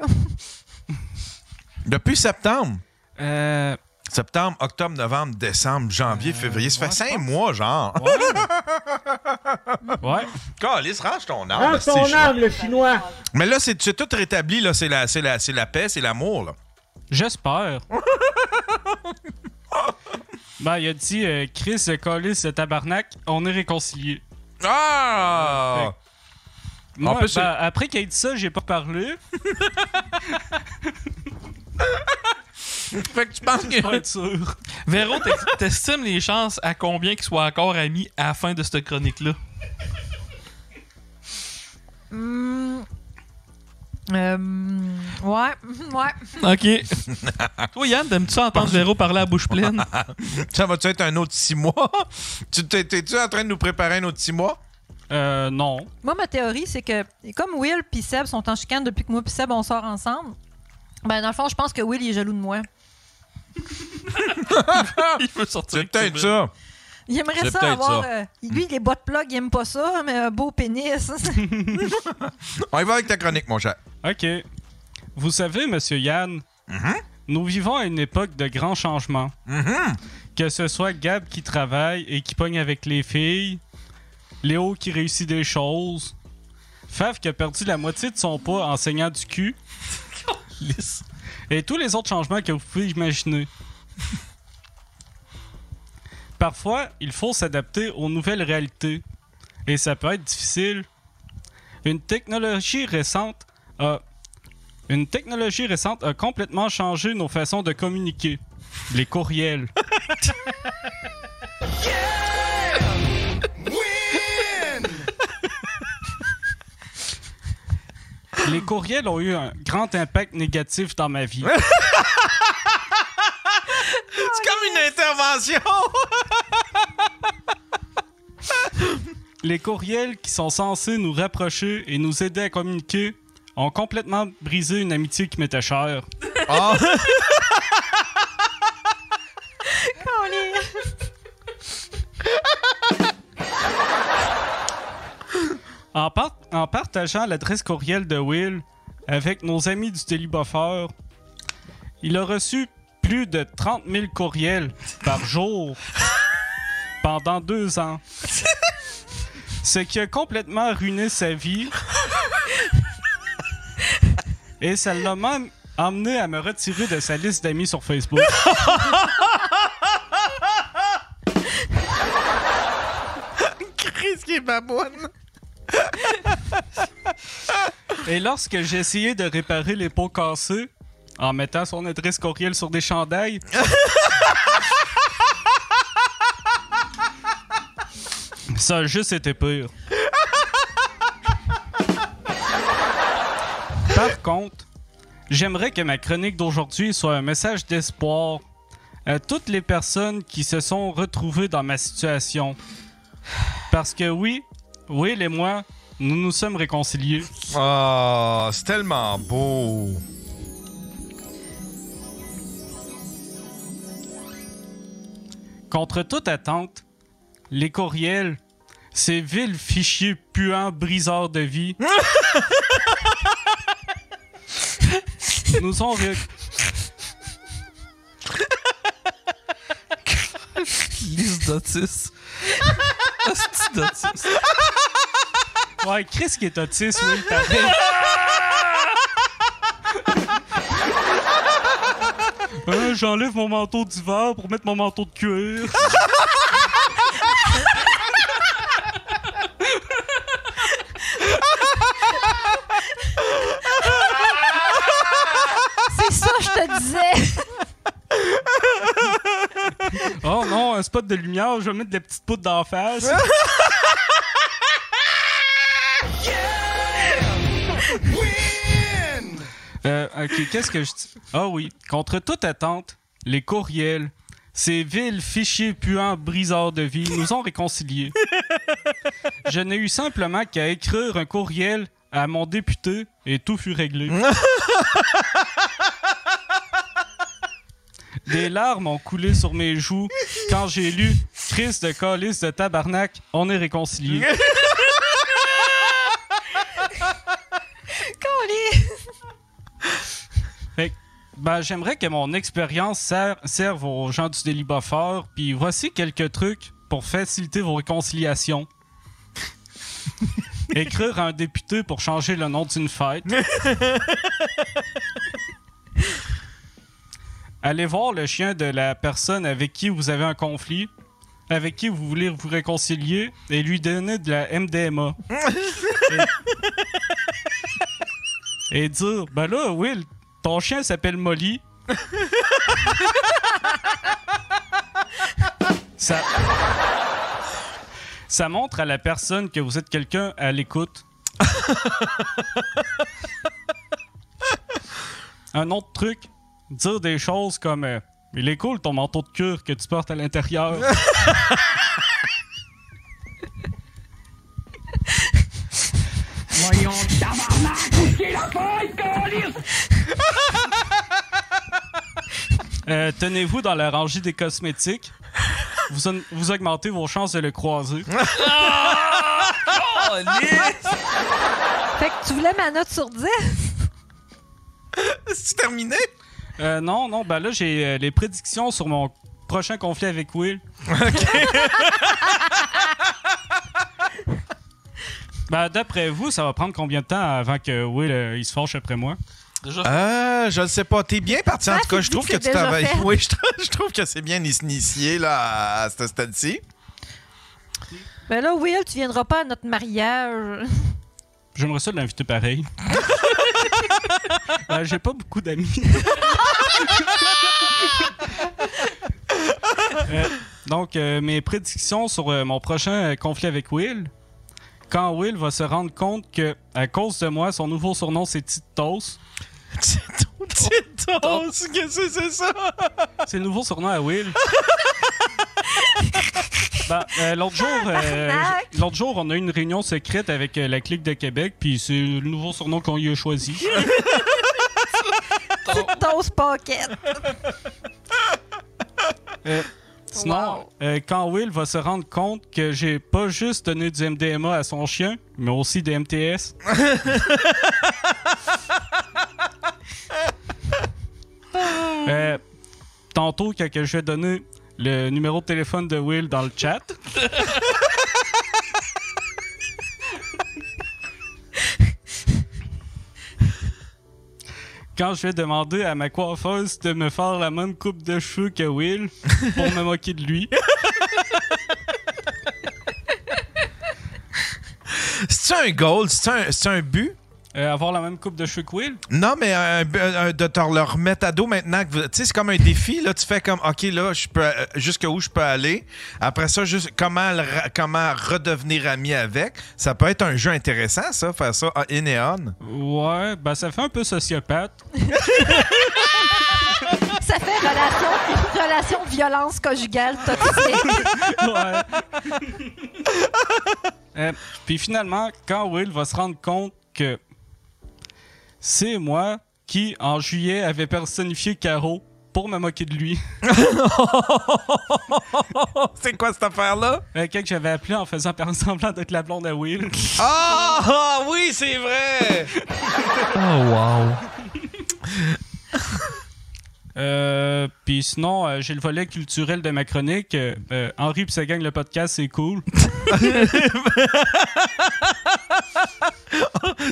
S1: Depuis septembre.
S5: Euh,
S1: Septembre, octobre, novembre, décembre, janvier, février. Ça fait
S5: ouais, je
S1: cinq
S5: pense.
S1: mois, genre.
S5: ouais.
S1: Calisse, range ton âme.
S2: Rends
S1: c'est
S2: ton
S1: chouette.
S2: âme, le chinois.
S1: Mais là, c'est c'est tout rétabli. là. C'est la, c'est la, c'est la paix, c'est l'amour. là.
S5: J'espère. ben, il a dit euh, Chris, Collis, ce tabarnak, on est réconciliés.
S1: Ah!
S5: Moi,
S1: plus, c'est-
S5: ben, après qu'il ait dit ça, j'ai pas parlé.
S12: Fait que tu penses que.
S5: Pour être sûr.
S3: Véro, t'es- t'estimes les chances à combien qu'ils soient encore amis à la fin de cette chronique-là?
S4: Hum. Euh, ouais, ouais.
S3: OK. Toi, Yann, t'aimes-tu ça entendre Véro parler à bouche pleine?
S1: ça va-tu être un autre six mois? Tu t'es- T'es-tu en train de nous préparer un autre six mois?
S5: Euh, non.
S4: Moi, ma théorie, c'est que comme Will et Seb sont en chicane depuis que moi et Seb, on sort ensemble, ben dans le fond, je pense que Will il est jaloux de moi.
S3: Il veut sortir.
S1: C'est peut-être ça.
S4: Il aimerait
S1: C'est
S4: ça
S1: peut-être
S4: avoir.
S1: ça.
S4: euh, lui, les bottes plug, il aime pas ça, mais un beau pénis.
S1: On y va avec ta chronique, mon cher.
S5: OK. Vous savez, Monsieur Yann, nous vivons à une époque de grands changements. Que ce soit Gab qui travaille et qui pogne avec les filles, Léo qui réussit des choses, Faf qui a perdu la moitié de son poids en saignant du cul, et tous les autres changements que vous pouvez imaginer. Parfois, il faut s'adapter aux nouvelles réalités, et ça peut être difficile. Une technologie récente a Euh, une technologie récente a complètement changé nos façons de communiquer. Les courriels. Les courriels ont eu un grand impact négatif dans ma vie.
S1: C'est comme une intervention!
S5: Les courriels qui sont censés nous rapprocher et nous aider à communiquer ont complètement brisé une amitié qui m'était chère. En, par- en partageant l'adresse courriel de Will avec nos amis du Téléboffeur, il a reçu plus de 30 000 courriels par jour pendant deux ans. Ce qui a complètement ruiné sa vie. Et ça l'a même emmené à me retirer de sa liste d'amis sur Facebook.
S1: Chris qui est babouane!
S5: Et lorsque j'ai essayé de réparer les pots cassés en mettant son adresse courriel sur des chandails, ça a juste été pire. Par contre, j'aimerais que ma chronique d'aujourd'hui soit un message d'espoir à toutes les personnes qui se sont retrouvées dans ma situation. Parce que oui, Will et moi, nous nous sommes réconciliés.
S1: Oh, c'est tellement beau!
S5: Contre toute attente, les courriels, ces vils fichiers puants briseurs de vie, nous ont. ré-
S3: Liste d'autistes. Hostie d'autistes.
S5: Ouais, Chris qui est autiste, oui, pareil. Hein, J'enlève mon manteau d'hiver pour mettre mon manteau de cuir.
S4: c'est ça, je te disais.
S5: Oh non, un spot de lumière, je vais mettre des petites poutres d'en face. Euh, ok, qu'est-ce que je dis? Ah oui, contre toute attente, les courriels, ces vils fichiers puants briseurs de vie nous ont réconciliés. Je n'ai eu simplement qu'à écrire un courriel à mon député et tout fut réglé. Des larmes ont coulé sur mes joues quand j'ai lu Chris de Colis de Tabarnak, on est réconciliés.
S4: Colin.
S5: Fait que, ben, j'aimerais que mon expérience ser- serve aux gens du Délibafort, puis voici quelques trucs pour faciliter vos réconciliations. Écrire à un député pour changer le nom d'une fête. Allez voir le chien de la personne avec qui vous avez un conflit, avec qui vous voulez vous réconcilier, et lui donner de la MDMA. et dire ben là Will ton chien s'appelle Molly ça ça montre à la personne que vous êtes quelqu'un à l'écoute Un autre truc, dire des choses comme euh, Il est cool ton manteau de cure que tu portes à l'intérieur.
S2: Voyons, tabarnak, où est la feuille, câlisse?
S5: Euh, Tenez-vous dans la rangée des cosmétiques. Vous, aug- vous augmentez vos chances de le croiser.
S4: Fait que tu voulais ma note sur 10?
S1: C'est terminé?
S5: Euh, non, non, ben là, j'ai euh, les prédictions sur mon prochain conflit avec Will. OK. ben, d'après vous, ça va prendre combien de temps avant que Will euh, il se fâche après moi?
S1: Ah, je le sais pas. T'es bien parti. En
S5: Ah,
S1: tout cas,
S5: tu
S1: je
S5: dis
S1: trouve que
S5: que c'est
S1: tu
S5: déjà
S1: travailles.
S5: fait.
S1: Oui, je, trou- je trouve que c'est bien initié là, à ce stade-ci.
S4: Ben là, Will, tu viendras pas à notre mariage.
S5: J'aimerais ça l'inviter pareil. Ben, j'ai pas beaucoup d'amis. Euh, donc, euh, mes prédictions sur euh, mon prochain euh, conflit avec Will. Quand Will va se rendre compte que, à cause de moi, son nouveau surnom c'est Titos.
S1: Titos, qu'est-ce que c'est ça?
S5: C'est le nouveau surnom à Will. Ben, euh, l'autre jour, euh, j- l'autre jour, on a eu une réunion secrète avec euh, la clique de Québec, puis c'est le nouveau surnom qu'on y a choisi.
S4: Toast pocket.
S5: Euh, sinon, euh, quand Will va se rendre compte que j'ai pas juste donné du MDMA à son chien, mais aussi des MTS. Euh, tantôt, quand que je vais donner le numéro de téléphone de Will dans le chat. Quand je vais demander à ma coiffeuse de me faire la même coupe de cheveux que Will pour me moquer de lui.
S1: C'est-tu un goal? C'est-tu un, c'est-tu un but?
S5: Euh, avoir la même coupe de cheveux que Will?
S1: Non, mais un- un- de te le remettre à dos maintenant. que vous- Tu sais, c'est comme un défi. Là, tu fais comme, OK, là, je peux, euh, jusqu'à où je peux aller. Après ça, juste comment, le ra- comment redevenir ami avec. Ça peut être un jeu intéressant, ça, faire ça en in et on.
S5: Ouais, ben ça fait un peu sociopathe.
S4: Ça fait relation, relation violence conjugale toxique.
S5: Euh, Puis finalement, quand Will va se rendre compte que c'est moi qui, en juillet, avait personnifié Caro pour me moquer de lui.
S1: c'est quoi cette affaire-là?
S5: Quelqu'un euh, que j'avais appelé en faisant par semblant d'être la blonde à Will.
S1: Ah ah, oui, c'est vrai!
S13: Oh, wow.
S5: Euh, Puis sinon, euh, j'ai le volet culturel de ma chronique. Euh, euh, Henri pis sa gang, le podcast, c'est cool.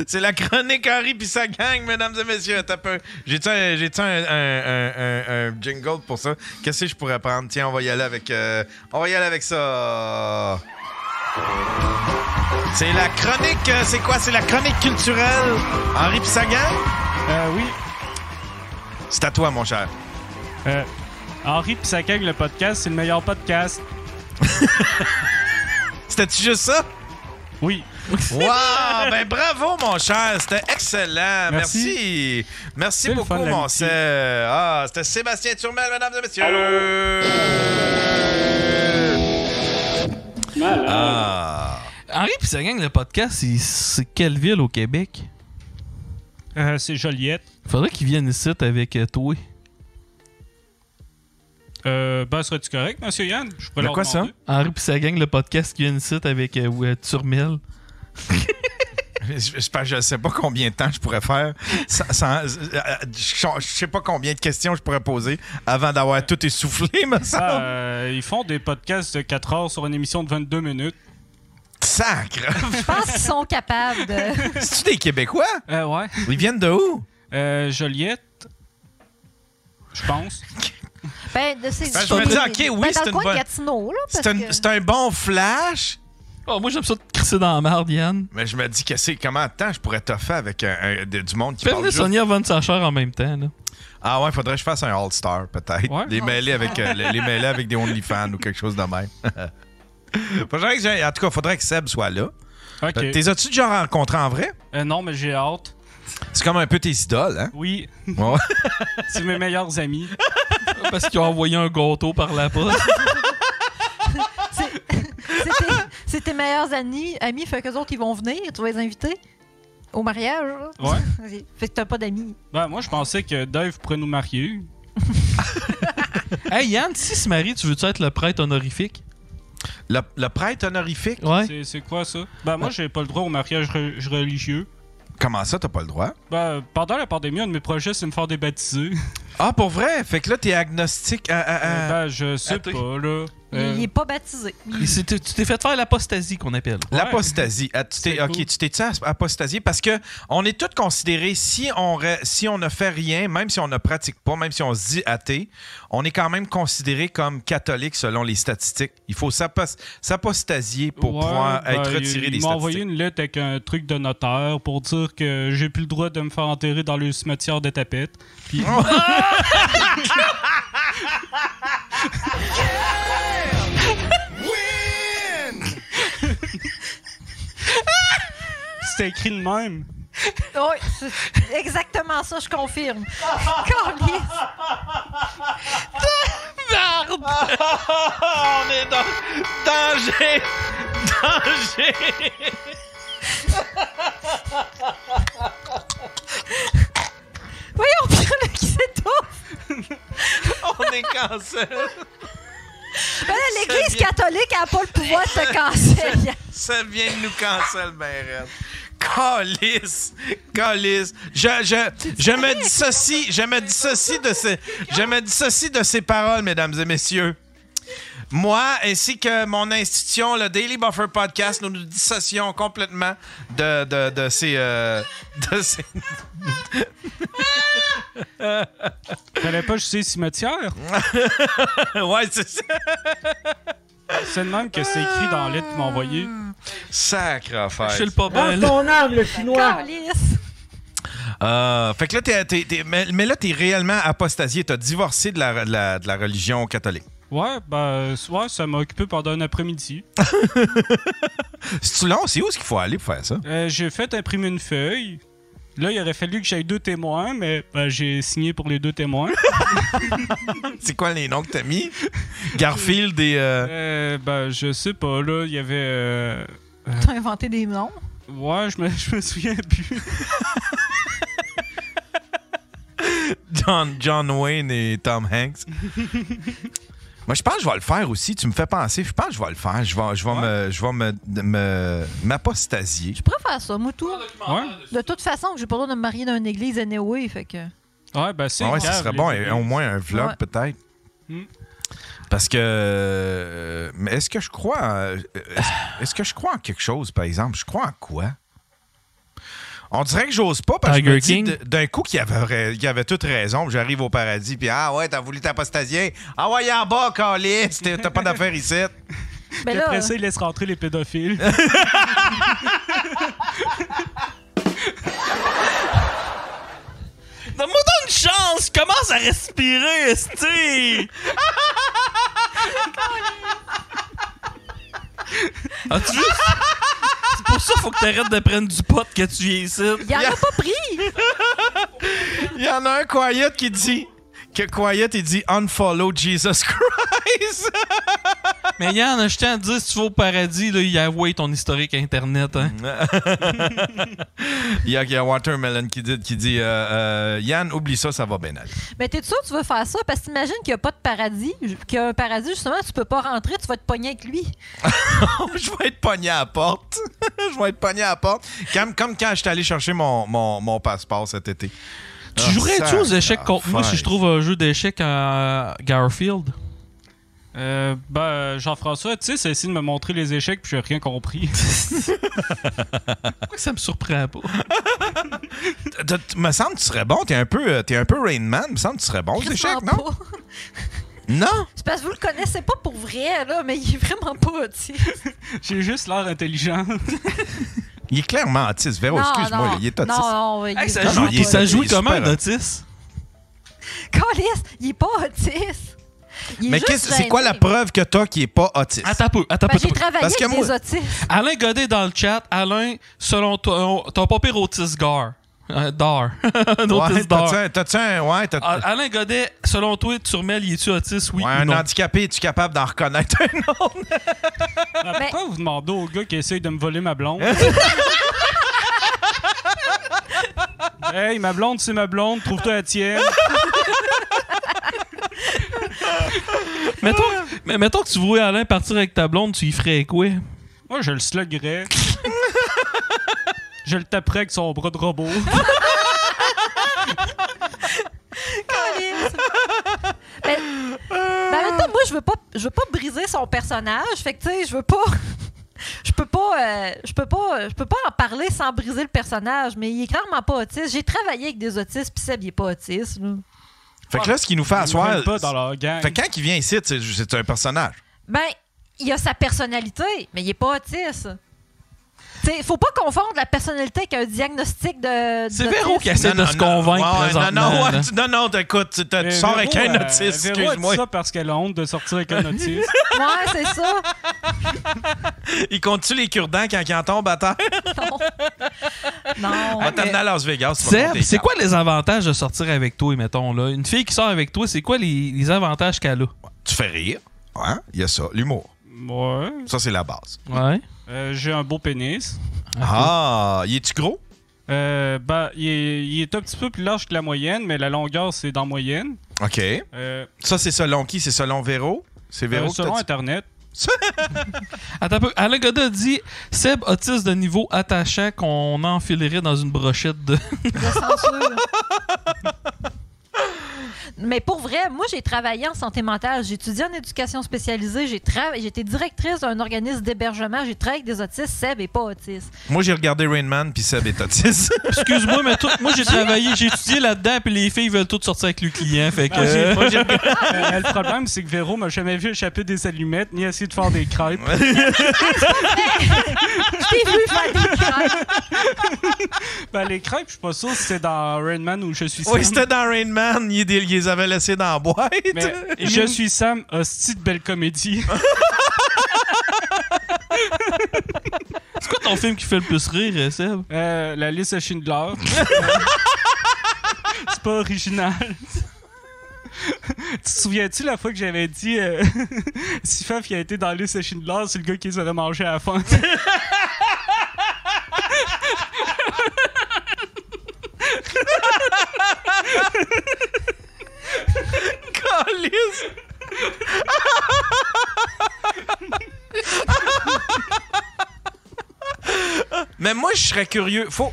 S1: C'est la chronique Henri puis sa gang, mesdames et messieurs. T'as peu. J'ai-tu un, j'ai-tu un, un- un- un- un jingle pour ça? Qu'est-ce que je pourrais prendre? Tiens, on va y aller avec... euh, on va y aller avec ça. C'est la chronique... euh, C'est quoi? C'est la chronique culturelle Henri puis sa gang?
S5: Euh, oui.
S1: C'est à toi, mon cher.
S5: Euh, Henri pis sa gang, le podcast, c'est le meilleur podcast.
S1: C'était-tu juste ça?
S5: Oui.
S1: Wow! Ben bravo, mon cher! C'était excellent! Merci!
S5: Merci.
S1: Merci,
S5: le
S1: beaucoup,
S5: fun,
S1: mon
S5: l'amitié.
S1: cher! Ah, c'était Sébastien Turmel, mesdames et messieurs! Ah.
S3: Henri puis sa gang, le podcast, c'est- c'est quelle ville au Québec?
S5: Euh, c'est Joliette.
S3: Faudrait qu'ils viennent ici avec euh, toi.
S5: Euh, ben, serais-tu correct, monsieur Yann? Je pourrais leur demander.
S13: Henri pis sa gang, le podcast qui vient ici avec euh, ouais, Turmel.
S1: Je, je pense- je sais pas combien de temps je pourrais faire. sans- sans- euh, je, je sais pas combien de questions je pourrais poser avant d'avoir tout essoufflé, me semble.
S5: Ah, euh, ils font des podcasts de 4 heures sur une émission de 22 minutes.
S1: Sacre!
S4: Je pense qu'ils sont capables de.
S1: C'est-tu des Québécois?
S5: Euh, ouais.
S1: Ils viennent de où?
S5: Euh, Joliette. Je pense.
S4: Ben, de ces
S1: Ben, je me dis, ok, oui,
S4: Ben,
S1: c'est
S4: dans le
S1: une
S4: coin de
S1: bonne-
S4: Gatineau, là,
S1: C'est
S4: parce
S1: un,
S4: que-
S1: c'est un bon flash!
S13: Oh, moi, j'aime ça te crisser dans la merde, Yann.
S1: Mais je me dis que c'est comment de temps je pourrais toffer avec un- un- de- du monde qui
S13: Fais
S1: parle
S13: venir
S1: juste...
S13: Sonia Von Sacher en même temps, là.
S1: Ah ouais, faudrait que je fasse un All-Star peut-être. Les mêler avec euh, les, les mêler avec des OnlyFans ou quelque chose de même. faudrait que j'aille- en tout cas, faudrait que Seb soit là.
S5: Ok.
S1: Euh, T'es as-tu déjà rencontré en vrai?
S5: Euh, non, mais j'ai hâte.
S1: C'est comme un peu tes idoles, hein?
S5: Oui,
S1: Ouais.
S5: c'est mes meilleurs amis.
S3: Parce qu'ils ont envoyé un gâteau par la poste.
S4: C'est tes- C'est tes meilleurs amis, amis fait qu'eux autres, ils vont venir. Tu vas les inviter au mariage. là.
S5: Ouais.
S4: fait que t'as pas d'amis.
S5: Ben, moi, je pensais que Dave pourrait nous marier.
S3: hey Yann, si se marie, tu veux-tu être le prêtre honorifique?
S1: Le, le prêtre honorifique?
S3: Ouais.
S5: C'est- C'est quoi ça? Ben, moi, j'ai pas le droit au mariage re- religieux.
S1: Comment ça, t'as pas le droit?
S5: Ben, pendant la pandémie, un de mes projets, c'est me faire débaptiser.
S1: Ah, pour vrai? Fait que là, t'es agnostique. ah, ah, ah.
S5: ben, je sais
S3: Athée.
S5: pas, là.
S4: Il,
S5: Euh,
S4: il est pas baptisé.
S3: Et c'est- Tu t'es fait faire l'apostasie qu'on appelle.
S1: L'apostasie. Ah, tu t'es,
S5: C'est
S1: ok,
S5: cool.
S1: tu t'es apostasié parce que on est tous considérés si on re- si on ne fait rien, même si on ne pratique pas, même si on se dit athée, on est quand même considéré comme catholique selon les statistiques. Il faut s'apos- s'apostasier pour
S5: ouais,
S1: pouvoir
S5: ben,
S1: être retiré
S5: il-
S1: des
S5: Il
S1: statistiques.
S5: m'a envoyé une lettre avec un truc de notaire pour dire que j'ai plus le droit de me faire enterrer dans le cimetière de tapette. Puis,
S1: Oh!
S5: c'était écrit de même.
S4: Oui, c'est exactement ça, je confirme. Câlisse.
S1: on est dans danger, danger.
S4: Voyons, puis le qui s'étouffe.
S1: On est cancel.
S4: Ben là, L'Église catholique n'a pas le pouvoir de se canceller.
S1: Ça vient de nous cancel, ben raide. Calice! Calice! Je, je, je me dissocie, je me dissocie de ces, je me dissocie de ces paroles, mesdames et messieurs. Moi, ainsi que mon institution, le Daily Buffer Podcast, nous nous dissocions complètement de, de, de ces, euh, de ces-
S5: T'allais pas juste cimetière?
S1: Ouais, c'est ça.
S5: C'est le même que c'est écrit dans la lettre qu'il m'a envoyé.
S1: Sacre affaire.
S3: Je suis le pas belle.
S2: Ton âme, le chinois!
S4: Câlisse.
S1: Ah, fait que là, t'es, t'es- t'es- mais, mais là, t'es réellement apostasié. T'as divorcé de la- de la- de la religion catholique.
S5: Ouais, ben, ouais, ça m'a occupé pendant un après-midi.
S1: C'est-tu long? C'est où est-ce qu'il faut aller pour faire ça?
S5: Euh, j'ai fait imprimer une feuille. Là, il aurait fallu que j'aille deux témoins, mais ben, j'ai signé pour les deux témoins.
S1: C'est quoi les noms que t'as mis? Garfield et... euh,
S5: euh, ben, je sais pas, là, il y avait. euh,
S4: T'as inventé des noms.
S5: Ouais, je me, je me souviens plus.
S1: John, John Wayne et Tom Hanks. Moi, je pense que je vais le faire aussi. Tu me fais penser. Je pense que je vais le faire. Je vais, je vais, me, je vais me, me- m'apostasier.
S4: Je préfère ça, Moutou.
S5: Ouais,
S4: De toute façon, j'ai pas le droit de me marier dans une église anyway, fait que...
S5: ouais ben, c'est.
S1: Ah ouais,
S5: grave,
S1: ce serait
S5: les
S1: bon.
S5: amis.
S1: et Au moins un vlog,
S4: Ouais.
S1: peut-être.
S5: Hmm.
S1: Parce que... euh, Mais est-ce que je crois... euh, Est-ce, est-ce que je crois en quelque chose, par exemple? Je crois en quoi? On dirait que j'ose pas parce que je
S3: Tiger
S1: me dis d-
S3: King?
S1: d'un coup qu'il avait, ra- qu'il avait toute raison. puis J'arrive au paradis, puis ah ouais, t'as voulu t'apostasier. Ah ouais, en bas, Calis, t'as t'as pas d'affaires ici.
S4: Ben
S5: Puis
S4: là,
S5: après ça, il laisse rentrer les pédophiles.
S3: Donne-moi donc une chance! Commence à respirer, esti! As-tu vu? C'est pour ça qu'il faut que t'arrêtes de prendre du pot que tu y es ici.
S4: il y en a pas pris!
S1: Il y en a un Quiet qui dit que Quiet il dit unfollow Jesus Christ.
S3: Mais Yann, je tiens à te dire, si tu vas au paradis, là, il y a ouais, ton historique Internet.
S1: Mm.
S3: Hein.
S1: il, y a, il y a Watermelon qui dit qui dit euh, euh, Yann oublie ça, ça va bien aller.
S4: Mais t'es sûr que tu veux faire ça? Parce que t'imagines qu'il n'y a pas de paradis. Qu'il y a un paradis, justement, tu peux pas rentrer, tu vas te pogner avec lui.
S1: je vais être pogné à la porte. je vais être pogné à la porte. Comme, comme quand j'étais allé chercher mon, mon, mon passeport cet été.
S3: Tu
S1: Ah,
S3: jouerais-tu
S1: ça,
S3: aux échecs contre moi si je
S1: affaire.
S3: trouve un jeu d'échecs à Garfield?
S5: Euh, ben, Jean-François, tu sais, c'est essayé de me montrer les échecs, puis j'ai rien compris.
S3: Pourquoi ça me surprend pas?
S1: T- t- Me semble que tu serais bon. T'es un peu, euh, t'es un peu Rain Man. Me semble que tu serais bon aux échecs,
S4: Vraiment
S1: non?
S4: pas.
S1: Non?
S4: C'est parce que vous le connaissez pas pour vrai, là, mais il est vraiment pas autiste.
S5: j'ai juste l'air intelligent.
S1: Il est clairement autiste. Véro,
S4: Non,
S1: Oh, excuse-moi,
S4: non.
S1: là, il est
S4: Non,
S1: autiste.
S4: non, il est
S3: ça
S4: vraiment
S3: joue,
S1: joue- il-
S4: pas
S1: ça
S3: ça
S1: joue
S3: joue
S1: il est
S3: comment,
S1: super, hein.
S3: Notice?
S4: autiste. Calisse, il est pas autiste. Il est
S1: Mais
S4: juste
S1: qu'est-ce- c'est
S4: gêné.
S1: quoi la preuve que t'as qui est pas autiste?
S3: Attends un peu, attends
S4: Ben,
S3: un peu.
S4: j'ai travaillé
S1: Parce que
S4: avec
S1: moi-
S4: des autistes.
S3: Alain Godet dans le chat. Alain, selon toi, euh, ton pas pire autiste gar. Euh, d'or. Un
S1: Ouais,
S3: autiste d'or.
S1: t'as-tu un- t'as-tu un. Ouais, t'as-
S3: Ah, Alain Godet, selon toi, Turmel, il est-tu autiste, oui
S1: ouais,
S3: ou
S1: un
S3: non?
S1: handicapé, es-tu capable d'en reconnaître un autre?
S5: Ah, Pourquoi vous demandez au gars qui essaye de me voler ma blonde? hey, ma blonde, c'est ma blonde, trouve-toi la tienne.
S3: mettons, mais mettons que tu voulais Alain partir avec ta blonde, tu y ferais quoi?
S5: Moi, je le sluggerais. je le taperais avec son bras de robot.
S4: Calice. Ben, ben, en même temps, moi, je veux pas, je veux pas briser son personnage. Fait que, tu sais, je veux pas. Je peux pas, euh, je peux pas, je peux pas en parler sans briser le personnage, mais il est clairement pas autiste. J'ai travaillé avec des autistes, puis Seb, il est pas autiste. là.
S1: Fait que là, ce qu'il nous fait
S5: Ils me
S1: asseoir.
S5: prennent pas dans leur gang.
S1: Fait que quand il vient ici, c'est- c'est un personnage.
S4: Ben, il a sa personnalité, mais il est pas autiste. Il faut pas confondre la personnalité avec un diagnostic de.
S3: C'est
S4: d'autisme.
S3: Véro qui essaie de se convaincre
S1: ouais, non,
S3: présentement.
S1: non,
S3: là.
S1: ouais, tu- non, non, écoute, tu, t'as- tu
S5: Mais
S1: sors avec
S5: Véro,
S1: un
S5: euh,
S1: autiste,
S5: Véro a dit
S1: excuse-moi.
S5: ça parce qu'elle a honte de sortir avec un autiste.
S4: Ouais, c'est ça.
S1: Il compte-tu les cure-dents quand il en tombe à terre?
S4: Non.
S1: On va t'amener à Las Vegas. tu vas
S3: Seb,
S1: monter
S3: c'est
S1: les
S3: quoi les avantages de sortir avec toi, mettons, là? Une fille qui sort avec toi, c'est quoi les, les avantages qu'elle a?
S1: cartes. Tu fais rire. Ouais, il y a ça, l'humour.
S5: Ouais.
S1: Ça, c'est la base.
S3: Ouais.
S5: Euh, J'ai un beau pénis.
S1: Ah, il est-tu gros?
S5: Euh, bah, il est, il est un petit peu plus large que la moyenne, mais la longueur, c'est dans moyenne.
S1: OK.
S5: Euh,
S1: Ça, c'est selon qui? C'est selon Véro? C'est Véro
S5: euh,
S1: que t'as
S5: selon
S1: dit?
S5: Internet.
S3: Attends un peu. Alain Godet dit Seb autiste de niveau attachant qu'on enfilerait dans une brochette de.
S4: de censure. Mais pour vrai, moi, j'ai travaillé en santé mentale. J'ai étudié en éducation spécialisée. J'ai trava- j'ai été directrice d'un organisme d'hébergement. J'ai travaillé avec des autistes. Seb n'est pas autiste.
S1: Moi, j'ai regardé Rain Man, puis Seb est autiste.
S3: Excuse-moi, mais tout- moi j'ai travaillé, j'ai étudié là-dedans, puis les filles veulent toutes sortir avec le client. Fait que.
S5: Euh, euh, le problème, c'est que Véro m'a jamais vu échapper des allumettes ni essayer de faire des crêpes.
S4: Je t'ai vu faire des crêpes.
S5: Ben, les crêpes, je suis pas sûr si c'est dans Rain Man ou Je suis Sam.
S1: oui, c'était dans Rain Man. Ils, dé- ils les avaient laissés dans la boîte.
S5: mais Je suis Sam, hostie de belle comédie.
S3: C'est quoi ton film qui fait le plus rire, euh, Seb
S5: Euh, la liste de Schindler. c'est pas original. tu te souviens-tu la fois que j'avais dit euh, si Faf il a été dans la liste de Schindler, c'est le gars qui les aurait mangés à la fin?
S1: Mais moi, je serais curieux. Faut.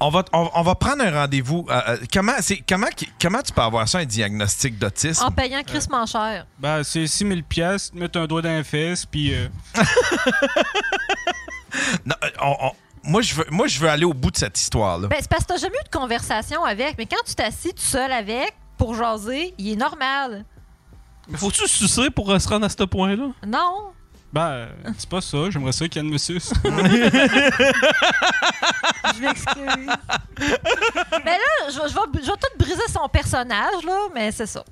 S1: On va, on, on va prendre un rendez-vous. Euh, euh, comment, c'est, comment, qui- comment tu peux avoir ça, un diagnostic d'autisme?
S4: En payant Chris Mancher.
S5: ben, c'est 6000 pièces, mettre un doigt dans les fesses, puis euh,
S1: Non, euh, on- on- moi, je veux, moi, je veux aller au bout de cette histoire-là.
S4: Ben, c'est parce que t'as jamais eu de conversation avec. Mais quand tu t'assis tout seul avec pour jaser, il est normal.
S3: Faut-tu sucer pour euh, se rendre à ce point-là
S4: Non.
S5: ben, euh, c'est pas ça. J'aimerais ça qu'Yann me suce.
S4: Je m'excuse. mais Ben là, je, je vais, je vais tout briser son personnage, là, mais c'est ça.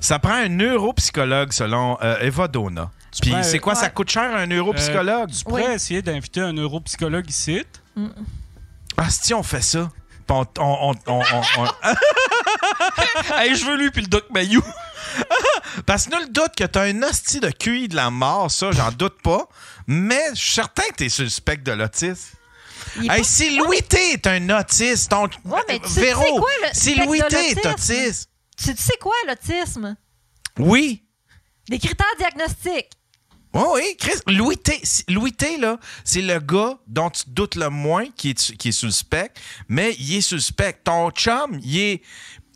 S1: Ça prend un neuropsychologue, selon euh, Eva Dona. Puis
S5: prends- Euh,
S1: c'est quoi, ça
S4: ouais.
S1: coûte cher un neuropsychologue?
S5: tu pourrais
S4: Oui.
S5: essayer d'inviter un neuropsychologue ici.
S1: Ah, si on fait ça. Puis On, on- on- on- on- on-
S3: Hey, je veux lui, puis le Doc Mayou.
S1: Parce que nul doute que t'as un hostie de QI de la mort, ça, j'en doute pas. Mais je suis certain que t'es sur le spectre de l'autisme.
S4: Il est
S1: Hey, si Louis T est un autiste, ton
S4: Ouais, mais tu sais-
S1: Véro,
S4: tu sais quoi, le
S1: si
S4: spectre
S1: Louis
S4: de
S1: T est
S4: l'autisme?
S1: autiste,
S4: Tu, tu sais quoi, l'autisme?
S1: oui.
S4: Des critères diagnostiques.
S1: Oui, oui, Chris, Louis T, si- Louis T, là, c'est le gars dont tu doutes le moins qui est, su- qui est suspect, mais il est suspect. Ton chum, il est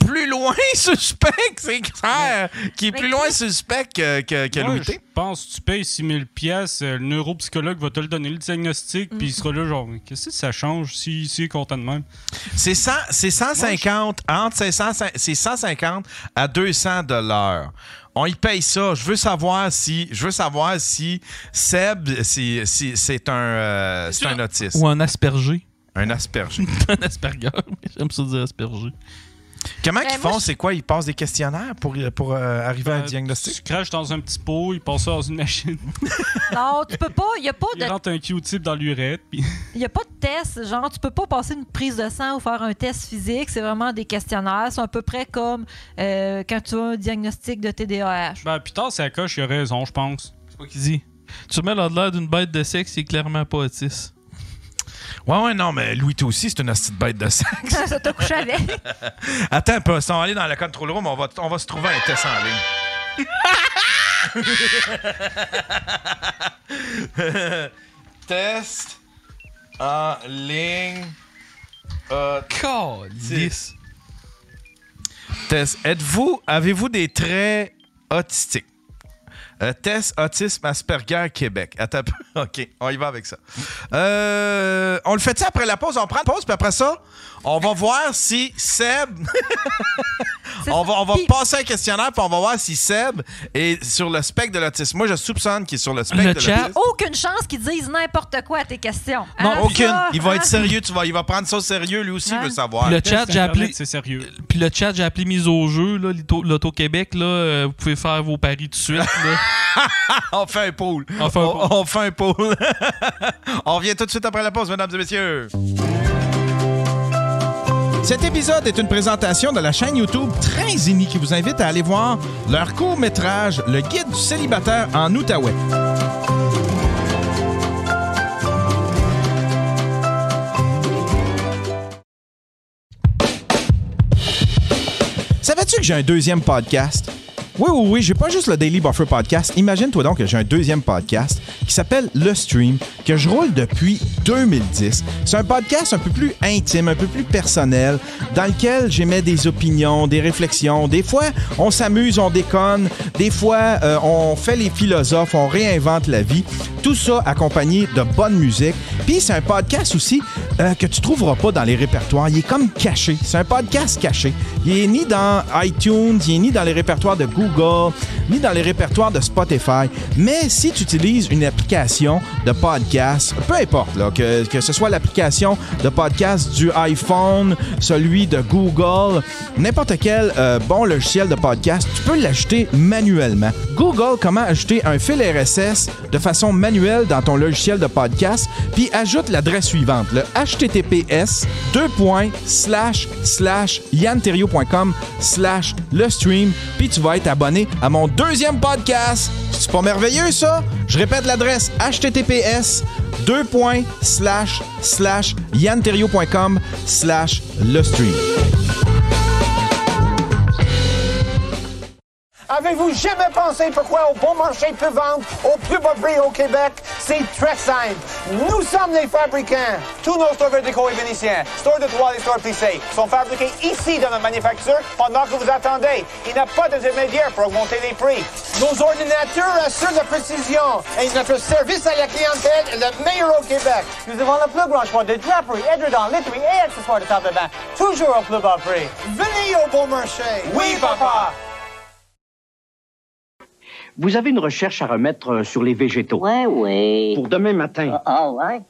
S1: plus loin suspect, c'est clair, qui est
S4: mais
S1: plus loin
S4: Chris-
S1: suspect que, que, que
S5: Moi,
S1: Louis
S5: Je
S1: T.
S5: pense que tu payes 6000 pièces, euh, le neuropsychologue va te le donner le diagnostic,
S4: Mm.
S5: puis il sera là genre qu'est-ce que ça change si si est content de même.
S1: C'est 100 c'est 150, entre 500 c'est 150 à 200 dollars. On y paye ça. Je veux savoir si, je veux savoir si Seb, si, si- c'est un, euh, c'est un autiste,
S3: Ou un aspergé.
S1: un aspergé.
S3: un aspergeur. J'aime ça dire aspergé.
S14: Comment
S4: Ben,
S14: qu'ils
S4: moi,
S14: font?
S4: je-
S14: C'est quoi? Ils passent des questionnaires pour, pour euh, arriver à un
S5: Euh,
S14: diagnostic?
S5: Tu craches dans un petit pot, il passe ça dans une machine.
S4: Non, tu peux pas. Il n'y a pas
S5: Il
S4: de
S5: rentre un Q-tip dans l'urette. Puis...
S4: Il n'y a pas de test. Genre, tu peux pas passer une prise de sang ou faire un test physique. C'est vraiment des questionnaires. C'est à peu près comme euh, quand tu as un diagnostic de TDAH.
S5: Ben, putain, c'est la coche, il a raison, je pense.
S15: C'est quoi qu'il dit? Tu mets l'air d'une bête de sexe, il est clairement pas autiste.
S14: Ouais, ouais, non, mais Louis, toi aussi, c'est une petite bête de sang.
S4: Ça t'a couché avec.
S14: Attends, un peu, si on va aller dans le control room, on va, on va se trouver un test en ligne. test en ligne. Euh,
S15: Calice.
S14: Test, êtes-vous, avez-vous des traits autistiques? Euh, test autisme Asperger Québec. Attends, un peu. ok, on y va avec ça. Euh, on le fait ça après la pause, on prend la pause, puis après ça, on va voir si Seb. on va, on va passer un questionnaire, puis on va voir si Seb est sur le spectre de l'autisme. Moi, je soupçonne qu'il est sur le spectre
S15: Le
S14: de
S15: chat.
S14: l'autisme.
S4: Aucune chance qu'ils disent n'importe quoi à tes questions.
S14: Non,
S4: Hein,
S14: aucune.
S4: ça,
S14: Il va être
S4: hein?
S14: sérieux, tu vas, il va prendre ça au sérieux, lui aussi, il veut savoir.
S15: Le chat, j'ai appelé.
S5: C'est sérieux.
S15: Puis le chat, j'ai appelé mise au jeu, là, l'auto- l'Auto-Québec, là, euh, vous pouvez faire vos paris tout de suite, là.
S14: on fait un pool.
S15: On fait un
S14: on, on fait un pool. on revient tout de suite après la pause, mesdames et messieurs.
S1: Cet épisode est une présentation de la chaîne YouTube Trinzini qui vous invite à aller voir leur court-métrage Le guide du célibataire en Outaouais. Savais-tu que j'ai un deuxième podcast? Oui, oui, oui, j'ai pas juste le Daily Buffer podcast. Imagine-toi donc que j'ai un deuxième podcast qui s'appelle Le Stream, que je roule depuis 2010. C'est un podcast un peu plus intime, un peu plus personnel, dans lequel j'émets des opinions, des réflexions. Des fois, on s'amuse, on déconne. Des fois, euh, on fait les philosophes, on réinvente la vie. Tout ça accompagné de bonne musique. Puis c'est un podcast aussi euh, que tu trouveras pas dans les répertoires. Il est comme caché. C'est un podcast caché. Il est ni dans iTunes, il est ni dans les répertoires de Google, ni dans les répertoires de Spotify. Mais si tu utilises une application de podcast, peu importe, là, que, que ce soit l'application de podcast du iPhone, celui de Google, n'importe quel euh, bon logiciel de podcast, tu peux l'acheter manuellement. Google, comment ajouter un fil RSS de façon manuelle dans ton logiciel de podcast, puis ajoute l'adresse suivante, le https deux points, slash slash yanterio.com slash le stream, puis tu vas être abonné à mon deuxième podcast. C'est pas merveilleux ça? Je répète l'adresse https deux points, slash slash yanterio.com slash le stream.
S16: Avez-vous jamais pensé pourquoi au bon marché peut vendre au plus bas prix au Québec? C'est très simple. Nous sommes les fabricants. Tous nos stores verticaux et vénitiens, stores de toile et stores plissés, sont fabriqués ici dans la manufacture pendant que vous attendez. Il n'y a pas d'intermédiaire pour augmenter les prix. Nos ordinateurs assurent la précision et notre service à la clientèle est le meilleur au Québec. Nous avons le plus grand choix de draperies, édredons, literies et accessoires de table de bain, toujours au plus bas prix. Venez au bon marché. Oui, papa.
S9: Vous avez une recherche à remettre euh, sur les végétaux. Ouais, ouais. Pour demain matin. Ah, ouais.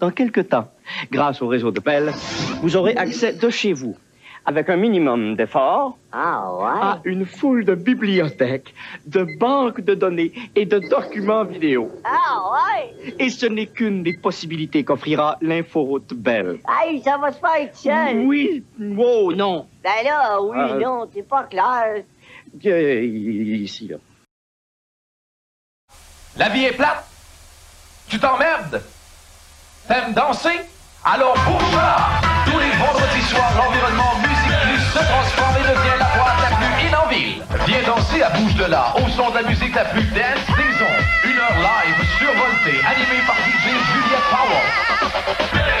S9: Dans quelques temps, grâce au réseau de Bell, vous aurez accès de chez vous, avec un minimum d'efforts, à une foule de bibliothèques, de banques de données et de documents vidéo.
S8: Ah ouais?
S9: Et ce n'est qu'une des possibilités qu'offrira l'inforoute Bell.
S8: Hey, ça va se faire tout seul.
S9: Oui, wow, non.
S8: Ben là, oui,
S9: Ah, euh.
S8: non, c'est pas clair.
S9: Euh, Ici, là.
S3: La vie est plate. Tu t'emmerdes. T'aimes danser. Alors pour ça, tous les vendredis soirs, l'environnement Musique Plus se transforme et devient la boîte la plus in en ville. Viens danser à Bouche de là, au son de la musique la plus dance des ondes. Une heure live survoltée, animée par DJ Juliette Powell.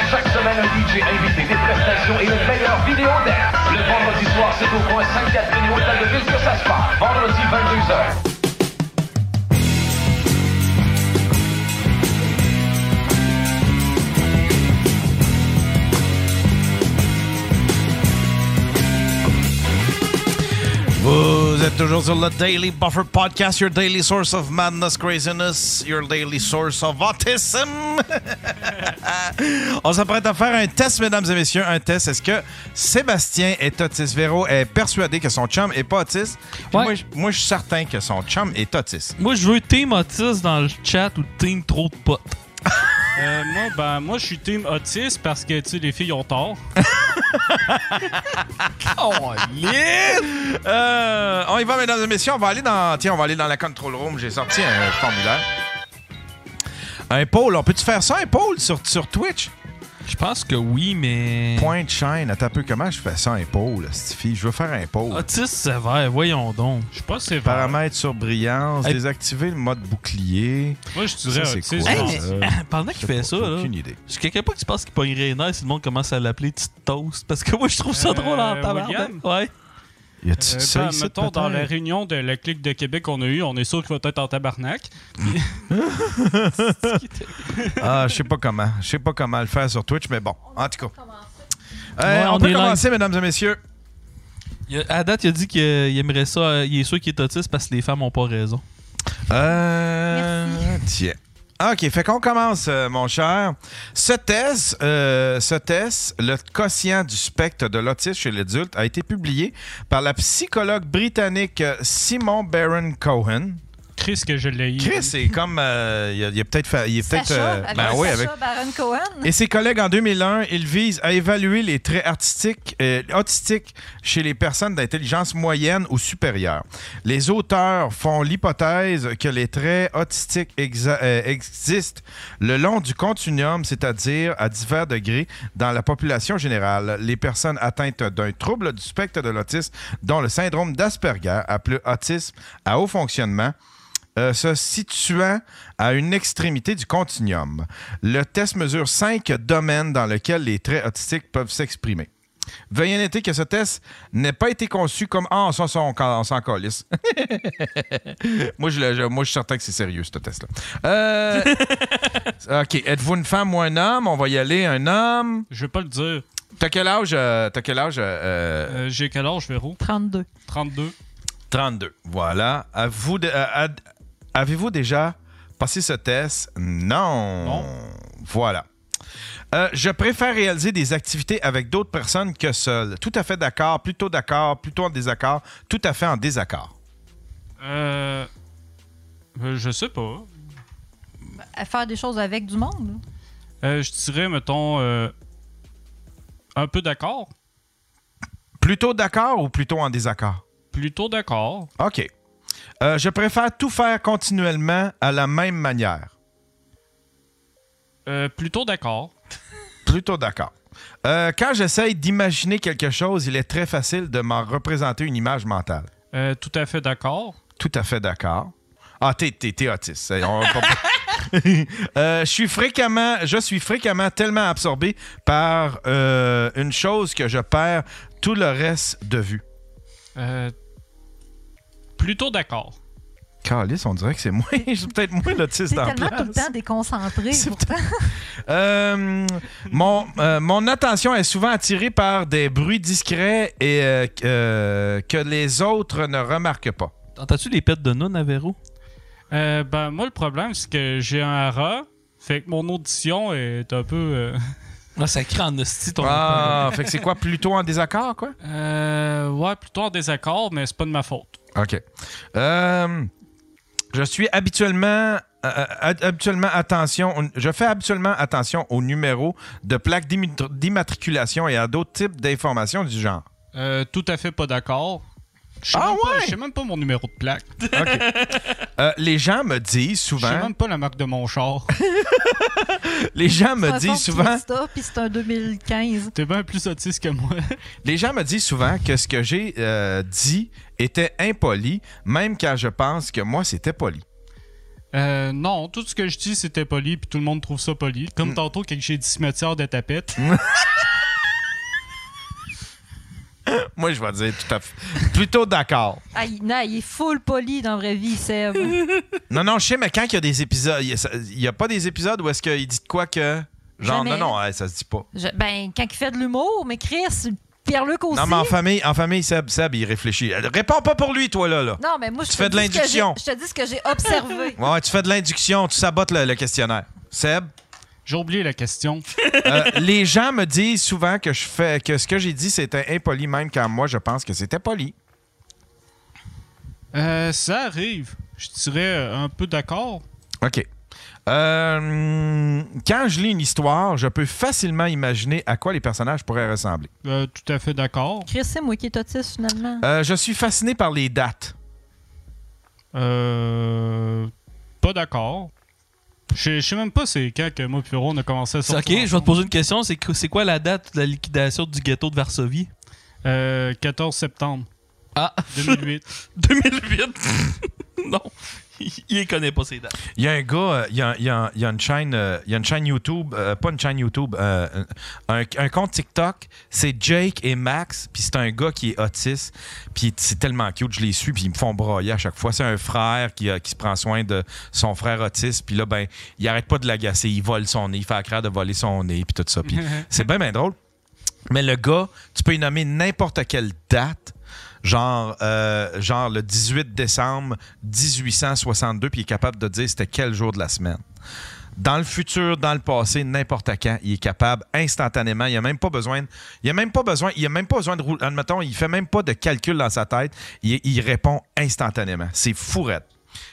S3: Chaque semaine, un DJ invité, des prestations et le meilleur vidéo dance. Le vendredi soir, c'est au coin Sainte-Catherine, au hôtel de ville que ça se passe. Vendredi 22h.
S14: Vous
S1: êtes toujours sur le Daily Buffer Podcast, your daily source of madness, craziness, your daily source of autism. On s'apprête à faire un test, mesdames et messieurs, un test. Est-ce que Sébastien est autiste? Véro est persuadé que son chum est pas autiste. Puis Moi, je- moi, je suis certain que son chum est autiste.
S3: Moi, je veux Team Otis dans le chat ou Team Trop de Potes.
S5: Euh, moi, ben, moi, je suis team autiste parce que, tu sais, les filles ont tort.
S1: oh, Euh, on y va, mesdames et messieurs. On va aller dans, tiens, on va aller dans la control room. J'ai sorti un formulaire. Un poll. On peut-tu faire ça, un poll, sur, sur Twitch?
S3: Je pense que oui, mais...
S1: Point de chaîne. Attends un peu. Comment je fais ça, un poll, cette fille? Je veux faire un poll.
S3: Autiste sévère, voyons donc.
S5: Je sais pas si c'est
S1: Paramètres sur brillance.
S3: Hey.
S1: Désactiver le mode bouclier.
S5: Moi, je dirais
S1: Ça, c'est
S5: autiste.
S1: quoi,
S5: Hey,
S1: ça?
S5: mais-
S3: Pendant qu'il fait ça, là,
S1: aucune idée.
S3: je quelqu'un pas qui pense qu'il pognerait les nerfs si le monde commence à l'appeler Petite Toast. Parce que moi, je trouve ça
S5: Euh,
S3: drôle en
S5: William?
S3: tabarnak. Ouais.
S1: Y a-tu
S5: Euh,
S1: ça
S5: ben,
S1: ici,
S5: mettons, dans la
S1: peut-être?
S5: réunion de la clique de Québec qu'on a eue, on est sûr qu'il va être en tabarnak.
S1: Ah, je sais pas comment. Je sais pas comment le faire sur Twitch, mais bon, en tout cas.
S3: Ouais,
S1: Euh, on,
S3: on
S1: peut
S3: est live.
S1: commencer, mesdames et messieurs.
S3: Il a- à date, il a dit qu'il il aimerait ça. euh, Il est sûr qu'il est autiste parce que les femmes ont pas raison.
S1: Euh, Tiens. OK, fait qu'on commence, euh, mon cher. Ce test, euh, ce test, le quotient du spectre de l'autisme chez l'adulte, a été publié par la psychologue britannique euh, Simon Baron Cohen.
S5: Chris, que je l'ai eu.
S1: Chris, c'est comme. euh, il a- il a, peut-être. fa- Il est peut-être.
S4: Sacha,
S1: euh,
S4: avec
S1: ben oui,
S4: Sacha
S1: avec.
S4: Baron Cohen.
S1: Et ses collègues en 2001, ils visent à évaluer les traits artistiques, euh, autistiques chez les personnes d'intelligence moyenne ou supérieure. Les auteurs font l'hypothèse que les traits autistiques exa- euh, existent le long du continuum, c'est-à-dire à divers degrés dans la population générale. Les personnes atteintes d'un trouble du spectre de l'autisme, dont le syndrome d'Asperger, appelé autisme à haut fonctionnement, euh, se situant à une extrémité du continuum. Le test mesure cinq domaines dans lesquels les traits autistiques peuvent s'exprimer. Veuillez noter que ce test n'a pas été conçu comme Ah, ça, ça, on, ca- on s'en calisse. moi, je, le- je- moi, je suis certain que c'est sérieux, ce test-là. Euh, OK. Êtes-vous une femme ou un homme? On va y aller. Un homme.
S5: Je vais pas le dire.
S1: T'as quel âge? euh, T'as quel âge? euh, euh,
S5: Euh, J'ai quel âge, Véro?
S4: 32.
S5: 32.
S1: 32. Voilà. À vous de- à- à- Avez-vous déjà passé ce test? Non. Voilà. Euh, je préfère réaliser des activités avec d'autres personnes que seul. Tout à fait d'accord, plutôt d'accord, plutôt en désaccord, tout à fait en désaccord.
S5: Euh... euh, Je sais pas.
S4: À faire des choses avec du monde.
S5: Euh, je dirais, mettons, euh, un peu d'accord.
S1: Plutôt d'accord ou plutôt en désaccord?
S5: Plutôt d'accord.
S1: OK. Euh, je préfère tout faire continuellement à la même manière.
S5: Euh, plutôt d'accord.
S1: Plutôt d'accord. Euh, quand j'essaye d'imaginer quelque chose, il est très facile de m'en représenter une image mentale.
S5: Euh, tout à fait d'accord.
S1: Tout à fait d'accord. Ah, t'es, t'es, t'es autiste. C'est- on- on- Euh, je suis fréquemment, je suis fréquemment tellement absorbé par euh, une chose que je perds tout le reste de vue.
S5: Euh, plutôt d'accord.
S1: Calice, on dirait que c'est moi. c'est peut-être moi l'autiste
S4: T'es
S1: dans la
S4: tellement
S1: place.
S4: tout le temps déconcentré. pourtant.
S1: Euh, mon, euh, mon attention est souvent attirée par des bruits discrets et euh, euh, que les autres ne remarquent pas.
S3: Entends-tu les pets de Noun à Véro?
S5: Euh, ben, moi, le problème, c'est que j'ai un rat. Fait que mon audition est un peu. euh,
S3: Ah, ça crie en hostie ton
S1: Ah, fait que c'est quoi plutôt en désaccord, quoi?
S5: euh, ouais, plutôt en désaccord, mais c'est pas de ma faute.
S1: OK. Euh, je suis habituellement, euh, euh, habituellement attention, je fais habituellement attention aux numéros de plaques d'immi- d'immatriculation et à d'autres types d'informations du genre.
S5: Euh, tout à fait pas d'accord. Je sais
S1: Ah
S5: même pas-
S1: ouais?
S5: Je sais même pas mon numéro de plaque.
S1: Euh, les gens me disent
S5: Je sais
S1: souvent,
S5: même pas la marque de mon char.
S1: les gens
S4: C'est
S1: me
S4: un
S1: disent
S4: Ford
S1: souvent,
S4: Fiesta, Puis c'est un 2015.
S5: T'es bien plus autiste que moi.
S1: les gens me disent souvent que ce que j'ai euh, dit était impoli, même quand je pense que moi c'était poli.
S5: Euh, non, tout ce que je dis, c'était poli, puis tout le monde trouve ça poli. Comme
S1: Mm.
S5: tantôt, quand j'ai dit cimetière de tapette.
S1: Moi je vais dire tout à fait, plutôt d'accord.
S4: Ah, il, non, il est full poli dans la vraie vie, Seb.
S1: Non, non, je sais, mais quand il y a des épisodes, il y a- ça- il n'y a, pas des épisodes où est-ce qu'il dit de quoi que. Genre,
S4: Jamais.
S1: non, non, hey, ça se dit pas.
S4: Je- ben, quand il fait de l'humour, mais Chris, il Pierre-Luc aussi.
S1: Non, mais en famille, en famille Seb, Seb, il réfléchit. Euh, Réponds pas pour lui, toi, là. là.
S4: Non, mais moi, je
S1: Tu
S4: te
S1: fais de
S4: dis ce que
S1: l'induction.
S4: j'ai- Je te dis ce que j'ai observé.
S1: Ouais, tu fais de l'induction, tu sabotes le, le questionnaire. Seb? euh,
S5: J'ai oublié la question.
S1: les gens me disent souvent que, je fais, que ce que j'ai dit, c'était impoli, même quand moi, je pense que c'était poli.
S5: Euh, ça arrive. Je dirais euh, un peu d'accord.
S1: OK. Euh, quand je lis une histoire, je peux facilement imaginer à quoi les personnages pourraient ressembler.
S5: Euh, tout à fait d'accord.
S4: Chris, c'est moi qui est autiste, finalement.
S1: Euh, je suis fasciné par les dates.
S5: Euh, pas d'accord. Je sais- je sais même pas c'est quand que moi et Pierrot, on a commencé à
S3: C'est ok,
S5: sortir.
S3: je vais te poser une question. C'est que- c'est quoi la date de la liquidation du ghetto de Varsovie?
S5: Euh, 14 septembre.
S3: Ah!
S5: 2008.
S3: 2008? non. Il, il connaît pas ces dates.
S1: Il y a un gars, euh, il y a, il y a- il y a une chaîne, euh, il y a une chaîne YouTube, euh, pas une chaîne YouTube, euh, un, un compte TikTok. C'est Jake et Max, puis c'est un gars qui est autiste, puis c'est tellement cute, je les suis, puis ils me font broyer à chaque fois. C'est un frère qui, euh, qui se prend soin de son frère autiste, puis là ben, il arrête pas de l'agacer, il vole son nez, il fait la crainte de voler son nez, puis tout ça. Puis c'est bien bien drôle. Mais le gars, tu peux y nommer n'importe quelle date, genre, euh, genre le 18 décembre 1862, puis il est capable de dire c'était quel jour de la semaine. Dans le futur, dans le passé, n'importe quand, il est capable instantanément. Il a même pas besoin. de- Il a même pas besoin. Il a même pas besoin de rouler. Admettons, il fait même pas de calcul dans sa tête. Il, il répond instantanément. C'est fourette.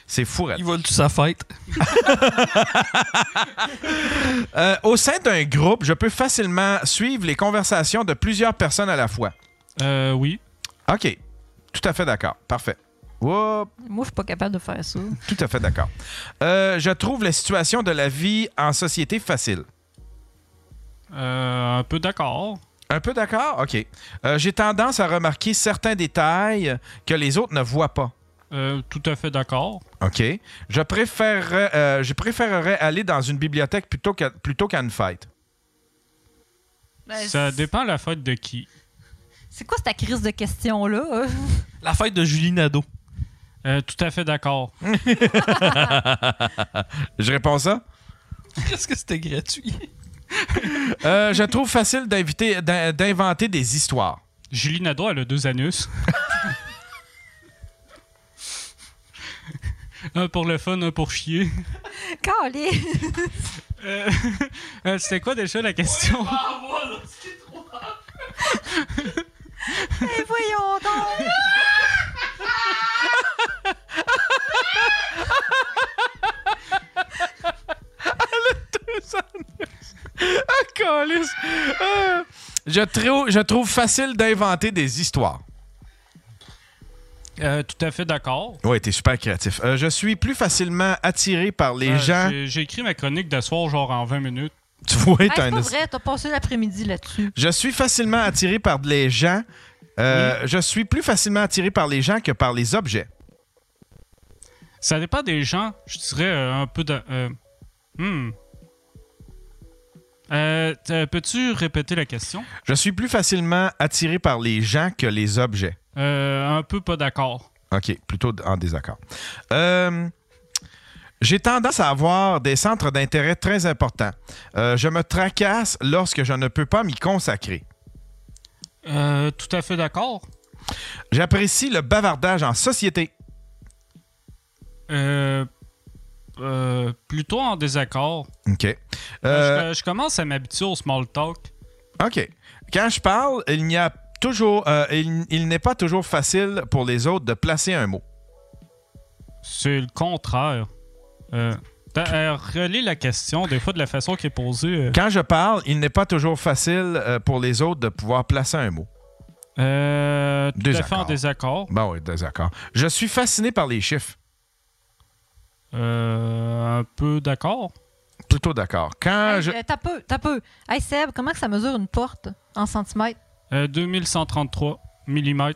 S1: C'est fourette.
S3: Il vole toute sa fête.
S1: Euh, au sein d'un groupe, je peux facilement suivre les conversations de plusieurs personnes à la fois.
S5: Euh, oui.
S1: OK. Tout à fait d'accord. Parfait. Oups.
S4: Moi, je suis pas capable de faire ça.
S1: Tout à fait d'accord. Euh, je trouve la situation de la vie en société facile.
S5: Euh, un peu d'accord.
S1: Un peu d'accord? OK. Euh, J'ai tendance à remarquer certains détails que les autres ne voient pas.
S5: Euh, tout à fait d'accord.
S1: OK. Je préférerais, euh, je préférerais aller dans une bibliothèque plutôt qu'à plutôt qu'à une fête.
S4: Ben,
S5: Ça dépend la fête de qui.
S4: C'est quoi cette crise de questions-là? euh?
S5: La fête de Julie Nadeau. Euh, tout à fait d'accord.
S1: je réponds ça?
S3: Qu'est-ce que c'était gratuit?
S1: Euh, je trouve facile d'inviter- d'in- d'inventer des histoires.
S5: Julie Nadeau, elle a deux anus. un pour le fun, un pour chier.
S4: Calé!
S5: Euh, euh, C'était quoi déjà la question?
S4: Eh, voyons donc!
S1: Ah, câlisse. Euh, je, trou- je trouve facile d'inventer des histoires.
S5: Euh, tout à fait d'accord.
S1: Ouais, t'es super créatif. Euh, je suis plus facilement attiré par les
S5: Euh,
S1: gens.
S5: j'ai- J'ai écrit ma chronique de soir genre en 20 minutes.
S1: Tu vois,
S4: Hey,
S1: t'as
S4: c'est
S1: un-
S4: pas vrai, t'as passé l'après-midi là-dessus.
S1: Je suis facilement attiré par les gens. Euh, Je suis plus facilement attiré par les gens que par les objets.
S5: Ça dépend des gens. Je dirais euh, un peu de. euh, hmm. Euh, t- euh, Peux-tu répéter la question?
S1: Je suis plus facilement attiré par les gens que les objets.
S5: Euh, un peu pas d'accord.
S1: OK, plutôt en désaccord. Euh, j'ai tendance à avoir des centres d'intérêt très importants. Euh, je me tracasse lorsque je ne peux pas m'y consacrer.
S5: Euh, tout à fait d'accord.
S1: J'apprécie le bavardage en société.
S5: Euh, euh, plutôt en désaccord.
S1: OK.
S5: Euh, je, je commence à m'habituer au small talk.
S1: OK. Quand je parle, il n'y a toujours, euh, il, il n'est pas toujours facile pour les autres de placer un mot.
S5: C'est le contraire. Euh, t'as- euh, relis la question, des fois, de la façon qui est posée. euh.
S1: Quand je parle, il n'est pas toujours facile euh, pour les autres de pouvoir placer un mot.
S5: Euh, tout à fait en
S1: Désaccord.
S5: désaccord.
S1: Bon, oui, désaccord. Je suis fasciné par les chiffres.
S5: Euh, un peu d'accord.
S1: Plutôt d'accord. Quand
S4: Hey,
S1: Ah, je...
S4: euh, T'as peu, t'as peu. Hey Seb, comment que ça mesure une porte en centimètres?
S5: Euh, 2133 mm.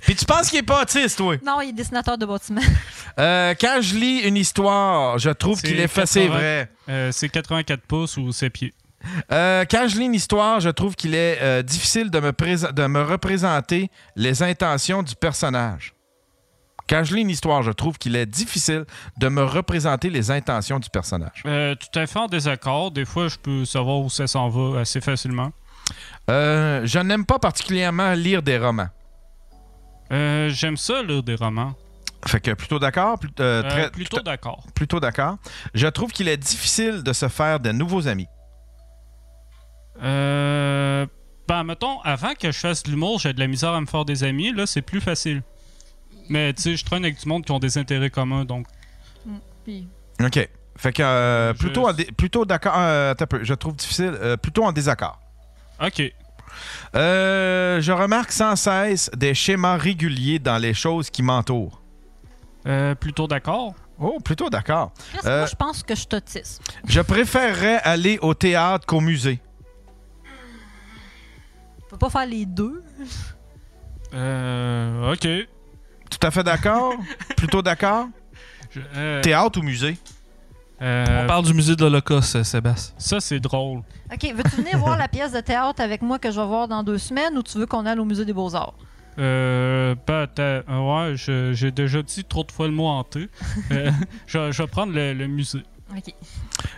S1: Puis tu penses qu'il est pas autiste, oui.
S4: Non, il est dessinateur de bâtiment.
S1: Euh, quand je lis une histoire, je trouve qu'il est facile,
S5: 80
S1: vrai.
S5: euh, c'est 84 pouces ou 7 pieds.
S1: Euh, quand je lis une histoire, je trouve qu'il est euh, difficile de me, présen- de me représenter les intentions du personnage. Quand je lis une histoire, je trouve qu'il est difficile de me représenter les intentions du personnage.
S5: Euh, tout à fait en désaccord. Des fois, je peux savoir où ça s'en va assez facilement.
S1: Euh, je n'aime pas particulièrement lire des romans.
S5: Euh, J'aime ça, lire des romans.
S1: Fait que plutôt d'accord. plut- euh,
S5: Euh,
S1: très-
S5: plutôt d'accord.
S1: Plutôt d'accord. Je trouve qu'il est difficile de se faire de nouveaux amis.
S5: Euh, ben, mettons, avant que je fasse de l'humour, j'ai de la misère à me faire des amis. Là, c'est plus facile. Mais tu sais, je traîne avec du monde qui ont des intérêts communs, donc.
S1: OK. Fait que euh, plutôt, en dé- plutôt d'accord. euh, attends un peu, je trouve difficile. euh, plutôt en désaccord.
S5: OK.
S1: Euh, je remarque sans cesse des schémas réguliers dans les choses qui m'entourent.
S5: Euh, plutôt d'accord.
S1: Oh, plutôt d'accord.
S4: Chris,
S1: Euh,
S4: moi, je pense que je t'autise.
S1: je préférerais aller au théâtre qu'au musée.
S4: Je peux pas faire les deux.
S5: Euh, OK.
S1: Tout à fait d'accord? plutôt d'accord?
S5: euh,
S1: Théâtre ou musée?
S3: On parle du musée de l'Holocauste, euh, Sébastien.
S5: Ça, c'est drôle.
S4: OK, veux-tu venir voir la pièce de théâtre avec moi que je vais voir dans deux semaines ou tu veux qu'on aille au Musée des Beaux-Arts?
S5: Euh, ben, t'as- ouais, je- j'ai déjà dit trop de fois le mot hanté. Euh, je, je vais prendre le, le musée.
S4: OK.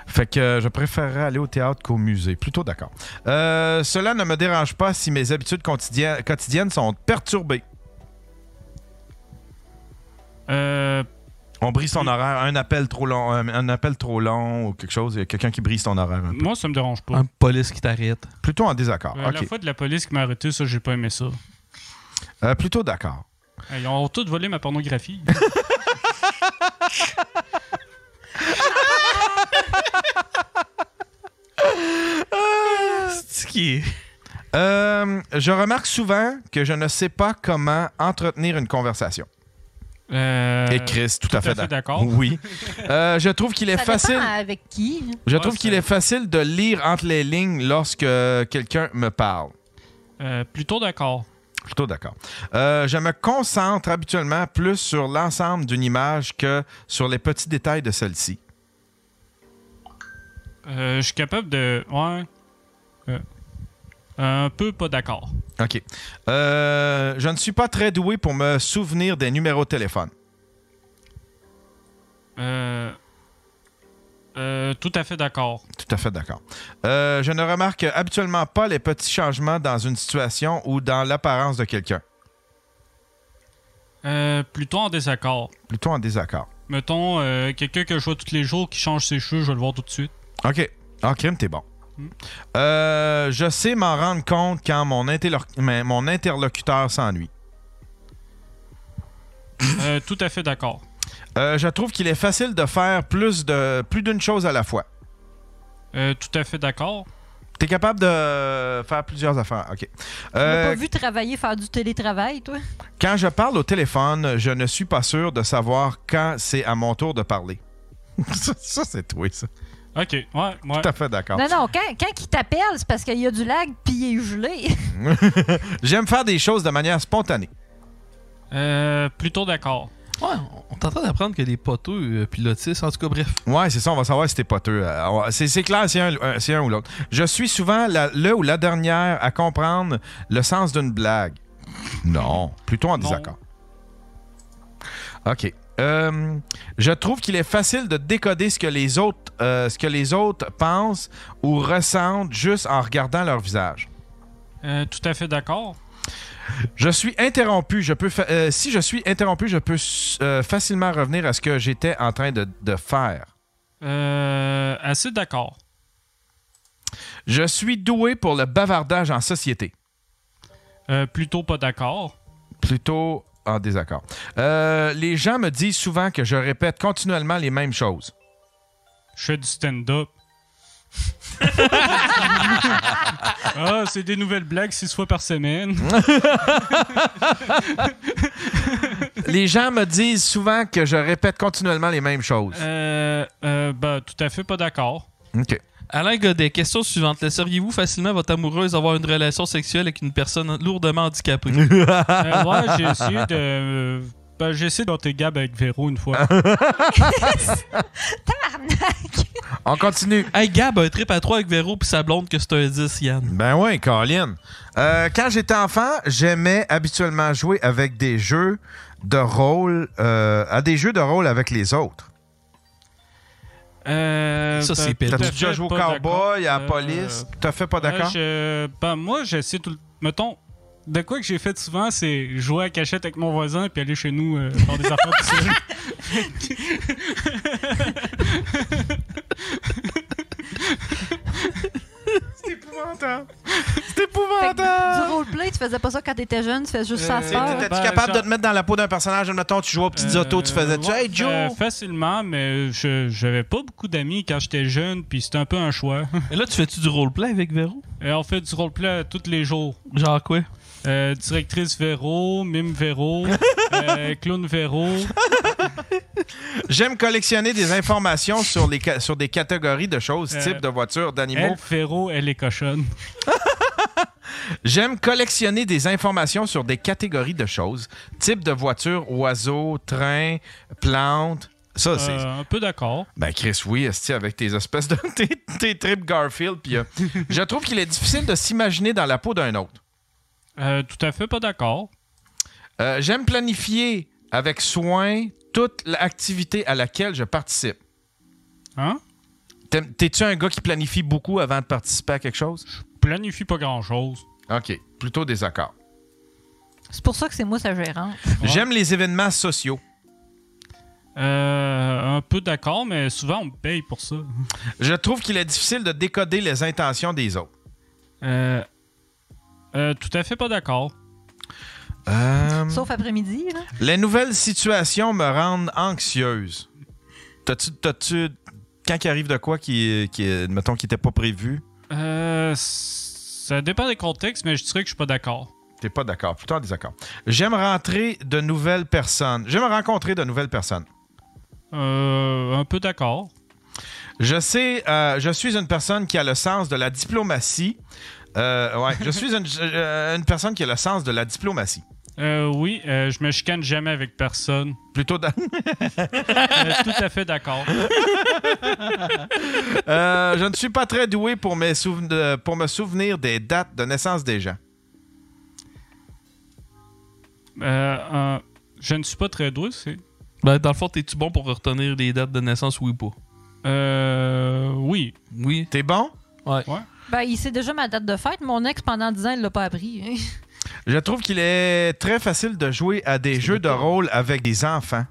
S1: Fait que euh, je préférerais aller au théâtre qu'au musée. Plutôt d'accord. Euh, cela ne me dérange pas si mes habitudes quotidien- quotidiennes sont perturbées.
S5: Euh,
S1: On brise son horaire. Un appel trop long, un, un appel trop long ou quelque chose. Il y a quelqu'un qui brise ton horaire. un peu.
S5: Moi, ça me dérange pas.
S1: Un
S5: police qui t'arrête.
S1: Plutôt en désaccord.
S5: Mm. Euh, La
S1: Ah, OK.
S5: fois de la police qui m'a arrêté, ça, j'ai pas aimé ça.
S1: Euh, plutôt d'accord.
S5: Euh, Ils ont tout volé ma pornographie.
S1: C'est qui Euh, Je remarque souvent que je ne sais pas comment entretenir une conversation.
S5: Euh,
S1: Et Chris, tout, à fait, d'ac-
S5: d'accord.
S1: Oui. Euh, je trouve qu'il est
S4: Ça dépend
S1: facile.
S4: avec qui?
S1: Je trouve qu'il est facile de lire entre les lignes lorsque quelqu'un me parle.
S5: Euh, plutôt d'accord.
S1: Plutôt d'accord. Euh, je me concentre habituellement plus sur l'ensemble d'une image que sur les petits détails de celle-ci.
S5: Euh, je suis capable de. Ouais. Euh, un peu pas d'accord.
S1: OK. Euh, je ne suis pas très doué pour me souvenir des numéros de téléphone.
S5: Euh, euh, tout à fait d'accord.
S1: Tout à fait d'accord. Euh, je ne remarque habituellement pas les petits changements dans une situation ou dans l'apparence de quelqu'un.
S5: Euh, plutôt en désaccord.
S1: Plutôt en désaccord.
S5: Mettons, euh, quelqu'un que je vois tous les jours qui change ses cheveux, je vais le voir tout de suite.
S1: OK. En crime, t'es bon. Euh, je sais m'en rendre compte quand mon, interlo- mais mon interlocuteur s'ennuie.
S5: Euh, tout à fait d'accord.
S1: Euh, je trouve qu'il est facile de faire plus de plus d'une chose à la fois.
S5: Euh, tout à fait d'accord.
S1: T'es capable de faire plusieurs affaires. OK.
S4: Tu m'as
S1: Euh,
S4: pas vu travailler, faire du télétravail, toi?
S1: Quand je parle au téléphone, je ne suis pas sûr de savoir quand c'est à mon tour de parler. ça, ça, c'est toi, ça.
S5: OK, ouais, ouais.
S1: Tout à fait d'accord.
S4: Non, non, quand, quand il t'appelle, c'est parce qu'il y a du lag puis il est gelé.
S1: J'aime faire des choses de manière spontanée.
S5: Euh, plutôt d'accord.
S13: Ouais, on est en train d'apprendre que les poteux euh, pilotistes, en tout cas, bref.
S1: Ouais, c'est ça, on va savoir si t'es poteux. Euh, on va- C'est c'est clair, c'est un, un- c'est un ou l'autre. Je suis souvent la- le ou la dernière à comprendre le sens d'une blague. Non, plutôt en désaccord. OK. Euh, je trouve qu'il est facile de décoder ce que les autres, euh, ce que les autres pensent ou ressentent juste en regardant leur visage.
S5: Euh, tout à fait d'accord.
S1: Je suis interrompu. Je peux fa- euh, si je suis interrompu, je peux s- euh, facilement revenir à ce que j'étais en train de, de faire.
S5: Euh, assez d'accord.
S1: Je suis doué pour le bavardage en société.
S5: Euh, plutôt pas d'accord.
S1: Plutôt en désaccord. Euh, les gens me disent souvent que je répète continuellement les mêmes choses.
S5: Je fais du stand-up. Ah, c'est des nouvelles blagues six fois par semaine.
S1: Hein? les gens me disent souvent que je répète continuellement les mêmes choses.
S5: Euh, euh, ben, tout à fait pas d'accord.
S1: OK.
S3: Alain Godet, question suivante. Laisseriez-vous facilement votre amoureuse avoir une relation sexuelle avec une personne lourdement handicapée?
S1: Ah.
S5: Euh, ouais, j'ai essayé de. euh, ben, j'ai essayé de botter Gab avec Véro une fois.
S1: Ah. On continue.
S3: Hey, Gab a un trip à 3 avec Véro puis sa blonde que c'est un 10, Yann.
S1: Ben ouais, Colin. Euh, quand j'étais enfant, j'aimais habituellement jouer avec des jeux de rôle, euh, à des jeux de rôle avec les autres?
S5: Euh,
S1: Ça, c'est
S5: t'as-
S1: pété.
S5: t'as
S1: T'as-tu déjà
S5: fait
S1: joué au
S5: pas
S1: cowboy, à la
S5: d'accord.
S1: police? T'as fait pas
S5: ouais,
S1: Ah, d'accord?
S5: je- ben, moi, j'essaie tout le... Mettons, de quoi que j'ai fait souvent, c'est jouer à cachette avec mon voisin puis aller chez nous euh, faire des affaires tout seul.
S1: C'est épouvantable. C'est
S4: Fait que
S1: épouvantable.
S4: du roleplay, tu faisais pas ça quand t'étais jeune, tu faisais juste ça à
S1: T'es-
S4: cette heure.
S1: T'étais-tu
S5: bah,
S1: capable de te mettre dans la peau d'un personnage? Mettons, tu jouais aux petites autos, tu faisais tu
S5: Euh, Ouais,
S1: Hey Joe!
S5: euh, facilement, mais je j'avais pas beaucoup d'amis quand j'étais jeune, puis c'était un peu un choix.
S3: Et là, tu fais-tu du roleplay avec Véro?
S5: Euh, on fait du roleplay euh, tous les jours.
S3: Genre quoi?
S5: Euh, directrice Véro, mime Véro, euh, clown Véro.
S1: J'aime collectionner des informations sur, les ca- sur des catégories de choses, types de voitures, d'animaux.
S5: Euh, Elle, Véro, elle est cochonne.
S1: J'aime collectionner des informations sur des catégories de choses, types de voitures, oiseaux, trains, plantes. Ça, c'est.
S5: Euh, un peu d'accord.
S1: Ben, Chris, oui, esti, avec tes espèces de. tes, tes trips Garfield. Puis, euh, je trouve qu'il est difficile de s'imaginer dans la peau d'un autre.
S5: Euh, tout à fait pas d'accord.
S1: Euh, J'aime planifier avec soin toute l'activité à laquelle je participe.
S5: Hein?
S1: T'aimes- T'es-tu un gars qui planifie beaucoup avant de participer à quelque chose?
S5: Planifie pas grand-chose.
S1: OK. Plutôt des accords.
S4: C'est pour ça hein. que c'est moi sa gérante.
S1: J'aime les événements sociaux.
S5: Euh, un peu d'accord, mais souvent on me paye pour ça.
S1: Je trouve qu'il est difficile de décoder les intentions des autres.
S5: Euh, euh, tout à fait pas d'accord.
S1: Euh,
S4: Sauf après-midi, là.
S1: les nouvelles situations me rendent anxieuse. T'as-tu, t'as-tu, quand il arrive de quoi qui, qui, mettons, qui était pas prévu,
S5: Euh, s- ça dépend des contextes, mais je dirais que je suis pas d'accord.
S1: t'es pas d'accord, plutôt en désaccord. J'aime rentrer de nouvelles personnes. J'aime rencontrer de nouvelles personnes.
S5: Euh, un peu d'accord.
S1: Je sais, euh, je suis une personne qui a le sens de la diplomatie. Euh, ouais, je suis une, euh, une personne qui a le sens de la diplomatie.
S5: Euh, oui, euh, je me chicane jamais avec personne.
S1: Plutôt dans-
S5: Euh, tout à fait d'accord.
S1: Euh, je ne suis pas très doué pour, mes souven- euh, pour me souvenir des dates de naissance des gens.
S5: Euh, euh, je ne suis pas très doué, c'est.
S3: Ben, dans le fond, t'es-tu bon pour retenir les dates de naissance ou pas?
S5: Euh. Oui.
S3: Oui.
S1: T'es bon?
S3: Ouais.
S4: Ben, il sait déjà ma date de fête. Mon ex, pendant 10 ans, il l'a pas appris. hein.
S1: Je trouve qu'il est très facile de jouer à des jeux de rôle avec des enfants.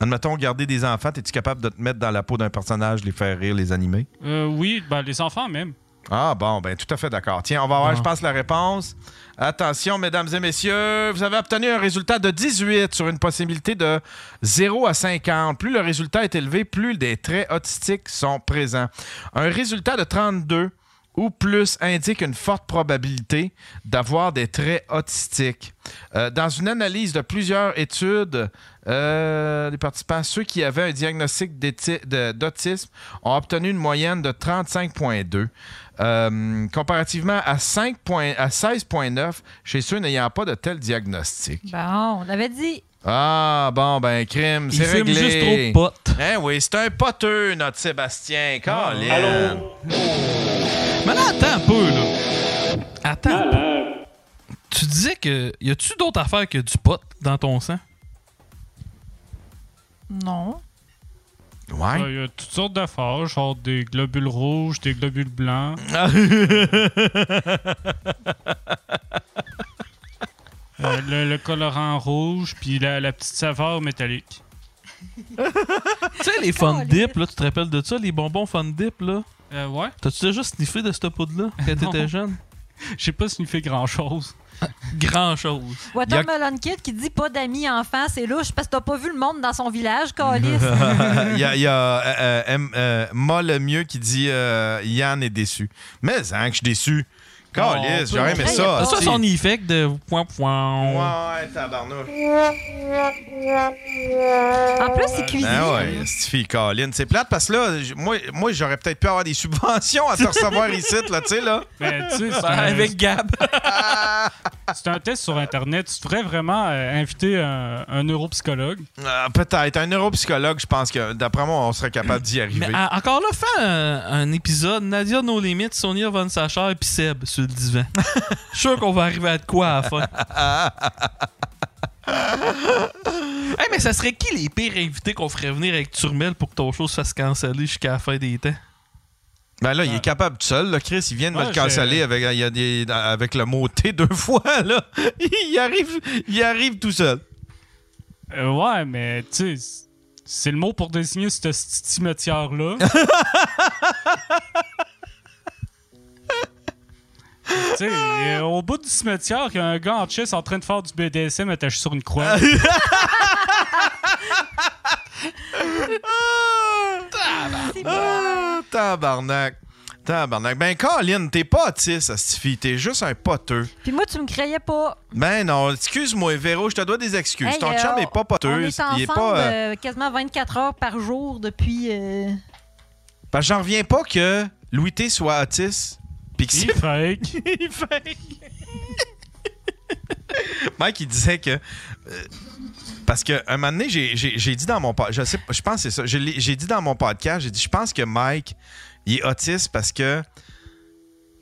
S1: Admettons, garder des enfants, es-tu capable de te mettre dans la peau d'un personnage, les faire rire, les animer?
S5: Euh, oui, ben, les enfants même.
S1: Ah bon, ben tout à fait d'accord. Tiens, on va voir, je pense, la réponse. Attention, mesdames et messieurs, vous avez obtenu un résultat de 18 sur une possibilité de 0 à 50. Plus le résultat est élevé, plus des traits autistiques sont présents. Un résultat de 32 ou plus indique une forte probabilité d'avoir des traits autistiques. Euh, dans une analyse de plusieurs études, euh, les participants, ceux qui avaient un diagnostic d'éti- de- d'autisme ont obtenu une moyenne de 35,2, euh, comparativement à, 5 point- à 16,9 chez ceux n'ayant pas de tel diagnostic.
S4: Bon, on l'avait dit.
S1: Ah, bon, ben, crime,
S3: Il
S1: c'est
S3: fume
S1: réglé.
S3: juste trop de potes.
S1: Hein, oui, c'est un poteux, notre Sébastien.
S3: Ah.
S1: Colin.
S3: Mais là, attends un peu, là. Attends. un peu. Tu disais que. Y a-tu d'autres affaires que du pot dans ton sang?
S4: Non.
S5: Il
S1: Ouais.
S5: y a toutes sortes d'affaires, genre des globules rouges, des globules blancs. Euh, le, le colorant rouge, puis la, la petite saveur métallique.
S3: tu sais, les fun dip, là, tu te rappelles de ça, les bonbons fun dip, là?
S5: Euh, ouais.
S3: T'as-tu déjà sniffé de cette poudre-là quand
S5: Non.
S3: t'étais jeune?
S5: J'ai pas sniffé grand chose.
S3: Grand chose.
S4: Watermelon Kid qui dit pas d'amis enfants, c'est louche parce que t'as pas vu le monde dans son village, Calis.
S1: il y a, il y a, euh, euh, M- euh, Ma le mieux qui dit euh, Yann est déçu. Mais hein, que je suis déçu.
S3: Ah,
S1: Calice, j'aurais aimé ça.
S3: Ça,
S1: hostie.
S3: son effet de point point.
S1: Ouais, tabarnouche.
S4: En plus, il cuisine.
S1: Ah ouais, cette fille Colin, c'est plate parce que là, j- moi, moi j'aurais peut-être pu avoir des subventions à te recevoir ici, là, tu sais, là.
S5: Mais tu sais, c'est
S3: Ben,
S5: un-
S3: avec Gab.
S5: c'est un test sur Internet. Tu devrais vraiment euh, inviter un, un neuropsychologue.
S1: Euh, peut-être. Un neuropsychologue, je pense que d'après moi, on serait capable d'y arriver.
S3: Mais ah, en- encore là, fais un, un épisode Nadia No Limites, Sonia Von Sacher et puis Seb sur le divan. Je suis sûr qu'on va arriver à de quoi à la fin. Hey, mais ça serait qui les pires invités qu'on ferait venir avec Turmel pour que ton show se fasse canceller jusqu'à la fin des temps?
S1: Ben là, il est capable tout seul. Là. Chris, il vient de me
S3: Ouais,
S1: le canceller
S3: ah.
S1: avec,
S3: j'ai-
S1: il y a des- avec le mot T deux fois. Là. Il, arrive, il arrive tout seul.
S5: Euh, ouais, mais tu sais, c'est le mot pour désigner cette petite cimetière-là. Tu sais, euh, au bout du cimetière, il y a un gars en chess en train de faire du BDSM attaché sur une croix.
S4: Ah,
S1: Ah, tabarnak. Tabarnak. Ben, Colin, t'es pas autiste, Astifi. T'es juste un poteux.
S4: Puis moi, tu me créais pas.
S1: Ben non, excuse-moi, Véro, je te dois des excuses.
S4: Hey,
S1: Ton
S4: euh,
S1: chum est pas
S4: On
S1: poteux.
S4: est ensemble
S1: Il est pas. euh,
S4: euh, quasiment 24 heures par jour depuis... euh,
S1: Parce que j'en reviens pas que Louis T soit autiste. Pis que
S5: Il
S1: c'est-
S5: fake.
S2: Il fait.
S1: Mike, il disait que. euh, parce que un moment donné, j'ai- j'ai j'ai dit dans mon podcast. Je, sais pas, je pense que c'est ça. Je l'ai- J'ai dit dans mon podcast, j'ai dit je pense que Mike, il est autiste parce que.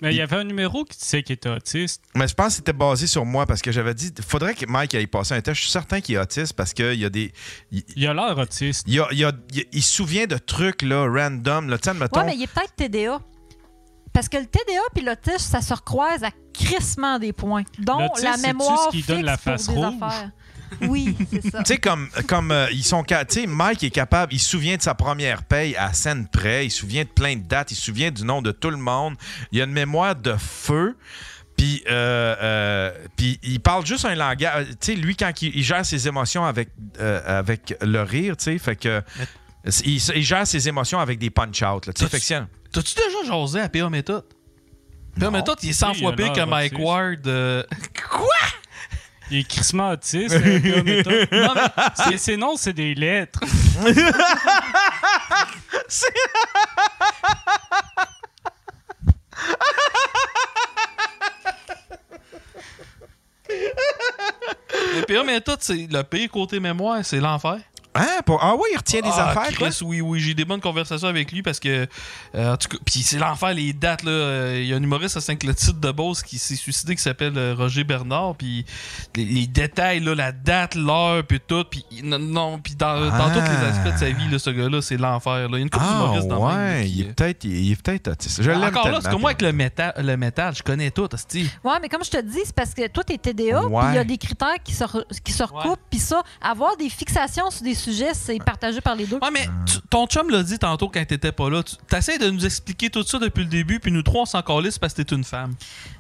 S5: Mais il y avait un numéro qui disait qu'il était autiste.
S1: Mais je pense que c'était basé sur moi parce que j'avais dit faudrait que Mike aille passer un test. Je suis certain qu'il est autiste parce qu'il y a des. Il,
S5: a l'air autiste.
S1: Il, a- il a- il a- il se souvient de trucs là, random. Là. Tu sais, admettons-
S4: Ouais, mais il est peut-être TDA. Parce que le TDA puis l'autisme, ça se recroise à crissement des points. Donc,
S1: L'autisme,
S4: la
S1: c'est-tu
S4: mémoire
S1: ce qui
S4: fixe
S1: donne la face
S4: pour des
S1: rouge?
S4: affaires. Oui, c'est ça.
S1: Tu sais, comme, comme euh, ils sont. ca- Tu sais, Mike est capable, il se souvient de sa première paye à scène près, il se souvient de plein de dates, il se souvient du nom de tout le monde. Il a une mémoire de feu. Puis, euh, euh, puis il parle juste un langage. euh, Tu sais, lui, quand il, il gère ses émotions avec, euh, avec le rire, tu sais, fait que. Il, il gère ses émotions avec des punch-out. là, tu sais, fait que si-
S3: T'as-tu déjà jasé à PA Méthode? PA Méthode, il est 100
S1: Oui,
S3: fois
S1: il a
S3: pire que
S1: l'air
S3: Mike
S1: autiste.
S3: Ward. euh,
S5: Il est crissement autiste. euh, gars, mais toi- non, mais c'est- c'est non, c'est des lettres.
S2: C'est.
S3: Le pire méthode, c'est le pire côté mémoire, c'est l'enfer.
S1: Hein? Ah oui, il retient des affaires,
S3: Chris, oui, oui, j'ai des bonnes conversations avec lui parce que. euh, en tout cas, puis c'est l'enfer, les dates, là. euh, Il y a un humoriste à Saint-Clotilde de Beauce qui s'est suicidé qui s'appelle euh, Roger Bernard, puis les, les détails, là, la date, l'heure, puis tout, puis non, non, puis dans, dans
S1: Ah.
S3: tous les aspects de sa vie, là, ce gars-là, c'est l'enfer, là. Il y a une couple
S1: Ah,
S3: d'humoristes dans le même, là,
S1: ouais,
S3: qui-
S1: il est peut-être il est peut-être autiste. Je l'aime
S3: Encore là,
S1: tellement.
S3: parce que moi, avec le métal, le métal je connais tout, hostie.
S4: Ouais, mais comme je te dis, c'est parce que toi, t'es TDA,
S3: Ouais.
S4: puis il y a des critères qui se, re- qui se recoupent, puis ça, avoir des fixations sur des sujets, c'est partagé par les deux.
S3: Ouais, mais Tu- ton chum l'a dit tantôt quand t'étais pas là. Tu essaies de nous expliquer tout ça depuis le début, puis nous trois, on s'en calisse parce que t'es une femme.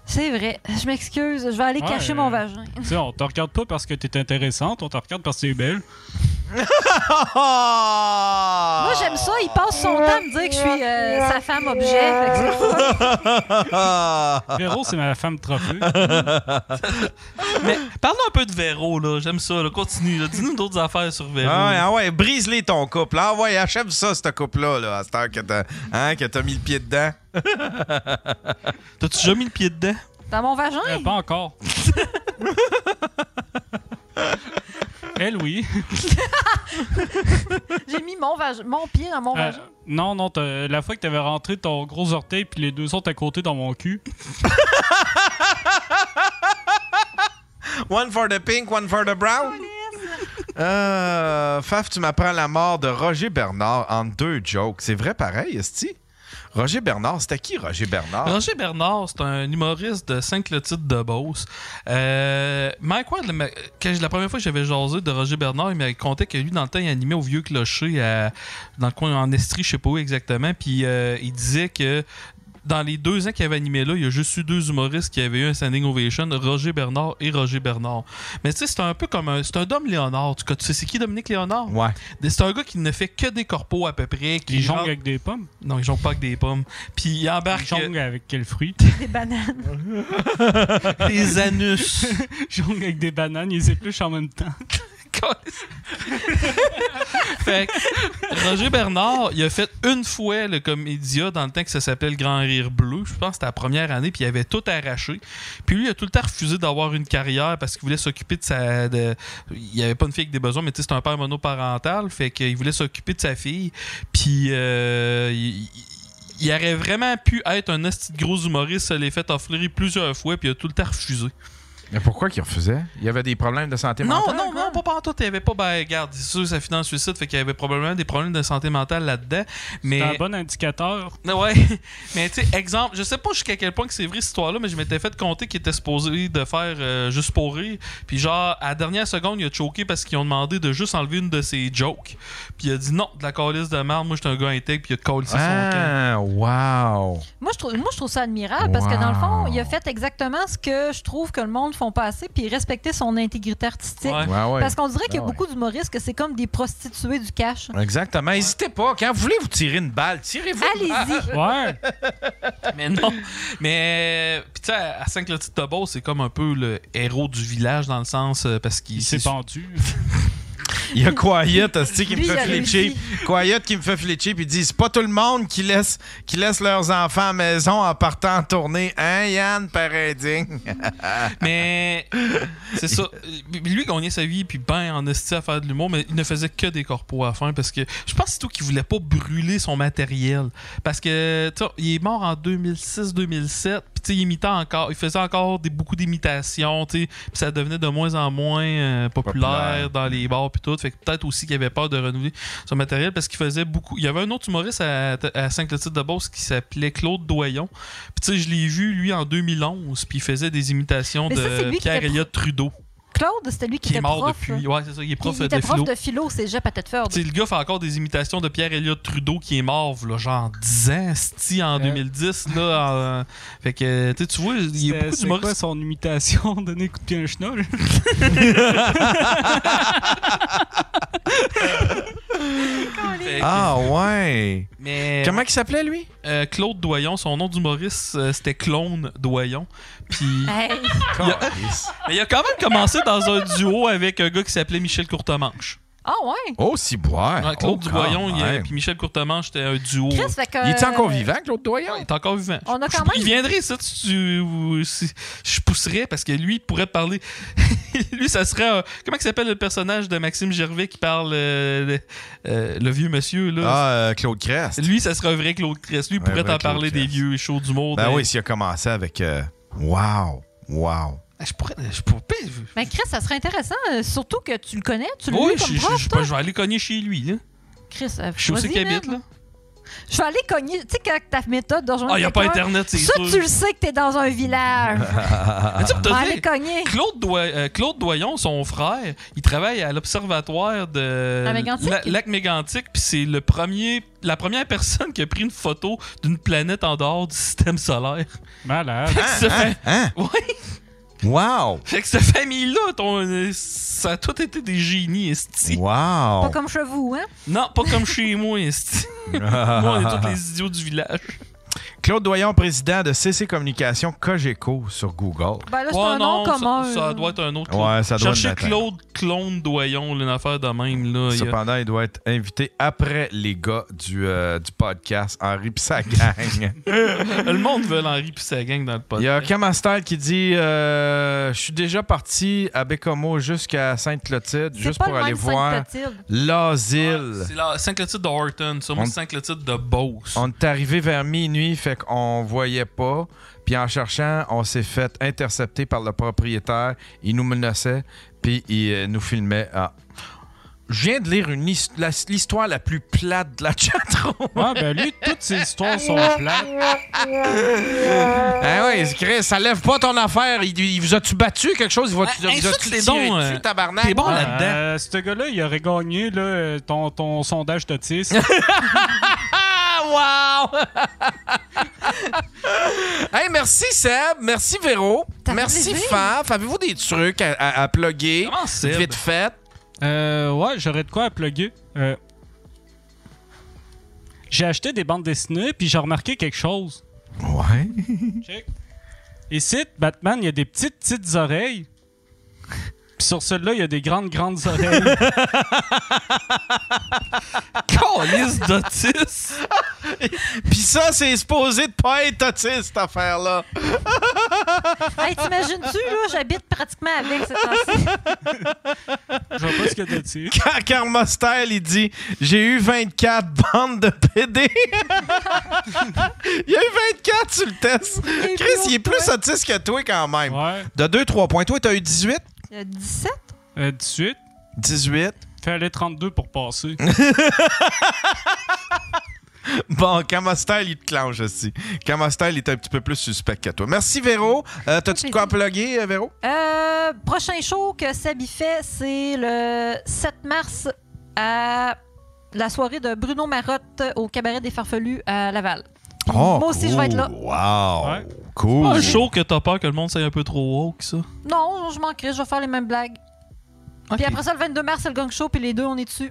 S4: C'est vrai. Je m'excuse, je vais aller
S5: Ouais,
S4: cacher
S5: euh,
S4: mon vagin.
S5: Tu sais, on te regarde pas parce que t'es intéressante, on te regarde parce que t'es belle.
S1: Ah.
S4: Moi, j'aime ça, il passe son temps à me dire que je suis euh, sa femme objet. fait que c'est pour ça.
S1: Ah!
S5: Véro, c'est ma femme trophée.
S3: mais parlons un peu de Véro, là. J'aime ça, là. Continue, là. Dis-nous d'autres affaires sur Véro.
S1: Ah ouais, ah ouais, brise-les ton couple. Ah ouais, achève ça, ce couple-là, là, à cette heure que t'as hein, que t'as mis le pied dedans.
S3: T'as-tu déjà mis le pied dedans?
S4: Dans mon vagin?
S5: Euh,
S3: Euh,
S5: pas encore. Elle, oui.
S4: J'ai mis mon, vagin- mon pied dans mon
S5: Euh,
S4: vagin.
S5: non, non, t'as- la fois que t'avais rentré ton gros orteil puis les deux autres à côté dans mon cul.
S1: One for the pink, one for the brown. Euh, Faf, tu m'apprends la mort de Roger Bernard en deux jokes. C'est vrai pareil, Esti? Roger Bernard, c'était qui Roger Bernard?
S3: Roger Bernard, c'est un humoriste de Saint-Clotilde de Beauce. Euh, Mike Ward, le ma- quand je- la première fois que j'avais jasé de Roger Bernard, il m'a conté que lui, dans le temps, il animait au Vieux Clocher, à- dans le coin en Estrie, je sais pas où exactement. Puis euh, il disait que dans les deux ans qu'il avait animé là, il y a juste eu deux humoristes qui avaient eu un standing ovation, Roger Bernard et Roger Bernard. Mais tu sais, c'est un peu comme un... C'est un Dom Léonard. Tu, tu sais, c'est qui Dominique Léonard?
S1: Ouais.
S3: C'est un gars qui ne fait que des corpos à peu près. Qui
S5: Il jongle
S3: rentre-
S5: avec des pommes.
S3: Non, ils jongle pas avec des pommes. Puis il embarque...
S5: Il jongle avec quel fruit
S4: Des bananes.
S3: Des anus.
S5: jongle avec des bananes, ils épluchent en même temps.
S3: Fait que Roger Bernard, il a fait une fois le comédia dans le temps que ça s'appelait le Grand Rire Bleu. Je pense que c'était la première année, puis il avait tout arraché. Puis lui, il a tout le temps refusé d'avoir une carrière parce qu'il voulait s'occuper de sa. de- Il avait pas une fille avec des besoins, mais tu sais, c'est un père monoparental. Fait qu'il voulait s'occuper de sa fille. Puis euh, il- il aurait vraiment pu être un esti de gros humoriste, ça l'est fait offrir plusieurs fois, puis il a tout le temps refusé.
S1: Mais pourquoi qu'il refaisait? Il y avait des problèmes de santé
S3: Non,
S1: mentale?
S3: non, non, pas partout. Il y avait pas, ben, regarde, c'est sûr, ça finit en suicide, fait qu'il y avait probablement des problèmes de santé mentale là-dedans. Mais...
S5: un bon indicateur.
S3: Ouais. Mais tu sais, exemple, je sais pas jusqu'à quel point que c'est vrai cette histoire-là, mais je m'étais fait compter qu'il était supposé de faire euh, juste pour rire. Puis genre, à la dernière seconde, il a choqué parce qu'ils ont demandé de juste enlever une de ses jokes. Puis il a dit non, de la calice de merde, moi j'étais un gars intègre, puis il a collé son camp.
S1: Ah, wow!
S4: Moi je, trouve, moi, je trouve ça admirable parce que dans le fond, il a fait exactement ce que je trouve que le monde font pas assez, puis respecter son intégrité artistique.
S1: Ouais. Ouais, ouais.
S4: Parce qu'on dirait qu'il y a
S1: Ouais,
S4: beaucoup d'humoristes que c'est comme des prostituées du cash.
S1: Exactement. N'hésitez pas. Quand vous voulez vous tirer une balle, tirez-vous. une
S3: Ah,
S4: Allez-y.
S1: balle.
S3: Mais non. Mais euh, puis tu sais, à saint clotilde Tobo, c'est comme un peu le héros du village dans le sens euh, parce qu'il s'est
S5: pendu.
S1: Il y a Quiet hostie, qui me
S3: Lui, il
S1: fait
S3: a
S1: flitcher. Quiet qui me fait flitcher puis dit c'est pas tout le monde qui laisse, qui laisse leurs enfants à la maison en partant en tournée. Hein, Yann Paradis?
S3: Mais c'est ça. Lui gagnait sa vie, puis ben en hostie à faire de l'humour, mais il ne faisait que des corpos à la fin parce que je pense surtout qu'il voulait pas brûler son matériel. Parce que, tu sais, il est mort en 2006-2007, puis tu sais, il imitait encore, il faisait encore des, beaucoup d'imitations, tu sais, puis ça devenait de moins en moins euh, populaire,
S1: Populaire.
S3: dans les bars, puis tout. Fait que peut-être aussi qu'il avait peur de renouveler son matériel parce qu'il faisait beaucoup. Il y avait un autre humoriste à, à Saint-Clotilde de Beauce qui s'appelait Claude Doyon. Puis tu sais, je l'ai vu, lui, en 2011, puis il faisait des imitations
S4: Mais ça, c'est
S3: de
S4: lui qui était
S3: Pierre-Elliott Trudeau,
S4: Claude, c'était lui qui,
S3: qui est
S4: était
S3: mort
S4: prof.
S3: depuis. Ouais, c'est ça, il est
S4: Qui-
S3: prof
S4: il était
S3: de
S4: prof
S3: philo.
S4: de philo, c'est Jeff Patetford.
S3: Tu sais, le gars fait encore des imitations de Pierre-Elliott Trudeau qui est mort, là, genre 10 ans, sti, en 2010. Là, en- Fait que, tu sais, tu vois, il y a
S5: C'était-
S3: beaucoup
S5: C'est quoi
S3: d'humoristes.
S5: son imitation Donner coup de pied à un chenol?
S3: Fait que-
S1: Ah ouais.
S3: Mais...
S1: Comment il s'appelait lui?
S3: Euh, Claude Doyon, son nom d'humoriste, euh, c'était Clone Doyon. Puis.
S4: Hey.
S3: Il a- Mais il a quand même commencé dans un duo avec un gars qui s'appelait Michel Courtemanche.
S4: Ah ouais.
S1: Oh, si boire.
S3: Ouais, Claude Doyon et Michel Courtemanche, c'était un duo.
S4: Chris, fait que- Il est encore vivant,
S1: Claude Doyon?
S3: Il est encore vivant.
S4: On a
S3: Je-
S4: quand même-
S3: Il viendrait, ça, tu, tu- ou- si- je pousserais, parce que lui, il pourrait te parler... lui, ça serait... un- Comment il s'appelle le personnage de Maxime Gervais qui parle... euh, le, euh, le vieux monsieur, là?
S1: Ah, euh, Claude Crest.
S3: Lui, ça serait un vrai Claude Crest. Lui, il
S1: Un vrai
S3: pourrait t'en
S1: Claude
S3: parler des
S1: Crest.
S3: vieux shows du monde.
S1: Ben oui, s'il a commencé avec euh, Wow, wow.
S3: Je pourrais... Je pourrais...
S4: Mais ben, Chris, ça serait intéressant, euh, surtout que tu le connais, tu le
S3: Oui,
S4: lis
S3: je,
S4: comme
S3: je-
S4: prof,
S3: je-
S4: toi.
S3: je vais aller cogner chez lui, là.
S4: Chris, euh,
S3: Je sais où c'est
S4: vas-y,
S3: qu'il
S4: man.
S3: habite, là.
S4: Je vais aller cogner. Tu sais, quand ta méthode de rejoindre
S3: Ah, y a pas
S4: quelqu'un,
S3: Internet, c'est
S4: Ça,
S3: sûr.
S4: tu le sais que t'es dans un village.
S3: Mais tu sais, pour te
S4: On va
S3: dire,
S4: aller cogner.
S3: Claude, Doy- euh, Claude Doyon, son frère, il travaille à l'observatoire de
S4: La Mégantic?
S3: La- Lac Mégantic, puis c'est le premier, la première personne qui a pris une photo d'une planète en dehors du système solaire.
S5: Malade.
S1: Ah,
S3: ça
S1: hein?
S3: fait,
S1: Wow.
S3: fait que cette famille-là, ton- euh, ça a tout été des génies, esti.
S4: Pas
S1: Wow.
S4: comme chez vous, hein?
S3: Non, pas comme chez moi, esti.
S1: Ah,
S3: moi, on est tous les idiots du village.
S1: Claude Doyon, président de CC Communication Cogeco sur Google.
S4: Ben là, c'est
S3: Ouais,
S4: un nom
S3: non, ça-
S4: commun.
S3: Ça,
S4: là.
S3: doit être un autre.
S1: Ouais,
S3: Claude.
S1: ça doit
S3: Cherchez
S1: être latin.
S3: Claude Clone Doyon, là, une affaire de même. Là, il y a-
S1: Cependant, il doit être invité après les gars du, euh, du podcast Henri pis sa gang.
S3: le monde veut Henri puis sa gang dans le podcast.
S1: Il y a Camastel qui dit euh, Je suis déjà parti à Bécomo jusqu'à Sainte-Clotilde juste
S3: pas
S1: pour
S3: le
S1: aller
S3: même
S1: voir
S3: Sainte-Clotilde.
S1: l'asile.
S3: Ah, C'est la Saint-Clotilde de Horton, ça, moi,
S1: On-
S3: c'est Saint-Clotilde de Beauce.
S1: On est arrivé vers minuit, fait qu'on voyait pas. Puis en cherchant, on s'est fait intercepter par le propriétaire. Il nous menaçait, puis il euh, nous filmait. Ah. Je viens de lire une his- la- l'histoire la plus plate de la chatroom.
S5: Ah, ben lui, toutes ses histoires sont plates.
S1: Ah oui, c'est Chris, ça lève pas ton affaire. Il, il vous a-tu battu quelque chose? Il va il vous a-tu
S3: insulte-les
S1: tiré
S3: donc,
S1: dessus,
S3: euh,
S1: tabarnak?
S3: t'es bon
S1: Ah,
S3: là-dedans.
S5: Euh, ce gars-là, il aurait gagné là, euh, ton, ton sondage d'autisme.
S1: Ah, wow! hey, merci Seb, merci Véro,
S4: Ça fait
S1: merci
S4: plaisir.
S1: Faf. Avez-vous des trucs à, à, à plugger?
S3: Seb?
S1: Vite fait.
S5: Euh, ouais, j'aurais de quoi à plugger. Euh, j'ai acheté des bandes dessinées, puis j'ai remarqué quelque chose.
S1: Ouais.
S5: Check. Ici, Batman, il y a des petites, petites oreilles. Puis sur celle-là, il y a des grandes, grandes oreilles.
S3: Calice d'autisme!
S1: Pis ça, c'est supposé de pas être autiste, cette affaire-là.
S4: hey, t'imagines-tu, là, j'habite pratiquement avec cette temps-ci.
S5: Je vois pas ce que t'as dit.
S1: Quand Karma Style, il dit J'ai eu 24 bandes de PD. il y a eu 24 sur le test. Chris, il est plus autiste que toi quand même. De 2-3 points. Toi, t'as eu 18
S4: Il y a 17.
S5: Euh, 18.
S1: 18.
S5: Fallait 32 pour passer.
S1: Bon, Karma Style, il te clenche aussi. Karma Style, il est un petit peu plus suspect que toi. Merci, Véro. Euh, T'as-tu de quoi à plugger, euh, Véro
S4: Euh, prochain show que Sabi fait, c'est le 7 mars à la soirée de Bruno Marotte au Cabaret des Farfelus à Laval. Puis
S1: Oh,
S4: moi aussi, je vais être là.
S1: Wow. Cool.
S3: C'est pas un show que t'as peur que le monde soit un peu trop woke, ça.
S5: Euh,
S4: Non, je manquerai, je vais faire les mêmes blagues. Puis après ça, le 22 mars, c'est le gang show, puis les deux, on est dessus.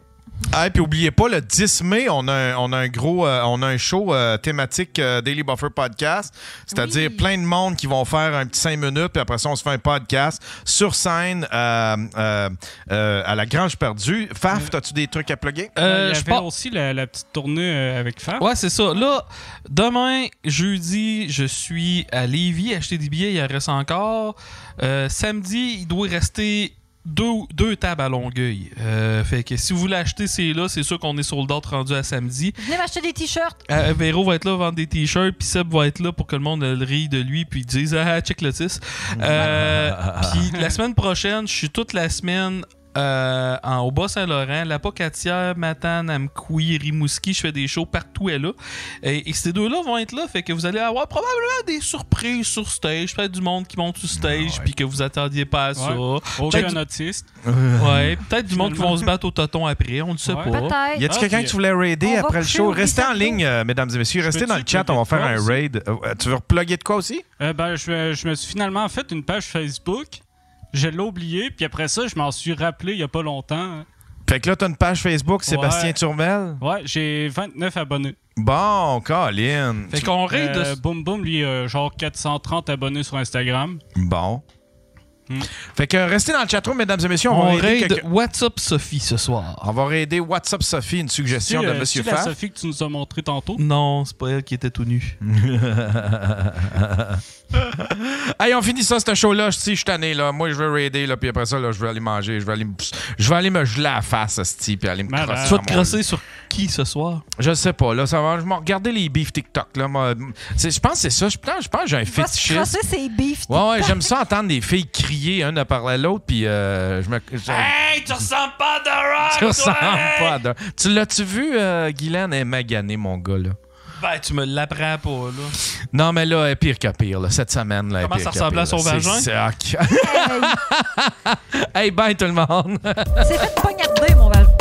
S1: Ah, et puis oubliez pas, le 10 mai, on a un, on a un gros euh, on a un show euh, thématique euh, Daily Buffer Podcast. C'est-à-dire plein de monde qui vont faire un petit 5 minutes, puis après ça, on se fait un podcast sur scène euh, euh, euh, à la Grange Perdue. Faf, as-tu des trucs à plugger?
S5: Il y avait aussi la, la petite tournée euh, avec Fab.
S3: Euh, Ouais, c'est ça. Là, demain, jeudi, je suis à Lévis, acheter des billets, il en reste encore. Euh, samedi, il doit rester deux, deux tables à Longueuil. Euh, fait que si vous voulez acheter ces là, c'est sûr qu'on est sold out rendu à samedi.
S4: Venez m'acheter des t-shirts.
S3: Euh, Véro va être là vendre des t-shirts, puis Seb va être là pour que le monde euh, le rie de lui, puis dise Ah, check le tis. Euh, puis la semaine prochaine, je suis toute la semaine. euh, en, au Bas-Saint-Laurent, la Pocatière, Matane, Amkoui, Rimouski, je fais des shows partout et là. Et, et ces deux-là vont être là, fait que vous allez avoir probablement des surprises sur stage, peut-être du monde qui monte sur stage, puis que vous attendiez pas à ça.
S5: Ouais. Aucun
S3: Peut-être du-
S5: autiste.
S3: Ouais, peut-être du monde qui vont se battre au toton après, on ne sait
S5: Ouais.
S3: pas.
S4: Peut-être.
S1: Oh.
S5: Ah,
S1: Y a-t-il quelqu'un que tu voulais raider après le show? Restez en ligne, euh, mesdames et messieurs. Restez dans le chat, on va faire un raid. Euh, tu veux repluguer de quoi aussi?
S5: Euh, ben, je, je me suis finalement fait une page Facebook. Je l'ai oublié, puis après ça, je m'en suis rappelé il y a pas longtemps.
S1: Fait que là, t'as une page Facebook, Sébastien
S5: Ouais.
S1: Turmel.
S5: Ouais, j'ai 29 abonnés.
S1: Bon, Colin.
S5: Fait qu'on raid de... Boom Boom, lui, euh, genre 430 abonnés sur Instagram.
S1: Bon.
S5: Hmm.
S1: Fait que restez dans le chatroom, mesdames et messieurs. On,
S3: On
S1: va raider
S3: raid WhatsApp Sophie ce soir.
S1: On va raider WhatsApp Sophie, une suggestion
S5: C'est,
S1: de
S5: euh,
S1: Monsieur
S5: c'est la
S1: Faf.
S5: Sophie que tu nous as montré tantôt.
S3: Non, c'est pas elle qui était tout nue.
S1: Hey, on finit ça, ce show-là. Si je suis tanné, là. Moi, je veux raider, là. Puis après ça, là, je veux aller manger. Je veux aller, me- je veux aller me geler la face, Asti, puis aller me
S3: Tu
S1: crosser.
S3: vas
S1: dans
S3: te
S1: mon lit.
S3: crosser sur qui ce soir?
S1: Je sais pas, là. Ça va. Je m'en regardais les beefs TikTok, là. moi. C'est- Je pense que c'est ça. Je pense, je pense que j'ai un
S4: Tu vas se
S1: fétichisme.
S4: crosser ses beefs.
S1: Ouais, ouais, j'aime ça entendre des filles crier un à parler à l'autre, puis euh, je me. je-
S4: Ah,
S3: Hey, tu ressembles pas à The Rock!
S1: Tu
S3: toi,
S1: ressembles
S3: hey!
S1: pas à d'un- Tu l'as-tu vu, euh, Guylaine est maganée, mon gars, là?
S3: Ben, tu me l'apprends pas, là.
S1: Non, mais là, elle est pire que pire, là. Cette semaine, là, elle est
S3: Comment
S1: pire
S3: ça
S1: que
S3: ressemblait à
S1: pire,
S3: son
S1: là.
S3: vagin?
S1: C'est- c'est- ok. hey, bye tout le monde!
S4: C'est fait poignarder, mon Val.